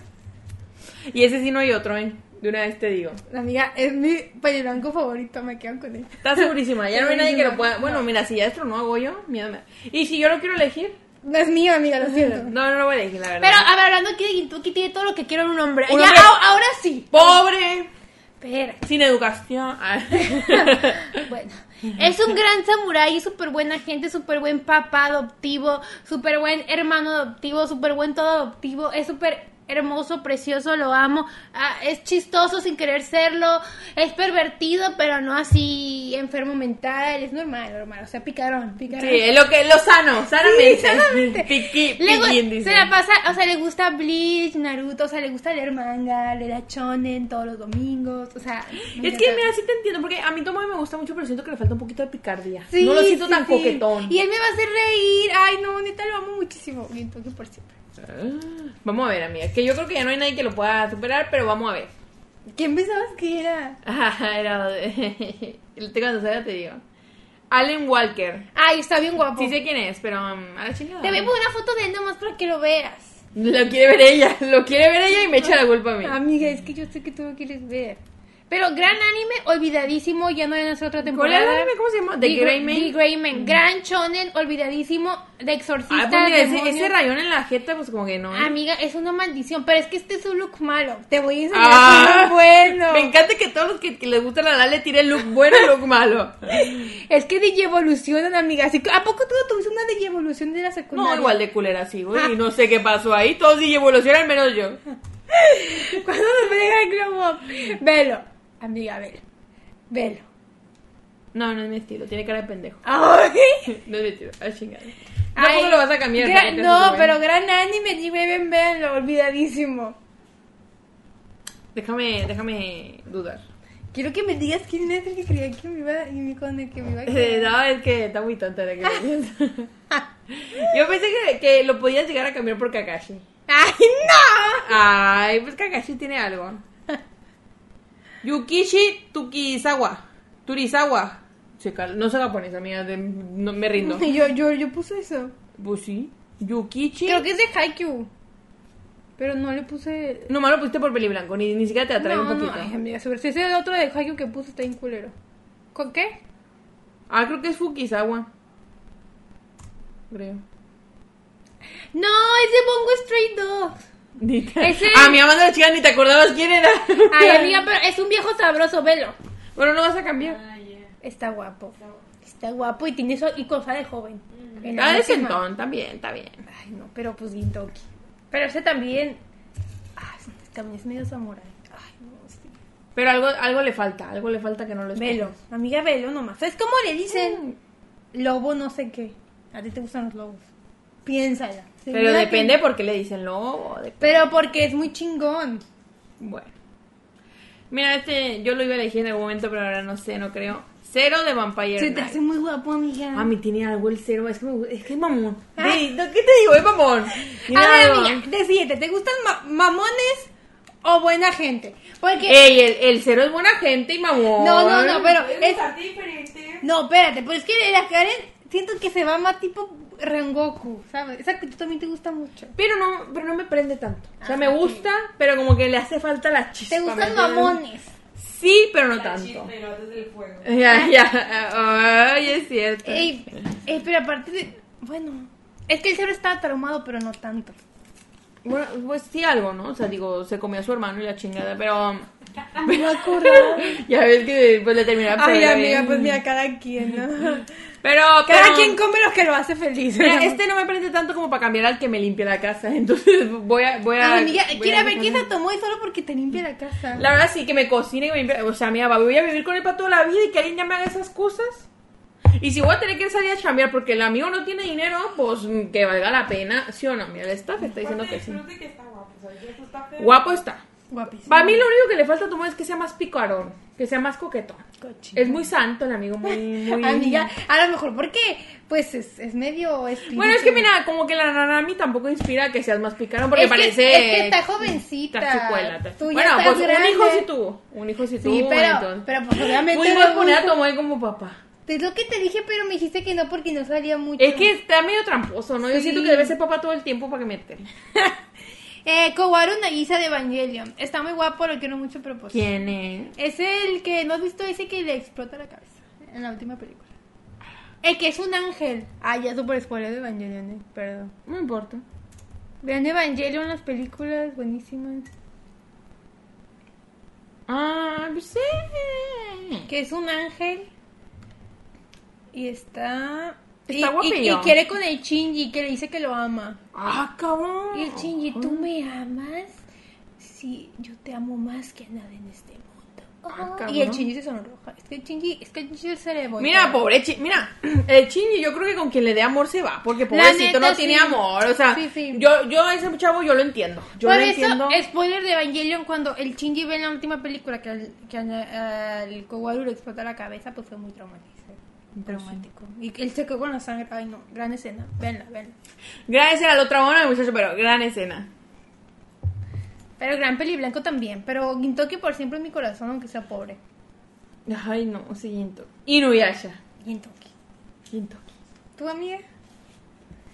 [SPEAKER 2] Y ese sí no hay otro, ¿eh? De una vez te digo.
[SPEAKER 1] La amiga es mi pelo blanco favorito, me quedo con él.
[SPEAKER 2] Está segurísima, ya no hay nadie que lo
[SPEAKER 1] Segurísima.
[SPEAKER 2] pueda. Bueno, mira, si ya no hago yo, miedo me da. Y si yo lo quiero elegir,
[SPEAKER 1] No es mío, amiga, lo siento.
[SPEAKER 2] no, no lo voy a elegir, la verdad.
[SPEAKER 1] Pero, a ver, hablando aquí de Gintoki, tiene todo lo que quiero en un hombre.
[SPEAKER 2] Un
[SPEAKER 1] ya,
[SPEAKER 2] hombre-
[SPEAKER 1] ah, ahora sí.
[SPEAKER 2] Pobre,
[SPEAKER 1] Espera. <laughs>
[SPEAKER 2] sin educación. Ah.
[SPEAKER 1] Bueno, es un gran samurái, súper buena gente, súper buen papá adoptivo, súper buen hermano adoptivo, súper buen todo adoptivo, es súper hermoso, precioso, lo amo, ah, es chistoso sin querer serlo, es pervertido, pero no así enfermo mental, es normal, normal, o sea, picarón, picarón.
[SPEAKER 2] Sí, es lo que lo sano, sanamente.
[SPEAKER 1] Sí, sanamente.
[SPEAKER 2] Piqui-
[SPEAKER 1] Le gu-
[SPEAKER 2] piquín, dice.
[SPEAKER 1] se la pasa, o sea, le gusta Bleach, Naruto, o sea, le gusta leer manga, le da shonen todos los domingos, o sea... me
[SPEAKER 2] Es que,
[SPEAKER 1] encanta.
[SPEAKER 2] mira, sí te entiendo, porque a mí Tomoe me gusta mucho, pero siento que le falta un poquito de picardía.
[SPEAKER 1] Sí,
[SPEAKER 2] no lo siento
[SPEAKER 1] sí,
[SPEAKER 2] tan
[SPEAKER 1] sí.
[SPEAKER 2] coquetón.
[SPEAKER 1] Y él me va a hacer reír. Ay, no, neta, lo amo muchísimo. Bien, toque por siempre.
[SPEAKER 2] Ah, Vamos a ver, amiga, que yo creo que ya no hay nadie que lo pueda superar, pero vamos a ver.
[SPEAKER 1] ¿Quién pensabas que era?
[SPEAKER 2] Ajá, <laughs> era... <laughs> Te- Cuando salga te digo. Allen Walker.
[SPEAKER 1] Ay, está bien guapo.
[SPEAKER 2] Sí sé quién es, pero um, a la chingada.
[SPEAKER 1] Te voy a poner una foto de él nomás para que lo veas.
[SPEAKER 2] Lo quiere ver ella, <laughs> lo quiere ver ella y me echa la culpa a mí.
[SPEAKER 1] Amiga, es que yo sé que tú lo quieres ver. Pero gran anime, olvidadísimo, ya no hay nuestra otra
[SPEAKER 2] ¿Cuál era
[SPEAKER 1] temporada.
[SPEAKER 2] el anime? ¿Cómo se llama? The Grey Man. Ah,
[SPEAKER 1] The Grey Man. Mm. Gran shonen, olvidadísimo, de exorcista.
[SPEAKER 2] Ah, pues mira, ese,
[SPEAKER 1] demonios.
[SPEAKER 2] ese rayón en la jeta, pues como que no. ¿eh?
[SPEAKER 1] Amiga, es una maldición, pero es que este es un look malo. Te voy a enseñar
[SPEAKER 2] Ah,
[SPEAKER 1] un look <laughs> bueno.
[SPEAKER 2] Me encanta que todos los que, que les gusta la edad le tiren look bueno y look malo.
[SPEAKER 1] Es que de evolucionan, amiga. Así que, ¿A poco tú no tuviste una de evolución de la secundaria?
[SPEAKER 2] No, igual de culera así, güey. Y no sé qué pasó ahí. Todos sí evolucionan menos yo.
[SPEAKER 1] <laughs> Cuando nos llega el globo. Velo, amiga, velo. Velo.
[SPEAKER 2] No, no es mi estilo. Tiene cara de pendejo.
[SPEAKER 1] Ay,
[SPEAKER 2] No es mi estilo. Ay, chingada. Tampoco lo vas a cambiar.
[SPEAKER 1] gran-
[SPEAKER 2] porque
[SPEAKER 1] no,
[SPEAKER 2] eso es
[SPEAKER 1] pero
[SPEAKER 2] bueno.
[SPEAKER 1] gran anime, ni beben, véanlo, olvidadísimo.
[SPEAKER 2] Déjame, déjame dudar.
[SPEAKER 1] Quiero que me digas quién es el que creía que me iba y con el que me iba a
[SPEAKER 2] Eh,
[SPEAKER 1] quedar.
[SPEAKER 2] no, es que está muy tonta la que me <laughs> piensa. Yo pensé que, que lo podías llegar a cambiar por Kakashi.
[SPEAKER 1] ¡Ay, no!
[SPEAKER 2] Ay, pues Kakashi
[SPEAKER 1] <laughs>
[SPEAKER 2] tiene algo. Yukishi Tukizawa. Turizawa. Se cal- No soy japonesa, amiga. de- no, me rindo.
[SPEAKER 1] Yo, yo, yo puse eso.
[SPEAKER 2] Pues sí. Yukichi.
[SPEAKER 1] Creo que es de Haikyuu. Pero no le puse...
[SPEAKER 2] Nomás lo pusiste por peli blanco. Ni, ni siquiera te atrae un
[SPEAKER 1] No, no,
[SPEAKER 2] poquito.
[SPEAKER 1] ay, amiga, sobre si ese es el otro de Haikyuu que puse está bien culero. ¿Con qué?
[SPEAKER 2] Ah, creo que es Fukizawa. Creo. <laughs>
[SPEAKER 1] No, es de Bongo Stray <laughs> Dogs.
[SPEAKER 2] Ni te-
[SPEAKER 1] Ese-
[SPEAKER 2] Ah, mi amada la chica ni te acordabas quién era.
[SPEAKER 1] Ay, amiga, pero es un viejo sabroso, velo.
[SPEAKER 2] Bueno, no vas a cambiar.
[SPEAKER 1] Ah,
[SPEAKER 3] eh.
[SPEAKER 1] Está guapo. Mm. Está guapo y tiene eso y cosa de joven. En la
[SPEAKER 2] Ah, de
[SPEAKER 1] última.
[SPEAKER 2] sentón, también, está bien.
[SPEAKER 1] Ay, no, pero pues Gintoki. Pero ese también. Ay, también es medio samurai. Ay, no, sí.
[SPEAKER 2] Pero algo, algo le falta, algo le falta que no lo escuche.
[SPEAKER 1] Velo, amiga, velo nomás. ¿Sabes cómo le dicen? Lobo, no sé qué. A ti te gustan los lobos. Piénsala.
[SPEAKER 2] Pero
[SPEAKER 1] Segura que-
[SPEAKER 2] depende porque le dicen lobo. de-
[SPEAKER 1] Pero porque es muy chingón.
[SPEAKER 2] Bueno. Mira, este yo lo iba a elegir en algún momento, pero ahora no sé, no creo. Cero de Vampire
[SPEAKER 1] Se te
[SPEAKER 2] Knight.
[SPEAKER 1] hace muy guapo, amiga.
[SPEAKER 2] A mí tiene algo el cero, es que, me gu- es, que es mamón.
[SPEAKER 1] Ay.
[SPEAKER 2] Ve, no, ¿Qué te digo? Es mamón.
[SPEAKER 1] A
[SPEAKER 2] Tiene
[SPEAKER 1] ver,
[SPEAKER 2] algo.
[SPEAKER 1] amiga, decídete, ¿te gustan ma- mamones o buena gente. Porque.
[SPEAKER 2] Ey, el, el cero es buena gente y mamón.
[SPEAKER 1] no, no, no, pero.
[SPEAKER 3] Es
[SPEAKER 1] Es,
[SPEAKER 3] a ti diferente.
[SPEAKER 1] no, espérate, pues es que la Karen siento que se va más tipo Rengoku, ¿sabes? Esa actitud también te gusta mucho.
[SPEAKER 2] Pero no, pero no me prende tanto. O sea, me gusta, pero como que le hace falta la chispa.
[SPEAKER 1] Ah, Te
[SPEAKER 2] ¿me
[SPEAKER 1] gustan
[SPEAKER 2] entiendes?
[SPEAKER 1] mamones.
[SPEAKER 2] Sí, pero no
[SPEAKER 3] La
[SPEAKER 2] tanto.
[SPEAKER 3] chispa y lo haces del fuego.
[SPEAKER 2] <laughs> Ya, ya. Ay, es cierto.
[SPEAKER 1] Ey, ey, pero aparte de. Bueno. Es que el cero estaba traumado, pero no tanto.
[SPEAKER 2] Bueno, pues sí algo, ¿no? O sea, digo, se comió a su hermano y la chingada, pero...
[SPEAKER 1] Me
[SPEAKER 2] <laughs>
[SPEAKER 1] va a correr.
[SPEAKER 2] Ya ves que pues le terminaron
[SPEAKER 1] Ay,
[SPEAKER 2] pegando
[SPEAKER 1] amiga,
[SPEAKER 2] bien.
[SPEAKER 1] pues mira, cada quien, ¿no?
[SPEAKER 2] Pero,
[SPEAKER 1] Cada
[SPEAKER 2] pero-
[SPEAKER 1] quien come lo que lo hace feliz.
[SPEAKER 2] <laughs> Mira,
[SPEAKER 1] <laughs>
[SPEAKER 2] este no me prende tanto como para cambiar al que me limpie la casa, <laughs> entonces voy a... Voy a
[SPEAKER 1] amiga,
[SPEAKER 2] voy
[SPEAKER 1] quiere
[SPEAKER 2] a-
[SPEAKER 1] ver quién se tomó y solo porque te limpia la casa.
[SPEAKER 2] La verdad sí, que me cocine y me limpie... O sea, mira, voy a vivir con él para toda la vida y que alguien ya me haga esas cosas. Y si voy a tener que salir a chambear porque el amigo no tiene dinero, pues mm, que valga la pena. Sí o no, mira, el staff está diciendo
[SPEAKER 3] Aparte,
[SPEAKER 2] que sí.
[SPEAKER 3] disfrute que está guapo. O sea, ya eso está feo.
[SPEAKER 2] Guapo está.
[SPEAKER 1] Guapísimo.
[SPEAKER 2] Para mí lo único que le falta a tu modo es que sea más picarón, que sea más coquetón.
[SPEAKER 1] Cochino.
[SPEAKER 2] Es muy santo el amigo, muy... muy...
[SPEAKER 1] <laughs> Amiga, a lo mejor porque, pues, es, es medio espíritu.
[SPEAKER 2] Bueno, es que mira, como que la Nanami tampoco inspira a que seas más picarón, porque
[SPEAKER 1] Es que-
[SPEAKER 2] parece...
[SPEAKER 1] es que está jovencita.
[SPEAKER 2] Está secuela, está-
[SPEAKER 1] Tú ya
[SPEAKER 2] bueno,
[SPEAKER 1] estás
[SPEAKER 2] pues
[SPEAKER 1] grande.
[SPEAKER 2] un hijo sí tuvo. Un hijo sí tuvo.
[SPEAKER 1] Sí, pero,
[SPEAKER 2] entonces.
[SPEAKER 1] pero pues obviamente...
[SPEAKER 2] Pudimos
[SPEAKER 1] no-
[SPEAKER 2] poner a Tomoe como papá.
[SPEAKER 1] Es lo que te dije, pero me dijiste que no porque no salía mucho.
[SPEAKER 2] Es que está medio tramposo, ¿no? Yo
[SPEAKER 1] Sí.
[SPEAKER 2] siento que debe ser papá todo el tiempo para que me entere.
[SPEAKER 1] Eh, Kowaru Nagisa de Evangelion. Está muy guapo, lo quiero mucho, pero pues...
[SPEAKER 2] ¿Quién es?
[SPEAKER 1] Es el que, ¿no has visto ese que le explota la cabeza? En la última película. El que es un ángel. Ah, ya super spoiler de Evangelion, eh, perdón.
[SPEAKER 2] No importa.
[SPEAKER 1] Vean Evangelion, las películas buenísimas.
[SPEAKER 2] Ah, pues sí.
[SPEAKER 1] Que es un ángel. Y está... y-
[SPEAKER 2] Está
[SPEAKER 1] y, y,
[SPEAKER 2] guapillo.
[SPEAKER 1] quiere con el Shinji, que le dice que lo ama.
[SPEAKER 2] Ah, cabrón.
[SPEAKER 1] Y el Shinji,
[SPEAKER 2] Oh.
[SPEAKER 1] ¿tú me amas? Sí, yo te amo más que a nadie en este mundo.
[SPEAKER 2] Ah,
[SPEAKER 1] Oh, y el
[SPEAKER 2] cabrón.
[SPEAKER 1] Shinji se sonroja. Es que el Shinji, es que el Shinji se le voltea.
[SPEAKER 2] Mira, pobre Chi, mira, <clears throat> el Chingy yo creo que con quien le dé amor se va, porque pobrecito
[SPEAKER 1] neta,
[SPEAKER 2] no
[SPEAKER 1] sí.
[SPEAKER 2] tiene amor, o sea,
[SPEAKER 1] Sí, sí.
[SPEAKER 2] yo yo a ese chavo yo lo entiendo, yo
[SPEAKER 1] Por
[SPEAKER 2] lo
[SPEAKER 1] eso,
[SPEAKER 2] entiendo.
[SPEAKER 1] spoiler de Evangelion, cuando el Shinji ve en la última película que al, que al, al Kowaru le explota la cabeza, pues fue muy traumatizante. Traumático. Y él se quedó con la sangre. Ay, no, gran escena. Venla, venla.
[SPEAKER 2] Gran escena, lo trabó el muchacho, pero gran escena.
[SPEAKER 1] Pero gran peli blanco también. Pero Gintoki por siempre en mi corazón, aunque sea pobre.
[SPEAKER 2] Ay, no, sí, Gintoki. Inuyasha.
[SPEAKER 1] Gintoki.
[SPEAKER 2] Gintoki.
[SPEAKER 1] ¿Tú, amiga?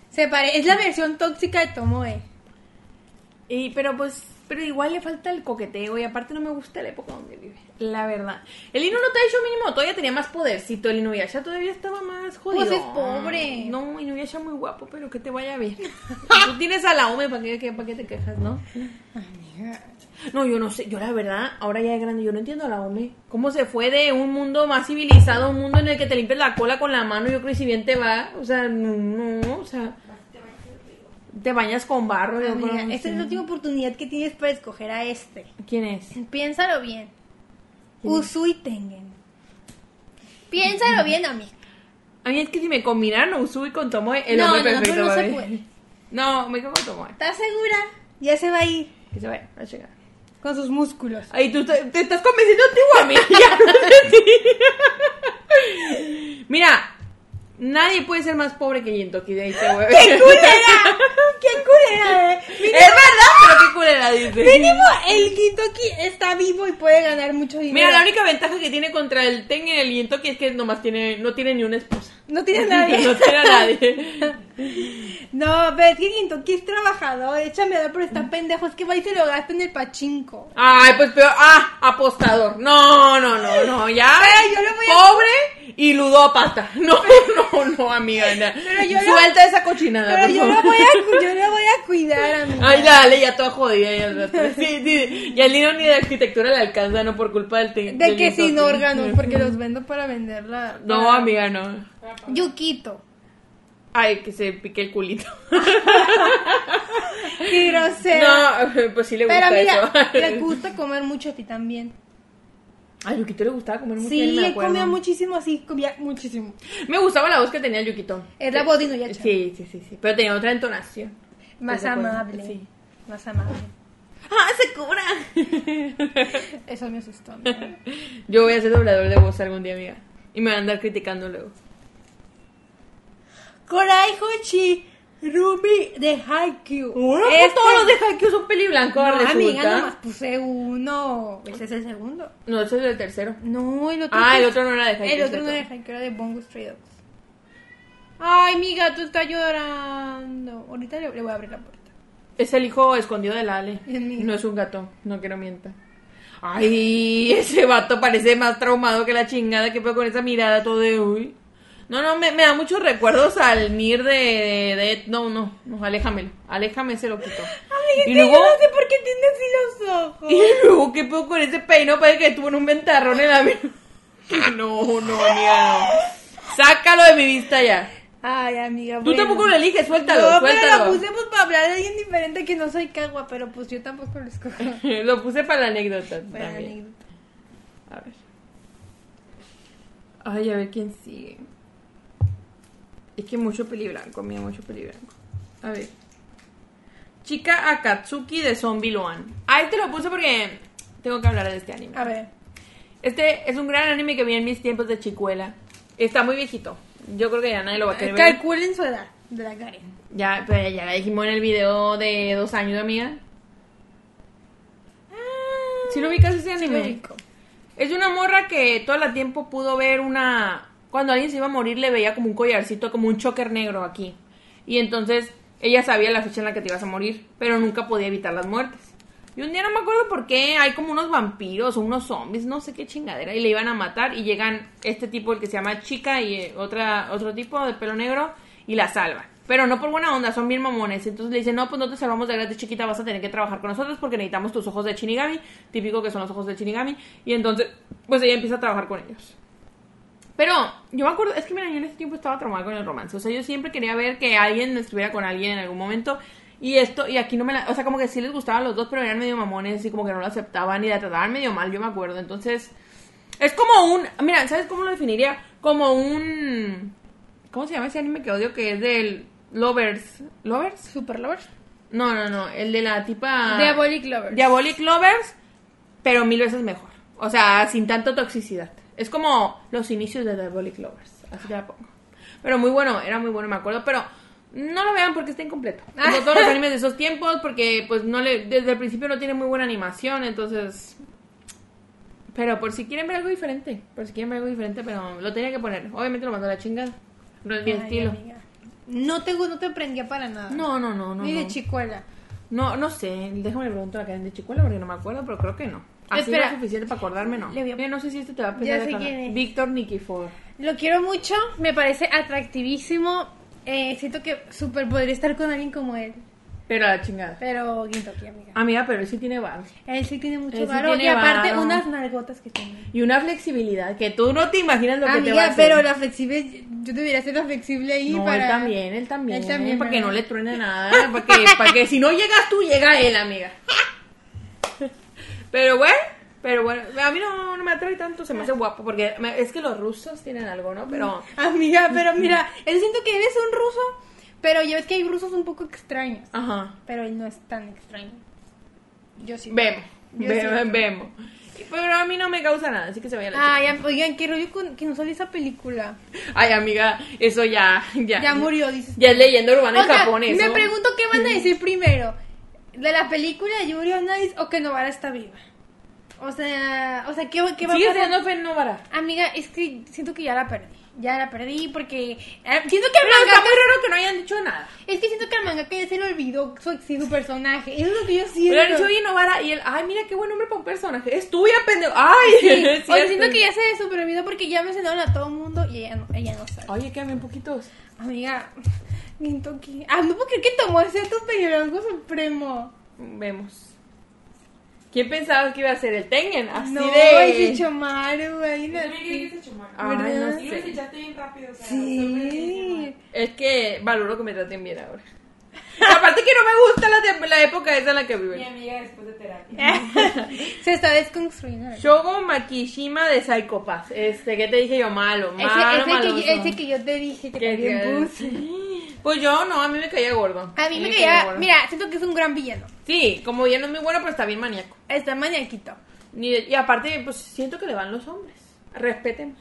[SPEAKER 1] Se pare... Es la versión tóxica de Tomoe.
[SPEAKER 2] Y, pero pues, pero igual le falta el coqueteo y aparte no me gusta la época donde vive, la verdad. El Inu no hecho mínimo todavía tenía más podercito, el Inuyasha todavía estaba más jodido.
[SPEAKER 1] Pues es pobre.
[SPEAKER 2] No, Inuyasha muy guapo, pero que te vaya bien. <laughs> Tú tienes a la OME, ¿para qué, qué- para qué te quejas, no? No, yo no sé, yo la verdad, ahora ya de grande, yo no entiendo a la OME. ¿Cómo se fue de un mundo más civilizado a un mundo en el que te limpias la cola con la mano y yo creo que si bien te va? O sea, no, no, o sea... Te bañas con barro. yo creo,
[SPEAKER 1] Amiga,
[SPEAKER 2] no
[SPEAKER 1] esta es
[SPEAKER 2] sé.
[SPEAKER 1] la última oportunidad que tienes para escoger a este.
[SPEAKER 2] ¿Quién es?
[SPEAKER 1] Piénsalo bien. Usui Tengen. Piénsalo bien, amigo.
[SPEAKER 2] A mí es que si me combinaran Usui con Tomoe, el
[SPEAKER 1] No,
[SPEAKER 2] hombre
[SPEAKER 1] no, no,
[SPEAKER 2] perfecto
[SPEAKER 1] pero no
[SPEAKER 2] para
[SPEAKER 1] se
[SPEAKER 2] mí.
[SPEAKER 1] puede.
[SPEAKER 2] No, me quedo con Tomoe.
[SPEAKER 1] ¿Estás segura? Ya se va a ir.
[SPEAKER 2] Que se vaya, va a llegar.
[SPEAKER 1] Con sus músculos.
[SPEAKER 2] Ay, tú te, te estás convenciendo tú a mí. ya no de ti. <laughs> Mira, nadie puede ser más pobre que
[SPEAKER 1] <laughs>
[SPEAKER 2] Yentoki de ahí te voy a-
[SPEAKER 1] ¡Qué culera! ¡Qué culera! eh!
[SPEAKER 2] ¡Es
[SPEAKER 1] Mínimo,
[SPEAKER 2] verdad! Pero qué culera
[SPEAKER 1] <laughs>
[SPEAKER 2] dice.
[SPEAKER 1] mínimo el Gintoki está vivo y puede ganar mucho dinero.
[SPEAKER 2] Mira, la única ventaja que tiene contra el Ten y el Yentoki es que nomás tiene, no tiene ni una esposa.
[SPEAKER 1] <laughs> No
[SPEAKER 2] <laughs>
[SPEAKER 1] tiene nadie.
[SPEAKER 2] no tiene
[SPEAKER 1] <laughs>
[SPEAKER 2] a nadie.
[SPEAKER 1] No, pero es que Gintoki es trabajador. Échame a dar por estar pendejo. Es que va y se lo gasta en el pachinko.
[SPEAKER 2] Ay, pues peor. Ah, apostador. No, no, no, no. Ya.
[SPEAKER 1] <laughs> Pero yo lo voy a-
[SPEAKER 2] Pobre y ludópata. <laughs> No, no, no, amiga. na.
[SPEAKER 1] Pero yo lo-
[SPEAKER 2] Suelta esa cochinada.
[SPEAKER 1] Pero
[SPEAKER 2] por
[SPEAKER 1] yo lo
[SPEAKER 2] favor.
[SPEAKER 1] voy a, cu- yo lo voy a <laughs> cuidar, amigo.
[SPEAKER 2] <laughs> Ay, dale, ya toda jodida. Ya, al rato. sí, sí. Y al niño ni de arquitectura le alcanza, no por culpa del. te-
[SPEAKER 1] De
[SPEAKER 2] del
[SPEAKER 1] que
[SPEAKER 2] lienzo.
[SPEAKER 1] sin órganos, porque los vendo para venderla.
[SPEAKER 2] No, amiga, no.
[SPEAKER 1] Yukito.
[SPEAKER 2] Ay, que se pique el culito. <laughs>
[SPEAKER 1] Qué grosero.
[SPEAKER 2] No, <laughs> pues sí le
[SPEAKER 1] Pero
[SPEAKER 2] gusta
[SPEAKER 1] mira, <laughs> le
[SPEAKER 2] eso.
[SPEAKER 1] gusta comer mucho a ti también.
[SPEAKER 2] A Yukito le gustaba comer mucho. él
[SPEAKER 1] Sí,
[SPEAKER 2] me
[SPEAKER 1] él
[SPEAKER 2] acuerdo.
[SPEAKER 1] comía muchísimo así, comía muchísimo. Eh,
[SPEAKER 2] Me gustaba la voz que tenía el Yukito.
[SPEAKER 1] Es la voz de Inuyasha.
[SPEAKER 2] Sí, sí, sí, sí. Pero tenía otra entonación.
[SPEAKER 1] Más
[SPEAKER 2] Sí, me acuerdo.
[SPEAKER 1] amable.
[SPEAKER 2] Sí.
[SPEAKER 1] Más <laughs> amable.
[SPEAKER 2] ¡Ah, se cobra!
[SPEAKER 1] <laughs> Eso me asustó. amiga.
[SPEAKER 2] Yo voy a ser doblador de voz algún día, amiga. Y me van a andar criticando luego.
[SPEAKER 1] Korai Hochi. Ruby de Haikyuu. Este-
[SPEAKER 2] Es todos los de Haikyuu son peli blanco,
[SPEAKER 1] No,
[SPEAKER 2] resulta.
[SPEAKER 1] amiga, nomás puse uno. Ese es el segundo.
[SPEAKER 2] No, ese es el tercero.
[SPEAKER 1] No, el otro.
[SPEAKER 2] Ah,
[SPEAKER 1] que-
[SPEAKER 2] el otro no era de Haikyuu.
[SPEAKER 1] El otro no era de Haikyuu, era de Bongo Stray Dogs. Ay, amiga, tú estás llorando. Ahorita le, le voy a abrir la puerta.
[SPEAKER 2] Es el hijo escondido de la Ale.
[SPEAKER 1] Es mío.
[SPEAKER 2] No es un gato, no quiero mienta. Ay, ese vato parece más traumado que la chingada que fue con esa mirada todo de uy. No, no, me, me da muchos recuerdos al Mir de, de, de- No, no, no, aléjamelo. Aléjame ese loquito. y luego,
[SPEAKER 1] sé por qué tiene así los ojos.
[SPEAKER 2] y luego, ¿qué puedo con ese peinado? Parece que tuvo un ventarrón en la mira. <laughs> No, no, amiga, no. Sácalo de mi vista ya.
[SPEAKER 1] Ay, amiga,
[SPEAKER 2] Tú
[SPEAKER 1] bueno.
[SPEAKER 2] tampoco lo eliges, suéltalo,
[SPEAKER 1] No,
[SPEAKER 2] suéltalo.
[SPEAKER 1] pero lo puse pues, para hablar de alguien diferente que no soy cagua, pero pues yo tampoco lo escojo.
[SPEAKER 2] <laughs> Lo puse para la anécdota.
[SPEAKER 1] Bueno,
[SPEAKER 2] también.
[SPEAKER 1] anécdota.
[SPEAKER 2] A ver. Ay, a ver quién sigue. Es que mucho peli blanco, mira, mucho peli blanco. A ver. Chica Akatsuki de Zombie Loan. Ahí te lo puse porque tengo que hablar de este anime.
[SPEAKER 1] A ver.
[SPEAKER 2] Este es un gran anime que vi en mis tiempos de chicuela. Está muy viejito. Yo creo que ya nadie lo va a querer ver.
[SPEAKER 1] Calculen su edad de la Karen.
[SPEAKER 2] Ya, pero ya la dijimos en el video de dos años, amiga. Si lo ubicas ese
[SPEAKER 1] Sí,
[SPEAKER 2] anime? Es de una morra que todo el tiempo pudo ver una... Cuando alguien se iba a morir le veía como un collarcito, como un choker negro aquí. Y entonces ella sabía la fecha en la que te ibas a morir, pero nunca podía evitar las muertes. Y un día no me acuerdo por qué hay como unos vampiros o unos zombies, no sé qué chingadera, y le iban a matar y llegan este tipo, el que se llama Chica, y eh, otra, otro tipo de pelo negro, y la salvan. Pero no por buena onda, son bien mamones. Entonces le dicen, no, pues no te salvamos de gratis, chiquita, vas a tener que trabajar con nosotros porque necesitamos tus ojos de Shinigami, típico que son los ojos de Shinigami. Y entonces, pues ella empieza a trabajar con ellos. Pero yo me acuerdo, es que mira, yo en ese tiempo estaba traumada con el romance. O sea, yo siempre quería ver que alguien estuviera con alguien en algún momento. Y esto, y aquí no me la. O sea, como que sí les gustaban los dos, pero eran medio mamones y como que no lo aceptaban y la trataban medio mal, yo me acuerdo. Entonces, es como un. Mira, ¿sabes cómo lo definiría? Como un. ¿Cómo se llama ese anime que odio? Que es del. Lovers. ¿Lovers?
[SPEAKER 1] Super Lovers.
[SPEAKER 2] No, no, no. El de la tipa.
[SPEAKER 1] Diabolic Lovers.
[SPEAKER 2] Diabolic Lovers, pero mil veces mejor. O sea, sin tanto toxicidad. Es como los inicios de Diabolic Lovers. Así te la pongo. Pero muy bueno, era muy bueno, me acuerdo. Pero no lo vean porque
[SPEAKER 1] <laughs>
[SPEAKER 2] está incompleto. Como todos los animes de esos tiempos, porque pues no le, desde el principio no tiene muy buena animación, entonces. Pero por si quieren ver algo diferente. Por si quieren ver algo diferente, pero lo tenía que poner. Obviamente lo mandó a la chingada. No es mi
[SPEAKER 1] Ay,
[SPEAKER 2] estilo.
[SPEAKER 1] amiga. No te, gu- no te prendía para nada.
[SPEAKER 2] No, no, no, no.
[SPEAKER 1] Ni de
[SPEAKER 2] no.
[SPEAKER 1] chicuela.
[SPEAKER 2] No, no sé, déjame preguntar a Karen de Chicuela porque no me acuerdo, pero creo que no. Así
[SPEAKER 1] Espera.
[SPEAKER 2] no es suficiente para acordarme, no.
[SPEAKER 1] Le voy a-
[SPEAKER 2] Yo no sé si este te va a
[SPEAKER 1] Ya
[SPEAKER 2] pesar
[SPEAKER 1] sé
[SPEAKER 2] de cara.
[SPEAKER 1] quién es.
[SPEAKER 2] Víctor Nikifor.
[SPEAKER 1] Lo quiero mucho, me parece atractivísimo. Eh, siento que super podría estar con alguien como él.
[SPEAKER 2] Pero a la chingada.
[SPEAKER 1] Pero Gintoki, amiga.
[SPEAKER 2] Amiga, pero él sí tiene bar.
[SPEAKER 1] Él sí tiene mucho
[SPEAKER 2] Ah. Él sí
[SPEAKER 1] varo y
[SPEAKER 2] tiene
[SPEAKER 1] aparte
[SPEAKER 2] varo.
[SPEAKER 1] unas nalgotas que tiene.
[SPEAKER 2] Y una flexibilidad que tú no te imaginas lo que te va a
[SPEAKER 1] Ah, Amiga,
[SPEAKER 2] hacer.
[SPEAKER 1] pero la flexible, yo debería ser la flexible ahí
[SPEAKER 2] No,
[SPEAKER 1] para...
[SPEAKER 2] él también, él también.
[SPEAKER 1] Él también,
[SPEAKER 2] para que
[SPEAKER 1] ¿verdad?
[SPEAKER 2] no le truene nada. Para que, para que si no llegas tú, llega él, amiga. Pero bueno, pero bueno. A mí no, no me atrae tanto, se me hace guapo. Porque me- es que los rusos tienen algo, ¿no? Pero.
[SPEAKER 1] Amiga,
[SPEAKER 2] <laughs>
[SPEAKER 1] pero mira, él siento que él es un ruso, pero yo es que hay rusos un poco extraños.
[SPEAKER 2] Ajá.
[SPEAKER 1] Pero él no es tan extraño. Yo sí.
[SPEAKER 2] Vemos,
[SPEAKER 1] Yo
[SPEAKER 2] vemos,
[SPEAKER 1] sí.
[SPEAKER 2] <laughs> vemos. Pero a mí no me causa nada, así que se vaya a la
[SPEAKER 1] Ay, am- oigan, qué rollo con que no salió esa película.
[SPEAKER 2] chica. Ay, amiga, eso ya, <laughs> ya.
[SPEAKER 1] Ya murió, dices.
[SPEAKER 2] Ya es leyenda urbana
[SPEAKER 1] O
[SPEAKER 2] en
[SPEAKER 1] sea,
[SPEAKER 2] Japón, eso.
[SPEAKER 1] me pregunto qué van a
[SPEAKER 2] <laughs>
[SPEAKER 1] decir primero. ¿De la película de Yuri on Ice o que Novara está viva? O sea, o sea, ¿qué, qué va a
[SPEAKER 2] Sigue
[SPEAKER 1] pasar?
[SPEAKER 2] siendo Fen Novara.
[SPEAKER 1] Amiga, es que siento que ya la perdí. Ya la perdí porque... eh, Siento que al
[SPEAKER 2] Pero está
[SPEAKER 1] mangaka...
[SPEAKER 2] muy raro que no hayan dicho nada.
[SPEAKER 1] Es que siento que al mangaka ya se le olvidó su, su personaje. Eso es lo que yo siento.
[SPEAKER 2] Pero han dicho, oye, Novara, y él, ay, mira qué buen nombre para un personaje. Es tuya, pendejo. Ay, <laughs>
[SPEAKER 1] Sí,
[SPEAKER 2] es
[SPEAKER 1] o sea,
[SPEAKER 2] cierto.
[SPEAKER 1] siento que ya se supervivió porque ya mencionaron a todo mundo y ella no, ella no sabe.
[SPEAKER 2] Oye, quedan bien poquitos.
[SPEAKER 1] Amiga, Gintoki. Ah, no puedo creer que tomó ese tu periodismo supremo.
[SPEAKER 2] Vemos. ¿Quién pensabas que iba a ser el Tengen? Así
[SPEAKER 1] no,
[SPEAKER 2] de...
[SPEAKER 1] es Ichimaru, ahí no.
[SPEAKER 3] Yo me creí que se chumaron.
[SPEAKER 2] Ay,
[SPEAKER 1] ¿verdad?
[SPEAKER 2] no
[SPEAKER 3] Y los
[SPEAKER 2] sé.
[SPEAKER 3] echaste bien rápido, o sea,
[SPEAKER 1] Sí.
[SPEAKER 2] Es que valoro que me traten bien ahora. <laughs> Aparte que no me gusta la, tem- la época esa en la que
[SPEAKER 3] Mi
[SPEAKER 2] viven.
[SPEAKER 3] amiga después de
[SPEAKER 2] Eh,
[SPEAKER 3] terapia.
[SPEAKER 1] <laughs> se está desconstruyendo.
[SPEAKER 2] Shogo Makishima de Psychopath. Este, ¿qué te dije yo? Malo,
[SPEAKER 1] Ese,
[SPEAKER 2] malo,
[SPEAKER 1] ese
[SPEAKER 2] malo.
[SPEAKER 1] que, ese que yo te dije que también puse.
[SPEAKER 2] Pues yo no, a mí me caía gordo.
[SPEAKER 1] A mí me
[SPEAKER 2] gordo.
[SPEAKER 1] caía. Mira, siento que es un gran villano.
[SPEAKER 2] Sí, como ya no es muy bueno, pero está bien maníaco.
[SPEAKER 1] Está maniaquito. <laughs>
[SPEAKER 2] Ni de- y aparte, pues siento que le van los hombres. Respétenos.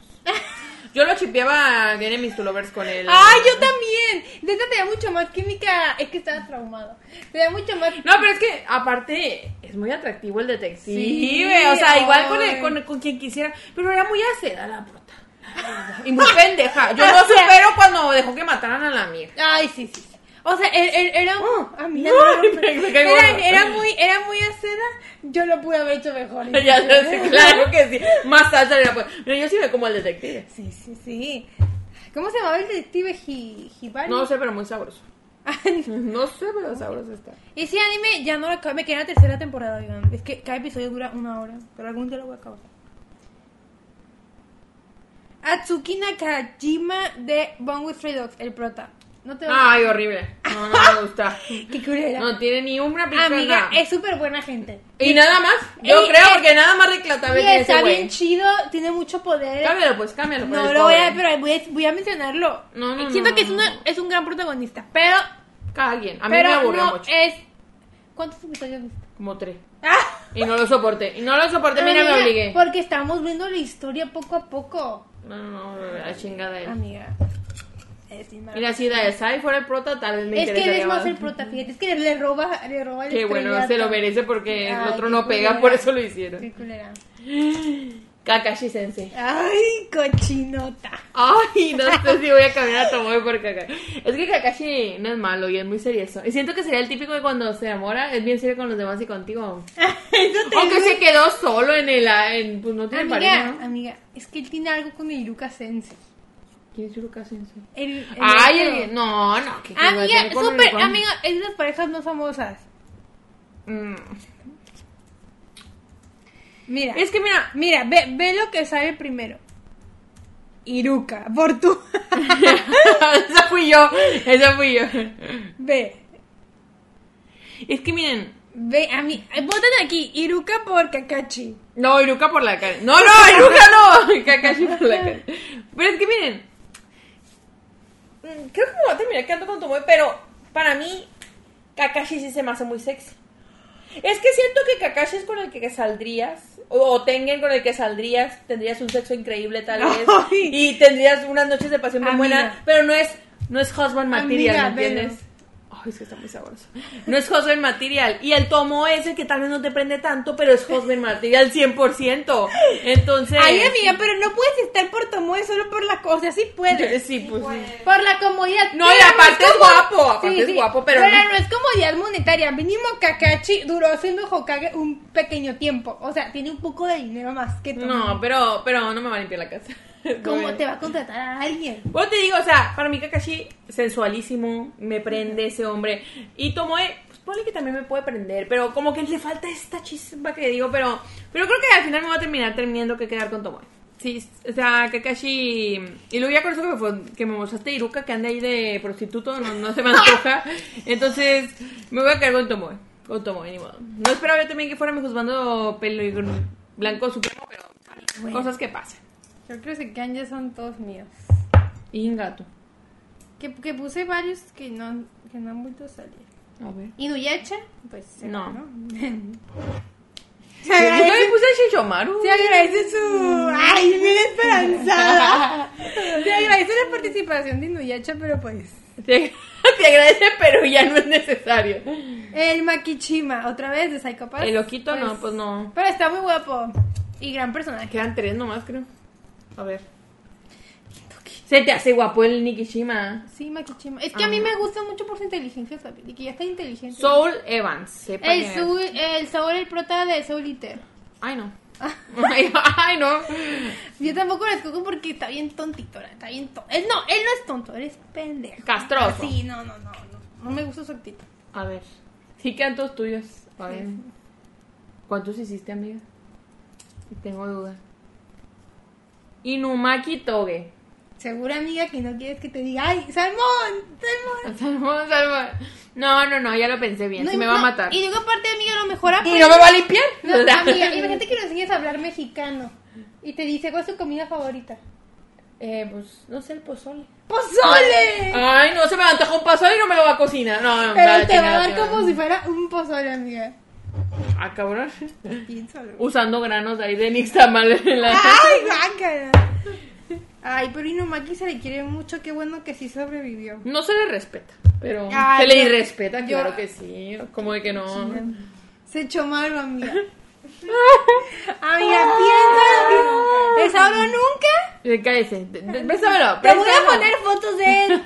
[SPEAKER 2] Yo lo chipeaba a Get Enemies to Lovers con él.
[SPEAKER 1] ¡Ay, ¡Ah, yo también! De esta tenía mucho más química. Es que estaba traumado. Tenía mucho más.
[SPEAKER 2] No, pero es que aparte es muy atractivo el detective.
[SPEAKER 1] Sí,
[SPEAKER 2] o sea, igual con, el-
[SPEAKER 1] ay.
[SPEAKER 2] con, con quien quisiera. Pero era muy acera la puta. Y muy pendeja. Yo no
[SPEAKER 1] O sea-
[SPEAKER 2] supero cuando dejó que mataran a la mía.
[SPEAKER 1] Ay, sí, sí. sí. O sea, er- er- era un- ah, mira,
[SPEAKER 2] Oh,
[SPEAKER 1] no,
[SPEAKER 2] no,
[SPEAKER 1] no,
[SPEAKER 2] <laughs> me- me caigo
[SPEAKER 1] era,
[SPEAKER 2] gorda.
[SPEAKER 1] era muy era muy acera. Yo lo pude haber hecho mejor.
[SPEAKER 2] <laughs> <laughs> Ya sé, claro que sí. Más salsa era pues. Mira, yo sí me como el detective.
[SPEAKER 1] Sí, sí, sí. ¿Cómo se llamaba el detective Hi- Hibari? <laughs>
[SPEAKER 2] No sé, pero muy sabroso. No sé, pero sabroso está.
[SPEAKER 1] Ese anime ya no lo acabé. Me queda la tercera temporada, oigan. Es que cada episodio dura una hora. Pero algún día lo voy a acabar. Atsuki Nakajima de Bone with Stray Dogs, el prota. No te va
[SPEAKER 2] Ay, horrible. No, no me gusta.
[SPEAKER 1] Qué culera.
[SPEAKER 2] Ah. No tiene ni una pizca
[SPEAKER 1] Amiga,
[SPEAKER 2] nada.
[SPEAKER 1] es súper buena gente.
[SPEAKER 2] Y nada más. Yo
[SPEAKER 1] Ey,
[SPEAKER 2] creo
[SPEAKER 1] eh,
[SPEAKER 2] porque nada más reclatable
[SPEAKER 1] Y
[SPEAKER 2] tiene ese
[SPEAKER 1] está bien
[SPEAKER 2] güey.
[SPEAKER 1] chido, tiene mucho poder.
[SPEAKER 2] Cámbialo, pues, cámbialo. por
[SPEAKER 1] no
[SPEAKER 2] el
[SPEAKER 1] lo voy a,
[SPEAKER 2] pobre.
[SPEAKER 1] pero voy a, voy a mencionarlo.
[SPEAKER 2] No, no,
[SPEAKER 1] Siento
[SPEAKER 2] no,
[SPEAKER 1] que
[SPEAKER 2] no,
[SPEAKER 1] es, una-
[SPEAKER 2] no.
[SPEAKER 1] es un gran protagonista, pero,
[SPEAKER 2] Cada quien. A mí
[SPEAKER 1] pero
[SPEAKER 2] me aburrió
[SPEAKER 1] no eh.
[SPEAKER 2] mucho.
[SPEAKER 1] es... ¿Cuántos episodios viste?
[SPEAKER 2] Como tres.
[SPEAKER 1] ¡Ah!
[SPEAKER 2] Y no lo soporté. Y no lo soporté. Mira,
[SPEAKER 1] Amiga, pues,
[SPEAKER 2] me obligué.
[SPEAKER 1] Porque estamos viendo la historia poco a poco.
[SPEAKER 2] No, no, no, la chingada él.
[SPEAKER 1] Amiga. Es sin mala-
[SPEAKER 2] Mira, si Daesai fuera el prota, tal vez me
[SPEAKER 1] es que él
[SPEAKER 2] interesaría
[SPEAKER 1] es más el prota, fíjate. Es que le roba, le roba el
[SPEAKER 2] Que bueno, se lo
[SPEAKER 1] estrellato.
[SPEAKER 2] merece porque el
[SPEAKER 1] Ay,
[SPEAKER 2] otro
[SPEAKER 1] qué
[SPEAKER 2] no pega,
[SPEAKER 1] culera.
[SPEAKER 2] por eso lo hicieron.
[SPEAKER 1] Qué culera.
[SPEAKER 2] Kakashi Sensei.
[SPEAKER 1] Ay, cochinota.
[SPEAKER 2] Ay, no sé si voy a caminar a Tomoe por Kakashi. Es que Kakashi no es malo y es muy serioso. Y siento que sería el típico que cuando se enamora es bien serio con los demás y contigo.
[SPEAKER 1] <laughs> Eso te
[SPEAKER 2] O que
[SPEAKER 1] digo.
[SPEAKER 2] se quedó solo en el... en- pues no tiene pareja,
[SPEAKER 1] Amiga,
[SPEAKER 2] ¿no?
[SPEAKER 1] amiga, es que él tiene algo con el Iruka Sensei.
[SPEAKER 2] ¿Quién es Yuruka Sensei?
[SPEAKER 1] El, el
[SPEAKER 2] Ay,
[SPEAKER 1] otro.
[SPEAKER 2] el- no, no. que- que va a
[SPEAKER 1] Amiga,
[SPEAKER 2] tener con
[SPEAKER 1] súper,
[SPEAKER 2] Unicorn.
[SPEAKER 1] amiga, es de las parejas más famosas.
[SPEAKER 2] Mm. <laughs>
[SPEAKER 1] Mira,
[SPEAKER 2] Es que mira,
[SPEAKER 1] mira, ve, ve lo que sale primero. Iruka, por tu... <laughs>
[SPEAKER 2] esa fui yo, esa fui yo.
[SPEAKER 1] ve,
[SPEAKER 2] Es que miren,
[SPEAKER 1] ve, a mí, eh, voten aquí, Iruka por Kakashi.
[SPEAKER 2] no, Iruka por la cara. No,
[SPEAKER 1] <laughs>
[SPEAKER 2] no, Iruka no, <laughs> Kakashi por la cara. Pero es que miren, mm, creo que me voy a terminar quedando con Tomoe, pero para mí Kakashi sí se me hace muy sexy. Es que siento que Kakashi es con el que saldrías, o, o Tengen con el que saldrías, tendrías un sexo increíble tal vez,
[SPEAKER 1] <laughs> Ay.
[SPEAKER 2] y tendrías unas noches de pasión muy
[SPEAKER 1] Amiga.
[SPEAKER 2] buenas, pero no es, no es husband material,
[SPEAKER 1] Amiga,
[SPEAKER 2] ¿me entiendes?
[SPEAKER 1] velo.
[SPEAKER 2] Ay, es que está muy sabroso. No es husband material. Y el tomo es el que tal vez no te prende tanto, pero es husband material 100%. Entonces...
[SPEAKER 1] Ay, amiga, pero no puedes estar por Tomoe solo por la cosa, sí puedes.
[SPEAKER 2] <laughs> Sí, pues... sí.
[SPEAKER 1] Por la comodidad.
[SPEAKER 2] No,
[SPEAKER 1] pero
[SPEAKER 2] y aparte
[SPEAKER 1] es
[SPEAKER 2] es guapo, aparte
[SPEAKER 1] Sí,
[SPEAKER 2] es
[SPEAKER 1] sí,
[SPEAKER 2] guapo, pero no.
[SPEAKER 1] no es comodidad monetaria. Mínimo Kakashi duró siendo Hokage un pequeño tiempo. O sea, tiene un poco de dinero más que Tomoe.
[SPEAKER 2] No, pero, pero no me va a limpiar la casa.
[SPEAKER 1] ¿Cómo
[SPEAKER 2] No,
[SPEAKER 1] te va a contratar a alguien?
[SPEAKER 2] Bueno, te digo, o sea, para mí Kakashi, sensualísimo, me prende ese hombre. Y Tomoe, pues ponle que también me puede prender, pero como que le falta esta chispa que digo, pero, pero creo que al final me va a terminar terminando que quedar con Tomoe. Sí, o sea, Kakashi... Y luego ya con eso que me, fue- que me mostraste Iruka, que anda ahí de prostituto, no, no se me <laughs> antoja. Entonces, me voy a quedar con Tomoe. Con Tomoe, ni modo. No esperaba yo también que fuera mi juzgando pelo y gru- blanco supremo, pero
[SPEAKER 1] Bueno.
[SPEAKER 2] cosas que pasan.
[SPEAKER 1] Yo creo que ya son todos míos.
[SPEAKER 2] Y un gato.
[SPEAKER 1] Que, que puse varios que no, que no han vuelto a salir.
[SPEAKER 2] A ver.
[SPEAKER 1] Inuyacha, pues se
[SPEAKER 2] No.
[SPEAKER 1] va, ¿no? se,
[SPEAKER 2] Yo también
[SPEAKER 1] agradece,
[SPEAKER 2] puse a Shishomaru.
[SPEAKER 1] se agradece su. ¡Ay, bien esperanzada! se agradece la participación de Inuyacha, pero pues.
[SPEAKER 2] <laughs> Te, <laughs> te agradece, pero ya no es necesario.
[SPEAKER 1] El Makichima, otra vez de Psychopath.
[SPEAKER 2] El loquito no, pues no.
[SPEAKER 1] Pero está muy guapo. Y gran personaje.
[SPEAKER 2] Quedan tres nomás, creo. A ver. Se te hace guapo el Nikishima.
[SPEAKER 1] Sí, Makichima. Es que a mí me gusta mucho por su inteligencia, ¿sabes? Y que ya está inteligente.
[SPEAKER 2] Soul Evans. sepa
[SPEAKER 1] El
[SPEAKER 2] quién es.
[SPEAKER 1] Soul, el Soul, el prota de Soul Eater. <laughs>
[SPEAKER 2] Ay, no. Ay, ay, no.
[SPEAKER 1] Yo tampoco lo escojo porque está bien tontito, la- está bien tonto. Él no, él no es tonto, él es pendejo. Ah,
[SPEAKER 2] Castroso.
[SPEAKER 1] Sí, no, no, no, no. No me gusta su actitud.
[SPEAKER 2] A ver. Sí quedan todos tuyos. A ver. ¿Cuántos hiciste, amiga? Tengo duda. Inumaki Toge.
[SPEAKER 1] Segura, amiga, que no quieres que te diga, ¡ay, salmón!
[SPEAKER 2] <laughs>
[SPEAKER 1] ¡Salmón!
[SPEAKER 2] Salmón, salmón. No, no, no, ya lo pensé bien.
[SPEAKER 1] No,
[SPEAKER 2] Sí me va a
[SPEAKER 1] no,
[SPEAKER 2] matar.
[SPEAKER 1] Y digo, aparte, amiga, lo mejora.
[SPEAKER 2] ¿Y no me va a limpiar?
[SPEAKER 1] No,
[SPEAKER 2] <laughs> O sea,
[SPEAKER 1] amiga, imagínate que lo enseñas a hablar mexicano y te dice, ¿cuál es tu comida favorita?
[SPEAKER 2] Eh, pues, no sé, el pozole.
[SPEAKER 1] ¡Pozole!
[SPEAKER 2] Ay, no, se me antoja un pozole y no me lo va a cocinar. No, no,
[SPEAKER 1] Pero te va
[SPEAKER 2] nada, Ah, chingada,
[SPEAKER 1] a dar
[SPEAKER 2] chingada.
[SPEAKER 1] como si fuera un pozole, amiga.
[SPEAKER 2] Ah, cabrón. <laughs>
[SPEAKER 1] Piénsalo. <laughs>
[SPEAKER 2] Usando granos ahí de nixtamal en la...
[SPEAKER 1] ¡Ay, guácala! Ay, pero Inumaki se le quiere mucho, qué bueno que sí sobrevivió.
[SPEAKER 2] No se le respeta, pero
[SPEAKER 1] Ay,
[SPEAKER 2] se le
[SPEAKER 1] yo-
[SPEAKER 2] irrespeta,
[SPEAKER 1] yo-
[SPEAKER 2] claro que sí. Como de que no.
[SPEAKER 1] Se echó mal, amiga. amiga, piensa. ¿Es ahora o nunca?
[SPEAKER 2] Eh, <laughs> Cállese. de- de- Préstamelo.
[SPEAKER 1] Te voy a
[SPEAKER 2] préstamelo.
[SPEAKER 1] poner fotos de él.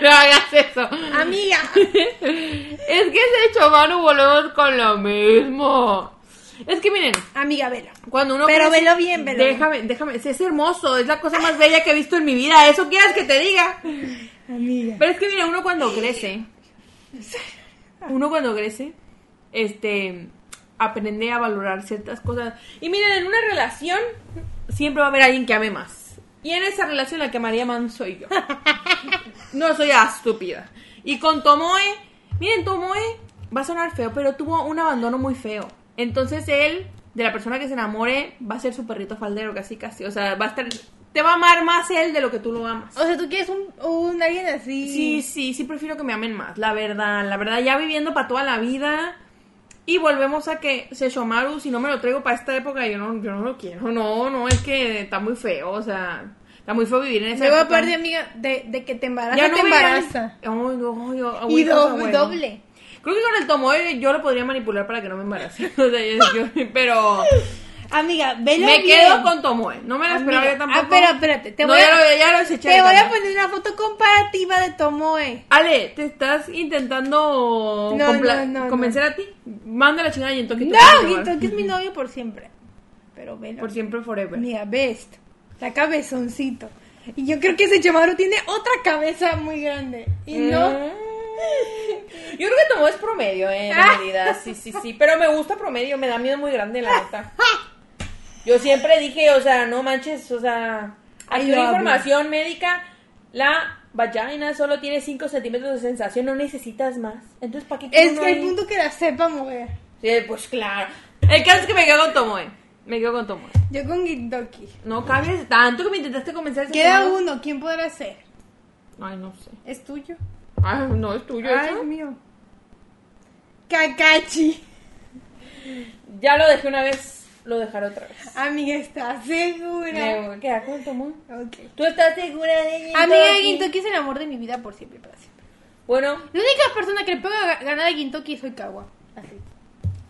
[SPEAKER 2] <laughs> no hagas eso.
[SPEAKER 1] Amiga.
[SPEAKER 2] Es que ese chomano volvemos con lo mismo. Es que miren,
[SPEAKER 1] Amiga, velo.
[SPEAKER 2] cuando uno.
[SPEAKER 1] Pero
[SPEAKER 2] crece-
[SPEAKER 1] velo bien, velo.
[SPEAKER 2] Déjame, déjame. Es hermoso, es la cosa más bella que he visto en mi vida. ¿Eso quieres que te diga?
[SPEAKER 1] Amiga.
[SPEAKER 2] Pero es que mira, uno cuando crece, uno cuando crece, este, aprende a valorar ciertas cosas. Y miren, en una relación siempre va a haber alguien que ame más. Y en esa relación la que amaría más soy yo. No soy la estúpida. Y con Tomoe, miren, Tomoe va a sonar feo, pero tuvo un abandono muy feo. Entonces él, de la persona que se enamore, va a ser su perrito faldero, casi casi. O sea, va a estar, te va a amar más él de lo que tú lo amas.
[SPEAKER 1] O sea, tú quieres un, un alguien así.
[SPEAKER 2] Sí, sí, sí prefiero que me amen más, la verdad, la verdad, ya viviendo para toda la vida. Y volvemos a que Seshomaru, si no me lo traigo para esta época, yo no, yo no lo quiero, no, no, es que está muy feo, o sea, está muy feo vivir en esa
[SPEAKER 1] Luego
[SPEAKER 2] época.
[SPEAKER 1] aparte, amiga, de, de que te embaraza,
[SPEAKER 2] ya no
[SPEAKER 1] te
[SPEAKER 2] me van-
[SPEAKER 1] embaraza.
[SPEAKER 2] Ay, no, yo-
[SPEAKER 1] Y
[SPEAKER 2] agüita, o sea,
[SPEAKER 1] doble-
[SPEAKER 2] bueno.
[SPEAKER 1] doble.
[SPEAKER 2] Creo que con el tomoe yo lo podría manipular para que no me embarace, <laughs> o sea, yo- yo- pero
[SPEAKER 1] Amiga, velo
[SPEAKER 2] me
[SPEAKER 1] bien.
[SPEAKER 2] quedo con tomoe, no me la
[SPEAKER 1] Amiga,
[SPEAKER 2] esperaba yo tampoco.
[SPEAKER 1] Ah, pero espérate, te
[SPEAKER 2] No,
[SPEAKER 1] voy a...
[SPEAKER 2] ya lo- ya lo deseché
[SPEAKER 1] Te
[SPEAKER 2] de
[SPEAKER 1] voy a
[SPEAKER 2] tanta.
[SPEAKER 1] poner una foto comparativa de Tomoe.
[SPEAKER 2] Ale, ¿te estás intentando
[SPEAKER 1] No,
[SPEAKER 2] compla-
[SPEAKER 1] no, no,
[SPEAKER 2] convencer a ti? Manda la chingada y entonces
[SPEAKER 1] No, Gintoki es mi novio por siempre. Pero velo.
[SPEAKER 2] Por siempre, forever.
[SPEAKER 1] Mira, best. Está cabezoncito. Y yo creo que ese Chamaru tiene otra cabeza muy grande. Y no.
[SPEAKER 2] Eh. Yo creo que tomó es promedio, eh,
[SPEAKER 1] Ah.
[SPEAKER 2] la medida. Sí, sí, sí. Pero me gusta promedio, me da miedo muy grande, la neta. Yo siempre dije, o sea, no manches, o sea,
[SPEAKER 1] Ay,
[SPEAKER 2] aquí
[SPEAKER 1] lo
[SPEAKER 2] una
[SPEAKER 1] hablo.
[SPEAKER 2] información médica, la vagina solo tiene 5 centímetros de sensación, no necesitas más. Entonces, ¿para qué quiero
[SPEAKER 1] Es
[SPEAKER 2] uno
[SPEAKER 1] que el
[SPEAKER 2] ahí?
[SPEAKER 1] punto que la sepa mover.
[SPEAKER 2] Sí, pues claro. El caso es que me quedo con Tomoe. Me quedo con Tomoe.
[SPEAKER 1] Yo con Gintoki.
[SPEAKER 2] No cambies tanto que me intentaste convencer.
[SPEAKER 1] Queda
[SPEAKER 2] uno.
[SPEAKER 1] uno, ¿quién podrá ser?
[SPEAKER 2] Ay, no sé.
[SPEAKER 1] ¿Es tuyo?
[SPEAKER 2] Ay, no, es tuyo
[SPEAKER 1] Ay,
[SPEAKER 2] eso.
[SPEAKER 1] mío. Kakachi.
[SPEAKER 2] Ya lo dejé una vez, lo dejaré otra vez.
[SPEAKER 1] Amiga, ¿estás
[SPEAKER 2] Me
[SPEAKER 1] segura?
[SPEAKER 2] voy a quedar con Tomoe.
[SPEAKER 1] Ok.
[SPEAKER 2] ¿Tú estás segura de Gintoki?
[SPEAKER 1] Amiga, Gintoki es el amor de mi vida por siempre y para siempre.
[SPEAKER 2] Bueno,
[SPEAKER 4] La única persona que le puedo ga- ganar a Gintoki soy Kawa. Así.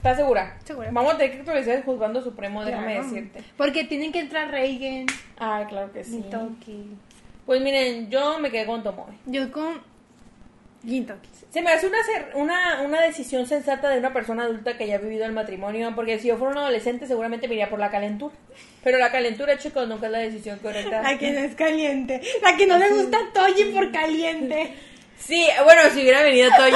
[SPEAKER 2] ¿estás segura?
[SPEAKER 1] Segura.
[SPEAKER 2] Vamos a tener que actualizar el juzgando supremo, déjame
[SPEAKER 1] Claro.
[SPEAKER 2] decirte.
[SPEAKER 1] Porque tienen que entrar Reigen,
[SPEAKER 2] Ay, claro que sí.
[SPEAKER 1] Gintoki.
[SPEAKER 2] Pues miren, yo me quedé con Tomoe.
[SPEAKER 1] Yo con Gintoki.
[SPEAKER 2] Se me hace una, cer- una, una decisión sensata de una persona adulta que haya vivido el matrimonio, porque si yo fuera un adolescente seguramente me iría por la calentura. Pero la calentura, chicos, nunca es la decisión
[SPEAKER 1] <laughs>
[SPEAKER 2] correcta.
[SPEAKER 1] La que no es caliente. La que no le gusta a Toji por
[SPEAKER 2] <laughs>
[SPEAKER 1] caliente. <laughs>
[SPEAKER 2] Sí, bueno, si hubiera venido Toyi.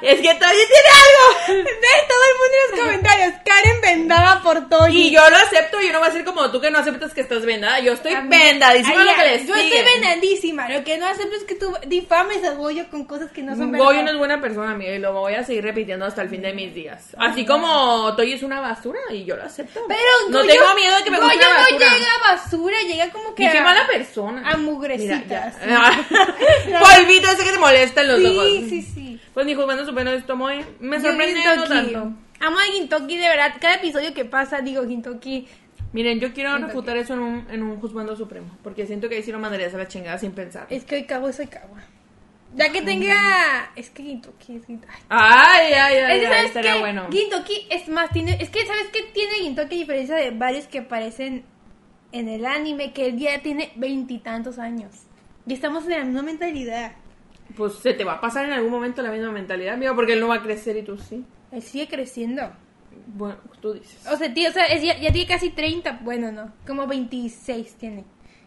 [SPEAKER 2] es que Toyi tiene algo.
[SPEAKER 1] Ve todo el mundo en los comentarios. Karen vendada por Toji.
[SPEAKER 2] Y yo lo acepto, yo no voy a ser como tú que no aceptas que estás vendada. Yo estoy vendadísima
[SPEAKER 1] Ay,
[SPEAKER 2] lo que
[SPEAKER 1] ya,
[SPEAKER 2] les
[SPEAKER 1] Yo estoy vendadísima. Lo que no acepto es que tú difames a Goyo con cosas que no son
[SPEAKER 2] Goyo no
[SPEAKER 1] verdad.
[SPEAKER 2] es buena persona, amigo, y lo voy a seguir repitiendo hasta el fin de mis días. Así como Toyi es una basura y yo lo acepto.
[SPEAKER 1] Pero
[SPEAKER 2] no
[SPEAKER 1] Goyo-
[SPEAKER 2] tengo miedo de que me
[SPEAKER 1] Goyo
[SPEAKER 2] guste la
[SPEAKER 1] no
[SPEAKER 2] basura.
[SPEAKER 1] llega a basura, llega como que
[SPEAKER 2] Y qué
[SPEAKER 1] a-
[SPEAKER 2] mala persona.
[SPEAKER 1] a mugrecitas.
[SPEAKER 2] Mira,
[SPEAKER 1] <laughs>
[SPEAKER 2] ya. Polvito ese que te molesta en los ojos.
[SPEAKER 1] Sí, sí, sí.
[SPEAKER 2] Pues ni juzgando su pena de Tomoe. Me
[SPEAKER 1] Yo
[SPEAKER 2] sorprende no
[SPEAKER 1] Gintoki.
[SPEAKER 2] tanto.
[SPEAKER 4] Amo a Gintoki, de verdad. Cada episodio que pasa digo Gintoki.
[SPEAKER 2] Miren, yo quiero refutar eso en un, en un juzgando supremo, porque siento que ahí sí lo mandarías a la chingada sin pensar.
[SPEAKER 4] Eh,
[SPEAKER 1] Es que hoy cago soy cagua. Ya que tenga. Es que Gintoki es Gintoki. Ay,
[SPEAKER 2] Ay, ay, ay,
[SPEAKER 4] Es que,
[SPEAKER 2] ay,
[SPEAKER 4] ¿sabes
[SPEAKER 2] estaría
[SPEAKER 4] qué?
[SPEAKER 2] bueno.
[SPEAKER 4] Gintoki es más, tiene... Es que, ¿sabes qué tiene Gintoki a diferencia de varios que aparecen en el anime? Que el día tiene veintitantos años.
[SPEAKER 1] Y estamos en la misma mentalidad.
[SPEAKER 2] Pues se te va a pasar en algún momento la misma mentalidad, amigo, porque él no va a crecer y tú sí.
[SPEAKER 1] Él sigue creciendo.
[SPEAKER 2] Bueno, tú dices.
[SPEAKER 1] O sea, tío, o sea, es ya, ya tiene casi 30. Bueno, no. Como 26 tiene.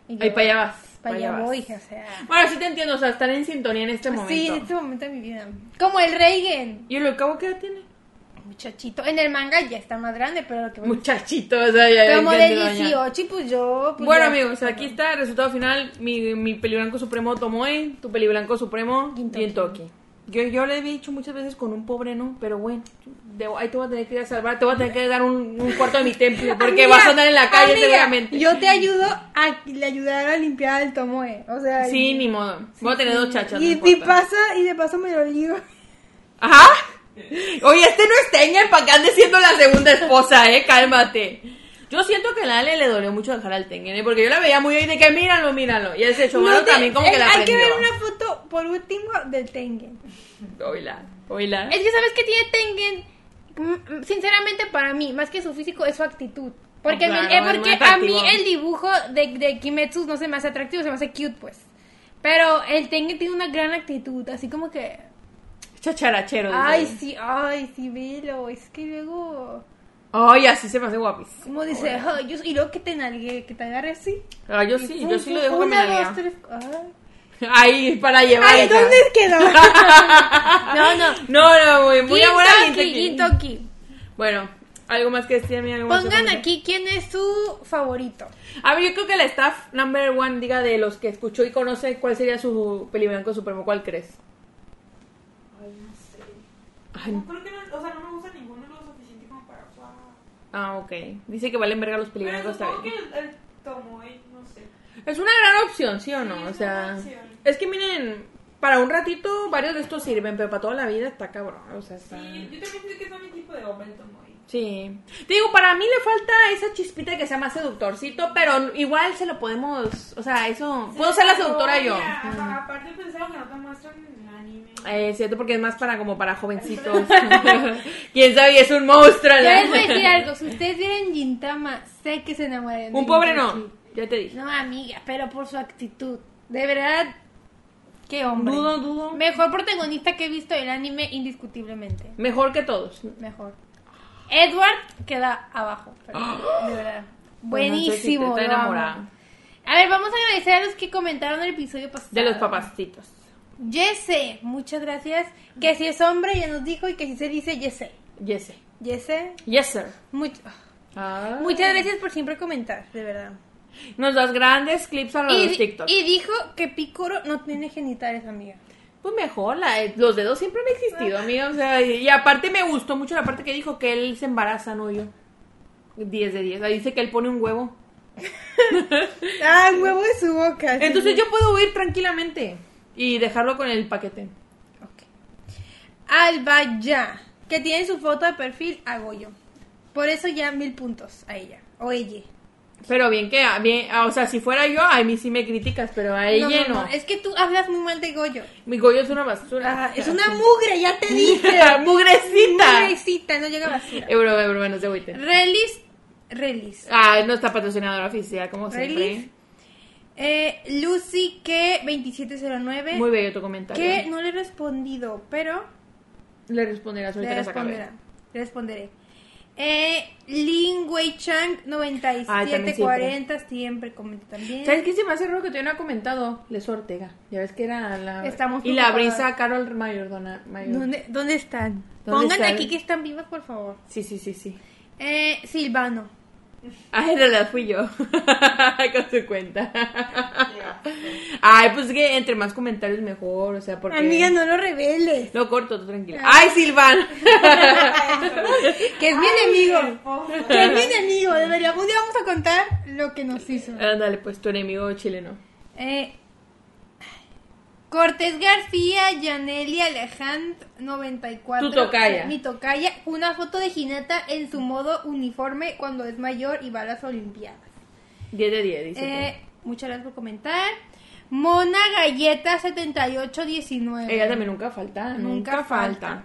[SPEAKER 1] Y yo-
[SPEAKER 2] Ahí para allá vas.
[SPEAKER 1] pa' allá
[SPEAKER 2] vas.
[SPEAKER 1] voy, o sea.
[SPEAKER 2] Bueno, sí te entiendo, o sea, estar en sintonía en este
[SPEAKER 1] Sí,
[SPEAKER 2] momento.
[SPEAKER 1] en este momento de mi vida. Como el Reigen.
[SPEAKER 2] ¿Y el cabo qué edad tiene?
[SPEAKER 1] Muchachito. En el manga ya está más grande, pero lo que
[SPEAKER 2] Muchachito, o sea, ya
[SPEAKER 1] Como de
[SPEAKER 2] veinte años.
[SPEAKER 1] 18 y pues yo. pues
[SPEAKER 2] Bueno,
[SPEAKER 1] ya-
[SPEAKER 2] amigos, aquí está el resultado final. Mi, mi peliblanco supremo Tomoe, tu peliblanco supremo
[SPEAKER 1] Gintoki.
[SPEAKER 2] Gintoki. Yo, yo le he dicho muchas veces con un pobre no, pero bueno, debo- ahí te voy a tener que ir a salvar, te voy a tener que dar un, un cuarto de mi <laughs> templo, porque
[SPEAKER 1] Amiga,
[SPEAKER 2] vas a andar en la calle
[SPEAKER 1] amiga,
[SPEAKER 2] seguramente.
[SPEAKER 1] Yo te ayudo a le ayudar a limpiar el tomoe. O sea.
[SPEAKER 2] Sí,
[SPEAKER 1] y-
[SPEAKER 2] ni modo. Voy a tener dos chachas. no
[SPEAKER 1] Y, y
[SPEAKER 2] importa.
[SPEAKER 1] pasa, y de paso me lo ligo.
[SPEAKER 2] Ajá. Oye, este no es Tengen para que ande siendo la segunda esposa, eh, cálmate. Yo siento que a Ale le dolió mucho dejar al Tengene, porque yo la veía muy ahí de que míralo, míralo. Y ese Chomaru
[SPEAKER 5] No te-
[SPEAKER 2] también como que
[SPEAKER 5] eh,
[SPEAKER 2] la
[SPEAKER 5] Hay que
[SPEAKER 2] aprendió.
[SPEAKER 5] ver una foto, por último, del Tengen.
[SPEAKER 2] Oila, oila.
[SPEAKER 1] Es que sabes que tiene Tengen, Mm, sinceramente para mí, más que su físico, es su actitud. Porque,
[SPEAKER 2] Oh,
[SPEAKER 1] me-
[SPEAKER 2] claro,
[SPEAKER 1] eh,
[SPEAKER 2] es muy
[SPEAKER 1] porque a mí
[SPEAKER 2] atractivo.
[SPEAKER 1] el dibujo de, de Kimetsu no se me hace atractivo, se me hace cute pues. Pero el Tengen tiene una gran actitud, así como que...
[SPEAKER 2] Chacharachero. dice
[SPEAKER 1] Ay,
[SPEAKER 2] ella.
[SPEAKER 1] sí, ay, sí, velo, es que luego...
[SPEAKER 2] Ay, así se me hace guapis.
[SPEAKER 1] Como dice, "Ay, yo- y luego que te nalgue, que te agarre así.
[SPEAKER 2] Ah, yo sí, yo sí lo dejo que me
[SPEAKER 1] Una,
[SPEAKER 2] nalguea.
[SPEAKER 1] dos, tres, ay.
[SPEAKER 2] Ay, para llevar.
[SPEAKER 5] Ay,
[SPEAKER 2] hija.
[SPEAKER 5] ¿dónde quedó?
[SPEAKER 2] <laughs>
[SPEAKER 1] No, no.
[SPEAKER 2] No, no, muy, muy amor al
[SPEAKER 1] Gintoki,
[SPEAKER 2] Kentucky.
[SPEAKER 1] Gintoki.
[SPEAKER 2] Bueno, algo más que decir a mí, algo más que
[SPEAKER 1] Pongan
[SPEAKER 2] comentar?
[SPEAKER 1] aquí quién es su favorito.
[SPEAKER 2] A ver, yo creo que la staff number one diga de los que escuchó y conoce cuál sería su peli blanco supremo, ¿cuál crees?
[SPEAKER 3] Ay, no sé.
[SPEAKER 2] Ay,
[SPEAKER 3] No,
[SPEAKER 2] no.
[SPEAKER 3] creo que no, o sea, no me gusta ninguno lo suficiente como para. Wow.
[SPEAKER 2] ah, ok. Dice que valen verga los peli blancos, está
[SPEAKER 3] Pero supongo que
[SPEAKER 2] bien.
[SPEAKER 3] el, el Tomoe, no sé.
[SPEAKER 2] Es una gran opción, ¿sí o no?
[SPEAKER 3] Sí,
[SPEAKER 2] o
[SPEAKER 3] es
[SPEAKER 2] sea,
[SPEAKER 3] una gran opción.
[SPEAKER 2] es que miren, para un ratito varios de estos sirven, pero para toda la vida está cabrón, o sea, está...
[SPEAKER 3] Sí, yo también creo que es mi tipo de hombre el Tomoe.
[SPEAKER 2] Sí. Te digo, para mí le falta esa chispita que sea más seductorcito, pero igual se lo podemos, o sea, eso... Puedo ser la seductora yo.
[SPEAKER 3] Ajá, Aparte, pues es algo que no te muestran en el anime.
[SPEAKER 2] Eh, cierto, porque es más para como para jovencitos. <laughs> Quién sabe, es un monstruo.
[SPEAKER 1] Yo
[SPEAKER 2] ¿no?
[SPEAKER 1] les voy a decir algo. Si ustedes vieran Gintama, sé que se enamorarían. de
[SPEAKER 2] <laughs> Un pobre no,
[SPEAKER 1] Gintoki.
[SPEAKER 2] ya te dije.
[SPEAKER 1] No, amiga, pero por su actitud. De verdad, qué hombre.
[SPEAKER 2] Dudo, dudo.
[SPEAKER 1] Mejor protagonista que he visto del anime, indiscutiblemente.
[SPEAKER 2] Mejor que todos.
[SPEAKER 1] Mejor. Edward queda abajo. pero,
[SPEAKER 2] ¡Ah!
[SPEAKER 1] de verdad.
[SPEAKER 2] Pues
[SPEAKER 1] Buenísimo.
[SPEAKER 2] Bueno, Ceci, te- te
[SPEAKER 1] lo amo.
[SPEAKER 2] enamorada.
[SPEAKER 1] A ver, vamos a agradecer a los que comentaron el episodio pasado.
[SPEAKER 2] De los papacitos.
[SPEAKER 1] Yese, muchas gracias. Que si es hombre, ya nos dijo, y que si se dice Yese.
[SPEAKER 2] Yes, sir.
[SPEAKER 1] Yese,
[SPEAKER 2] Yes, sir.
[SPEAKER 1] much-
[SPEAKER 2] Ah.
[SPEAKER 1] muchas gracias por siempre comentar, de verdad.
[SPEAKER 2] Nos das grandes clips a Ah, los
[SPEAKER 1] Y,
[SPEAKER 2] de TikTok.
[SPEAKER 1] y dijo que Picoro no tiene genitales,
[SPEAKER 2] <laughs>
[SPEAKER 1] amiga.
[SPEAKER 2] Pues mejor, la- los dedos siempre han existido,
[SPEAKER 1] Ah.
[SPEAKER 2] amiga. O sea, y, y aparte me gustó mucho la parte que dijo que él se embaraza, no yo. 10 de 10. Ahí dice que él pone un huevo.
[SPEAKER 5] Ah, huevo de su boca. sí.
[SPEAKER 2] Entonces yo puedo huir tranquilamente y dejarlo con el paquete.
[SPEAKER 1] Alba ya, que tiene su foto de perfil a Goyo. Por eso ya mil puntos a ella, o ella.
[SPEAKER 2] Pero bien que, a- bien, a- o sea, si fuera yo, a mí sí me criticas, pero a
[SPEAKER 1] No,
[SPEAKER 2] ella
[SPEAKER 1] no,
[SPEAKER 2] no.
[SPEAKER 1] no, es que tú hablas muy mal de Goyo.
[SPEAKER 2] Mi Goyo es una basura.
[SPEAKER 1] Ah, es una
[SPEAKER 2] <laughs>
[SPEAKER 1] mugre, ya te dije.
[SPEAKER 2] mugrecita.
[SPEAKER 1] Mugrecita, no llega basura.
[SPEAKER 2] Euro, euro, eh, bueno, se agüiten.
[SPEAKER 1] Relis, Relis.
[SPEAKER 2] Ah, no está patrocinadora oficial, como
[SPEAKER 1] Relis.
[SPEAKER 2] siempre.
[SPEAKER 1] Eh, Lucy que 2709.
[SPEAKER 2] Muy bello tu comentario.
[SPEAKER 1] Que no le he respondido, pero
[SPEAKER 2] Le responderás ahorita
[SPEAKER 1] le
[SPEAKER 2] que se acabe.
[SPEAKER 1] responderá. Le responderé. Eh, Lin Wei Chang 9740
[SPEAKER 2] Ay, también
[SPEAKER 1] siempre. comenta también.
[SPEAKER 2] ¿Sabes qué se me hace raro que todavía no ha comentado? Les Ortega. Ya ves que era la...
[SPEAKER 1] Estamos
[SPEAKER 2] y la
[SPEAKER 1] preocupadas.
[SPEAKER 2] brisa Carol Mayordona. Mayor.
[SPEAKER 1] ¿Dónde, dónde están?
[SPEAKER 2] ¿Dónde
[SPEAKER 1] Pongan
[SPEAKER 2] están?
[SPEAKER 1] aquí que están vivas, por favor.
[SPEAKER 2] Sí, sí, sí, sí.
[SPEAKER 1] Eh, Silvano.
[SPEAKER 2] <laughs> Ah, en realidad fui yo. <laughs> Con su cuenta. <laughs> Ay, pues que entre más comentarios mejor, o sea, porque...
[SPEAKER 1] Amiga, no lo reveles.
[SPEAKER 2] Lo corto, tú tranquila. ¡Ay, Silván!
[SPEAKER 1] Que es mi enemigo. Que es mi enemigo. Debería, un día vamos a contar lo que nos hizo.
[SPEAKER 2] <laughs> Ándale, pues tu enemigo chileno.
[SPEAKER 1] Eh, Cortés García, Yaneli Alejandro, 94.
[SPEAKER 2] Tu tocaya.
[SPEAKER 1] Mi tocaya. Una foto de Jinata en su modo uniforme cuando es mayor y va a las Olimpiadas.
[SPEAKER 2] 10 de 10, dice.
[SPEAKER 1] Eh, muchas gracias por comentar. Mona Galleta, 7819.
[SPEAKER 2] Ella también nunca falta. Nunca,
[SPEAKER 1] Nunca
[SPEAKER 2] falta.
[SPEAKER 1] falta.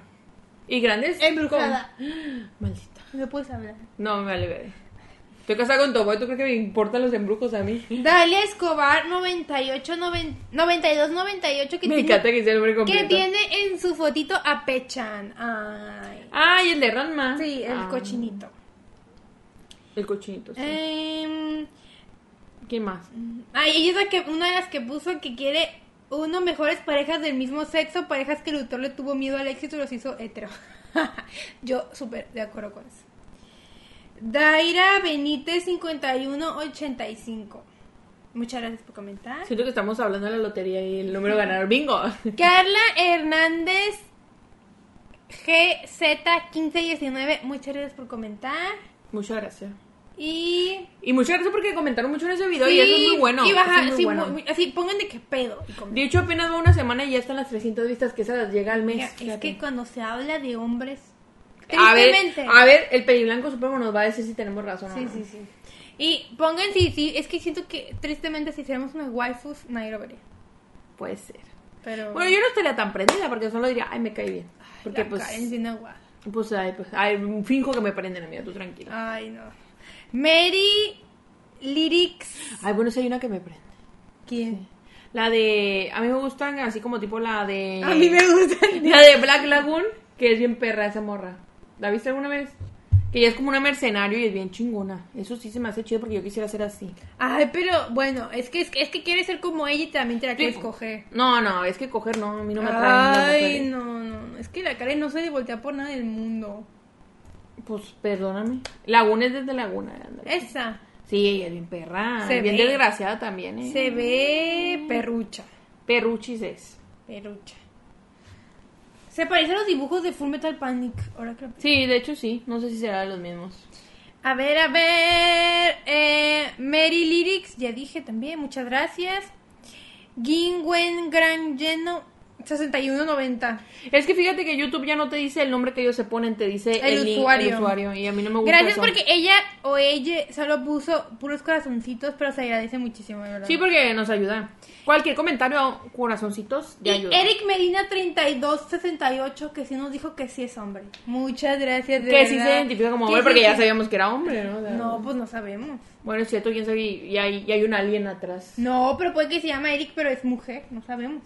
[SPEAKER 2] Y grandes...
[SPEAKER 1] Embrujada.
[SPEAKER 2] con- <gasps> Maldita.
[SPEAKER 1] No puedes hablar. <laughs>
[SPEAKER 2] No, me vale ver. Estoy casada con Toboy, ¿tú crees que me importan los embrucos a mí?
[SPEAKER 1] Dalia Escobar, 98, 92, 98. Que
[SPEAKER 2] <laughs> me
[SPEAKER 1] tiene,
[SPEAKER 2] encanta que sea el nombre
[SPEAKER 1] que
[SPEAKER 2] completo.
[SPEAKER 1] tiene en su fotito a Pechan. Ay.
[SPEAKER 2] Ay, el de Ranma.
[SPEAKER 1] Sí, el
[SPEAKER 2] Ah,
[SPEAKER 1] cochinito.
[SPEAKER 2] El cochinito, sí.
[SPEAKER 1] Em,
[SPEAKER 2] ¿Quién más?
[SPEAKER 1] ay, ella es la que, una de las que puso que quiere uno mejores parejas del mismo sexo, parejas que el autor le tuvo miedo al éxito y los hizo hetero. <laughs> Yo súper de acuerdo con eso. Daira Benítez 5185. Muchas gracias por comentar.
[SPEAKER 2] Siento que estamos hablando de la lotería y el número
[SPEAKER 1] <laughs>
[SPEAKER 2] ganador. ¡Bingo!
[SPEAKER 1] Carla Hernández GZ1519. Muchas gracias por comentar.
[SPEAKER 2] Muchas gracias.
[SPEAKER 1] Y.
[SPEAKER 2] Y muchas gracias porque comentaron mucho en ese video y eso es muy bueno.
[SPEAKER 1] Y baja,
[SPEAKER 2] eso es muy
[SPEAKER 1] sí,
[SPEAKER 2] bueno.
[SPEAKER 1] muy- muy- así, pongan de qué pedo. Y comenten.
[SPEAKER 2] De hecho, apenas va una semana y ya están las 300 vistas que esas llega al mes.
[SPEAKER 1] Mira, es
[SPEAKER 2] fíjate.
[SPEAKER 1] que cuando se habla de hombres,
[SPEAKER 2] A ver,
[SPEAKER 1] Tristemente.
[SPEAKER 2] a ver, el peliblanco supremo nos va a decir si tenemos razón o
[SPEAKER 1] Sí,
[SPEAKER 2] no.
[SPEAKER 1] sí, sí. Y pongan sí, sí, es que siento que tristemente si hiciéramos unos waifus, nadie lo vería.
[SPEAKER 2] Puede ser.
[SPEAKER 1] Pero.
[SPEAKER 2] Bueno, yo no estaría tan prendida porque solo diría, ay, me cae bien. Porque
[SPEAKER 1] la
[SPEAKER 2] pues,
[SPEAKER 1] Karen tiene agua.
[SPEAKER 2] pues, ay, pues, ay, finjo que me prenden, amiga, tú tranquila.
[SPEAKER 1] Ay, no. Mary Lyrics.
[SPEAKER 2] Ay, bueno, si hay una que me prende.
[SPEAKER 1] ¿Quién?
[SPEAKER 2] La de, a mí me gustan así como tipo la de...
[SPEAKER 5] A mí me gustan.
[SPEAKER 2] La de Black Lagoon, que es bien perra esa morra. ¿La viste alguna vez? Que ella es como una mercenario y es bien chingona. Eso sí se me hace chido porque yo quisiera ser así.
[SPEAKER 1] Ay, pero bueno, es que, es que, es que quiere ser como ella y también te la quieres coger.
[SPEAKER 2] No, no, es que coger no, a mí no me atraen las
[SPEAKER 1] Ay,
[SPEAKER 2] mujeres.
[SPEAKER 1] no, no, no. Es que la Karen no se voltea por nada del mundo.
[SPEAKER 2] Pues perdóname. Laguna es desde Laguna, ándale.
[SPEAKER 1] Esa
[SPEAKER 2] Sí, ella es bien perra.
[SPEAKER 1] Se
[SPEAKER 2] bien
[SPEAKER 1] ve.
[SPEAKER 2] desgraciada también, ¿eh?
[SPEAKER 1] se ve perrucha.
[SPEAKER 2] Perruchis es.
[SPEAKER 1] Perrucha. Se parece a los dibujos de Full Metal Panic. Ahora que lo pienso.
[SPEAKER 2] Sí, de hecho sí. No sé si será de los mismos.
[SPEAKER 1] A ver, a ver. eh, Mary Lyrics, ya dije también, muchas gracias. Gingwen Gran Lleno 6190.
[SPEAKER 2] Es que fíjate que YouTube ya no te dice el nombre que ellos se ponen, te dice
[SPEAKER 1] El
[SPEAKER 2] link,
[SPEAKER 1] usuario.
[SPEAKER 2] el usuario. Y a mí no me gusta
[SPEAKER 1] Gracias
[SPEAKER 2] eso.
[SPEAKER 1] porque ella o ella solo puso puros corazoncitos, pero se agradece muchísimo, de verdad.
[SPEAKER 2] Sí, porque nos ayuda. Cualquier comentario, corazoncitos,
[SPEAKER 1] Y
[SPEAKER 2] ya ayuda.
[SPEAKER 1] Eric Medina 3268 que sí nos dijo que sí es hombre. Muchas gracias. de
[SPEAKER 2] que sí se
[SPEAKER 1] verdad.
[SPEAKER 2] identifica como
[SPEAKER 1] Que
[SPEAKER 2] hombre,
[SPEAKER 1] sí
[SPEAKER 2] porque
[SPEAKER 1] se-
[SPEAKER 2] ya sabíamos que era hombre, ¿no? O sea,
[SPEAKER 1] No, pues no sabemos.
[SPEAKER 2] Bueno, es cierto, quién sabe, y hay, y hay un alien atrás.
[SPEAKER 1] No, pero puede que se llama Eric, pero es mujer, no sabemos.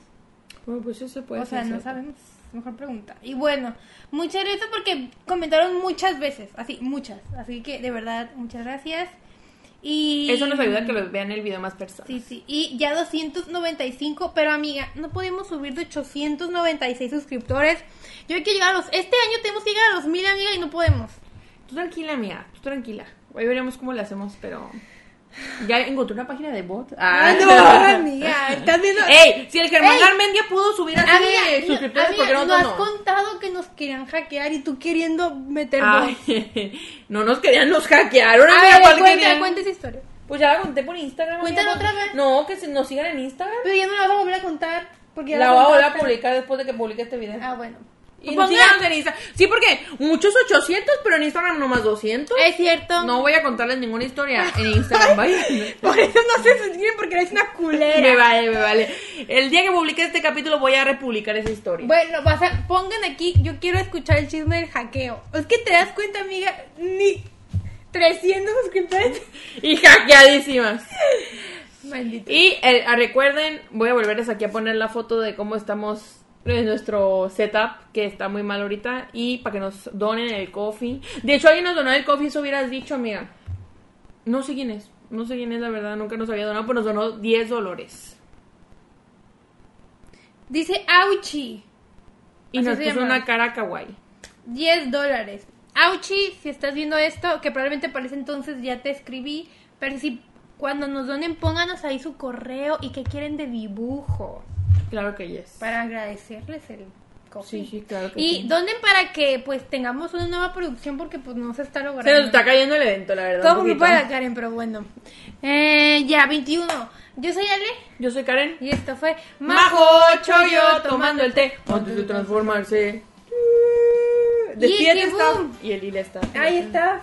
[SPEAKER 2] Bueno, pues eso puede
[SPEAKER 1] o
[SPEAKER 2] ser
[SPEAKER 1] sea, no
[SPEAKER 2] cierto.
[SPEAKER 1] sabemos. Mejor pregunta. Y bueno, muchas gracias porque comentaron muchas veces, así, muchas. Así que de verdad, muchas gracias. Y
[SPEAKER 2] Eso nos ayuda a que lo vean el video más personas.
[SPEAKER 1] Sí, sí, y ya 295, pero amiga, no podemos subir de 896 suscriptores. Yo hay que llegar a los. Este año tenemos que llegar a los 1000, amiga, y no podemos.
[SPEAKER 2] Tú tranquila, mía, tú tranquila. Hoy veremos cómo lo hacemos, pero... Ya encontré una página de bot.
[SPEAKER 5] Ah, no, amiga. Estás viendo.
[SPEAKER 2] ¡Ey! Si el Germán
[SPEAKER 1] Ey.
[SPEAKER 2] Garmendia pudo subir así
[SPEAKER 1] Eh, Amiga,
[SPEAKER 2] de
[SPEAKER 1] no-
[SPEAKER 2] suscriptores,
[SPEAKER 1] amiga,
[SPEAKER 2] ¿por qué
[SPEAKER 1] no
[SPEAKER 2] nosotros
[SPEAKER 1] has
[SPEAKER 2] no?
[SPEAKER 1] contado que nos querían hackear y tú queriendo meter voz.
[SPEAKER 2] Ay, no nos querían, nos hackearon.
[SPEAKER 1] A
[SPEAKER 2] amiga,
[SPEAKER 1] ver,
[SPEAKER 2] ¿cuál
[SPEAKER 1] cuenta,
[SPEAKER 2] querían?
[SPEAKER 1] cuenta esa historia.
[SPEAKER 2] Pues ya la conté por Instagram.
[SPEAKER 1] Cuéntala
[SPEAKER 2] amiga,
[SPEAKER 1] otra vez.
[SPEAKER 2] No, que se- nos sigan en Instagram.
[SPEAKER 1] Pero ya no la vas a volver a contar. Porque ya
[SPEAKER 2] La voy a volver a
[SPEAKER 1] contaste.
[SPEAKER 2] publicar después de que publique este video.
[SPEAKER 1] Ah, bueno.
[SPEAKER 2] Y
[SPEAKER 1] Ponga-
[SPEAKER 2] síganos en Instagram. Sí, porque muchos 800, pero en Instagram nomás 200.
[SPEAKER 1] Es cierto.
[SPEAKER 2] No voy a contarles ninguna historia
[SPEAKER 1] <laughs>
[SPEAKER 2] en Instagram. Vaya.
[SPEAKER 5] Por eso no se suscriben porque eres una culera.
[SPEAKER 2] Me vale, me vale. El día que publique este capítulo voy a republicar esa historia.
[SPEAKER 1] Bueno, vas a, pongan aquí, yo quiero escuchar el chisme del hackeo. Es que te das cuenta, amiga, ni 300
[SPEAKER 2] <laughs>
[SPEAKER 1] suscriptores.
[SPEAKER 2] Y hackeadísimas.
[SPEAKER 1] Maldito.
[SPEAKER 2] Y eh, recuerden, voy a volverles aquí a poner la foto de cómo estamos en nuestro setup, que está muy mal ahorita, y para que nos donen el coffee. De hecho, alguien nos donó el coffee, eso hubieras dicho, amiga. No sé quién es, no sé quién es, la verdad, nunca nos había donado, pero nos donó 10 dólares.
[SPEAKER 1] Dice Auchi,
[SPEAKER 2] Y
[SPEAKER 1] Así
[SPEAKER 2] nos
[SPEAKER 1] se
[SPEAKER 2] puso
[SPEAKER 1] llama.
[SPEAKER 2] una cara kawaii.
[SPEAKER 1] 10 dólares. Auchi, si estás viendo esto, que probablemente parece entonces ya te escribí, pero si cuando nos donen, pónganos ahí su correo y que quieren de dibujo
[SPEAKER 2] Claro que yes.
[SPEAKER 1] para agradecerles el coffee.
[SPEAKER 2] Sí, sí, claro que
[SPEAKER 1] Y
[SPEAKER 2] sí.
[SPEAKER 1] donen para que pues tengamos una nueva producción porque pues no se está logrando.
[SPEAKER 2] Se nos está cayendo el evento, la verdad.
[SPEAKER 1] Todo
[SPEAKER 2] un
[SPEAKER 1] por
[SPEAKER 2] poquito.
[SPEAKER 1] culpa de la Karen, pero bueno. Eh, ya, 21. Yo soy Ale
[SPEAKER 2] Yo soy Karen.
[SPEAKER 1] y esto fue
[SPEAKER 2] Majo Choyo tomando el té antes de transformarse. Despídete,
[SPEAKER 1] Iki
[SPEAKER 2] Staff.
[SPEAKER 1] boom.
[SPEAKER 2] Y el Lila está.
[SPEAKER 1] Ahí está.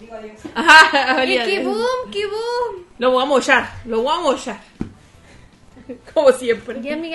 [SPEAKER 3] Digo adiós.
[SPEAKER 2] Ajá,
[SPEAKER 1] Y
[SPEAKER 2] olvídate.
[SPEAKER 1] que boom, que boom.
[SPEAKER 2] Lo voy a mollar, lo voy a mollar. Como siempre.
[SPEAKER 1] Ya, amiga.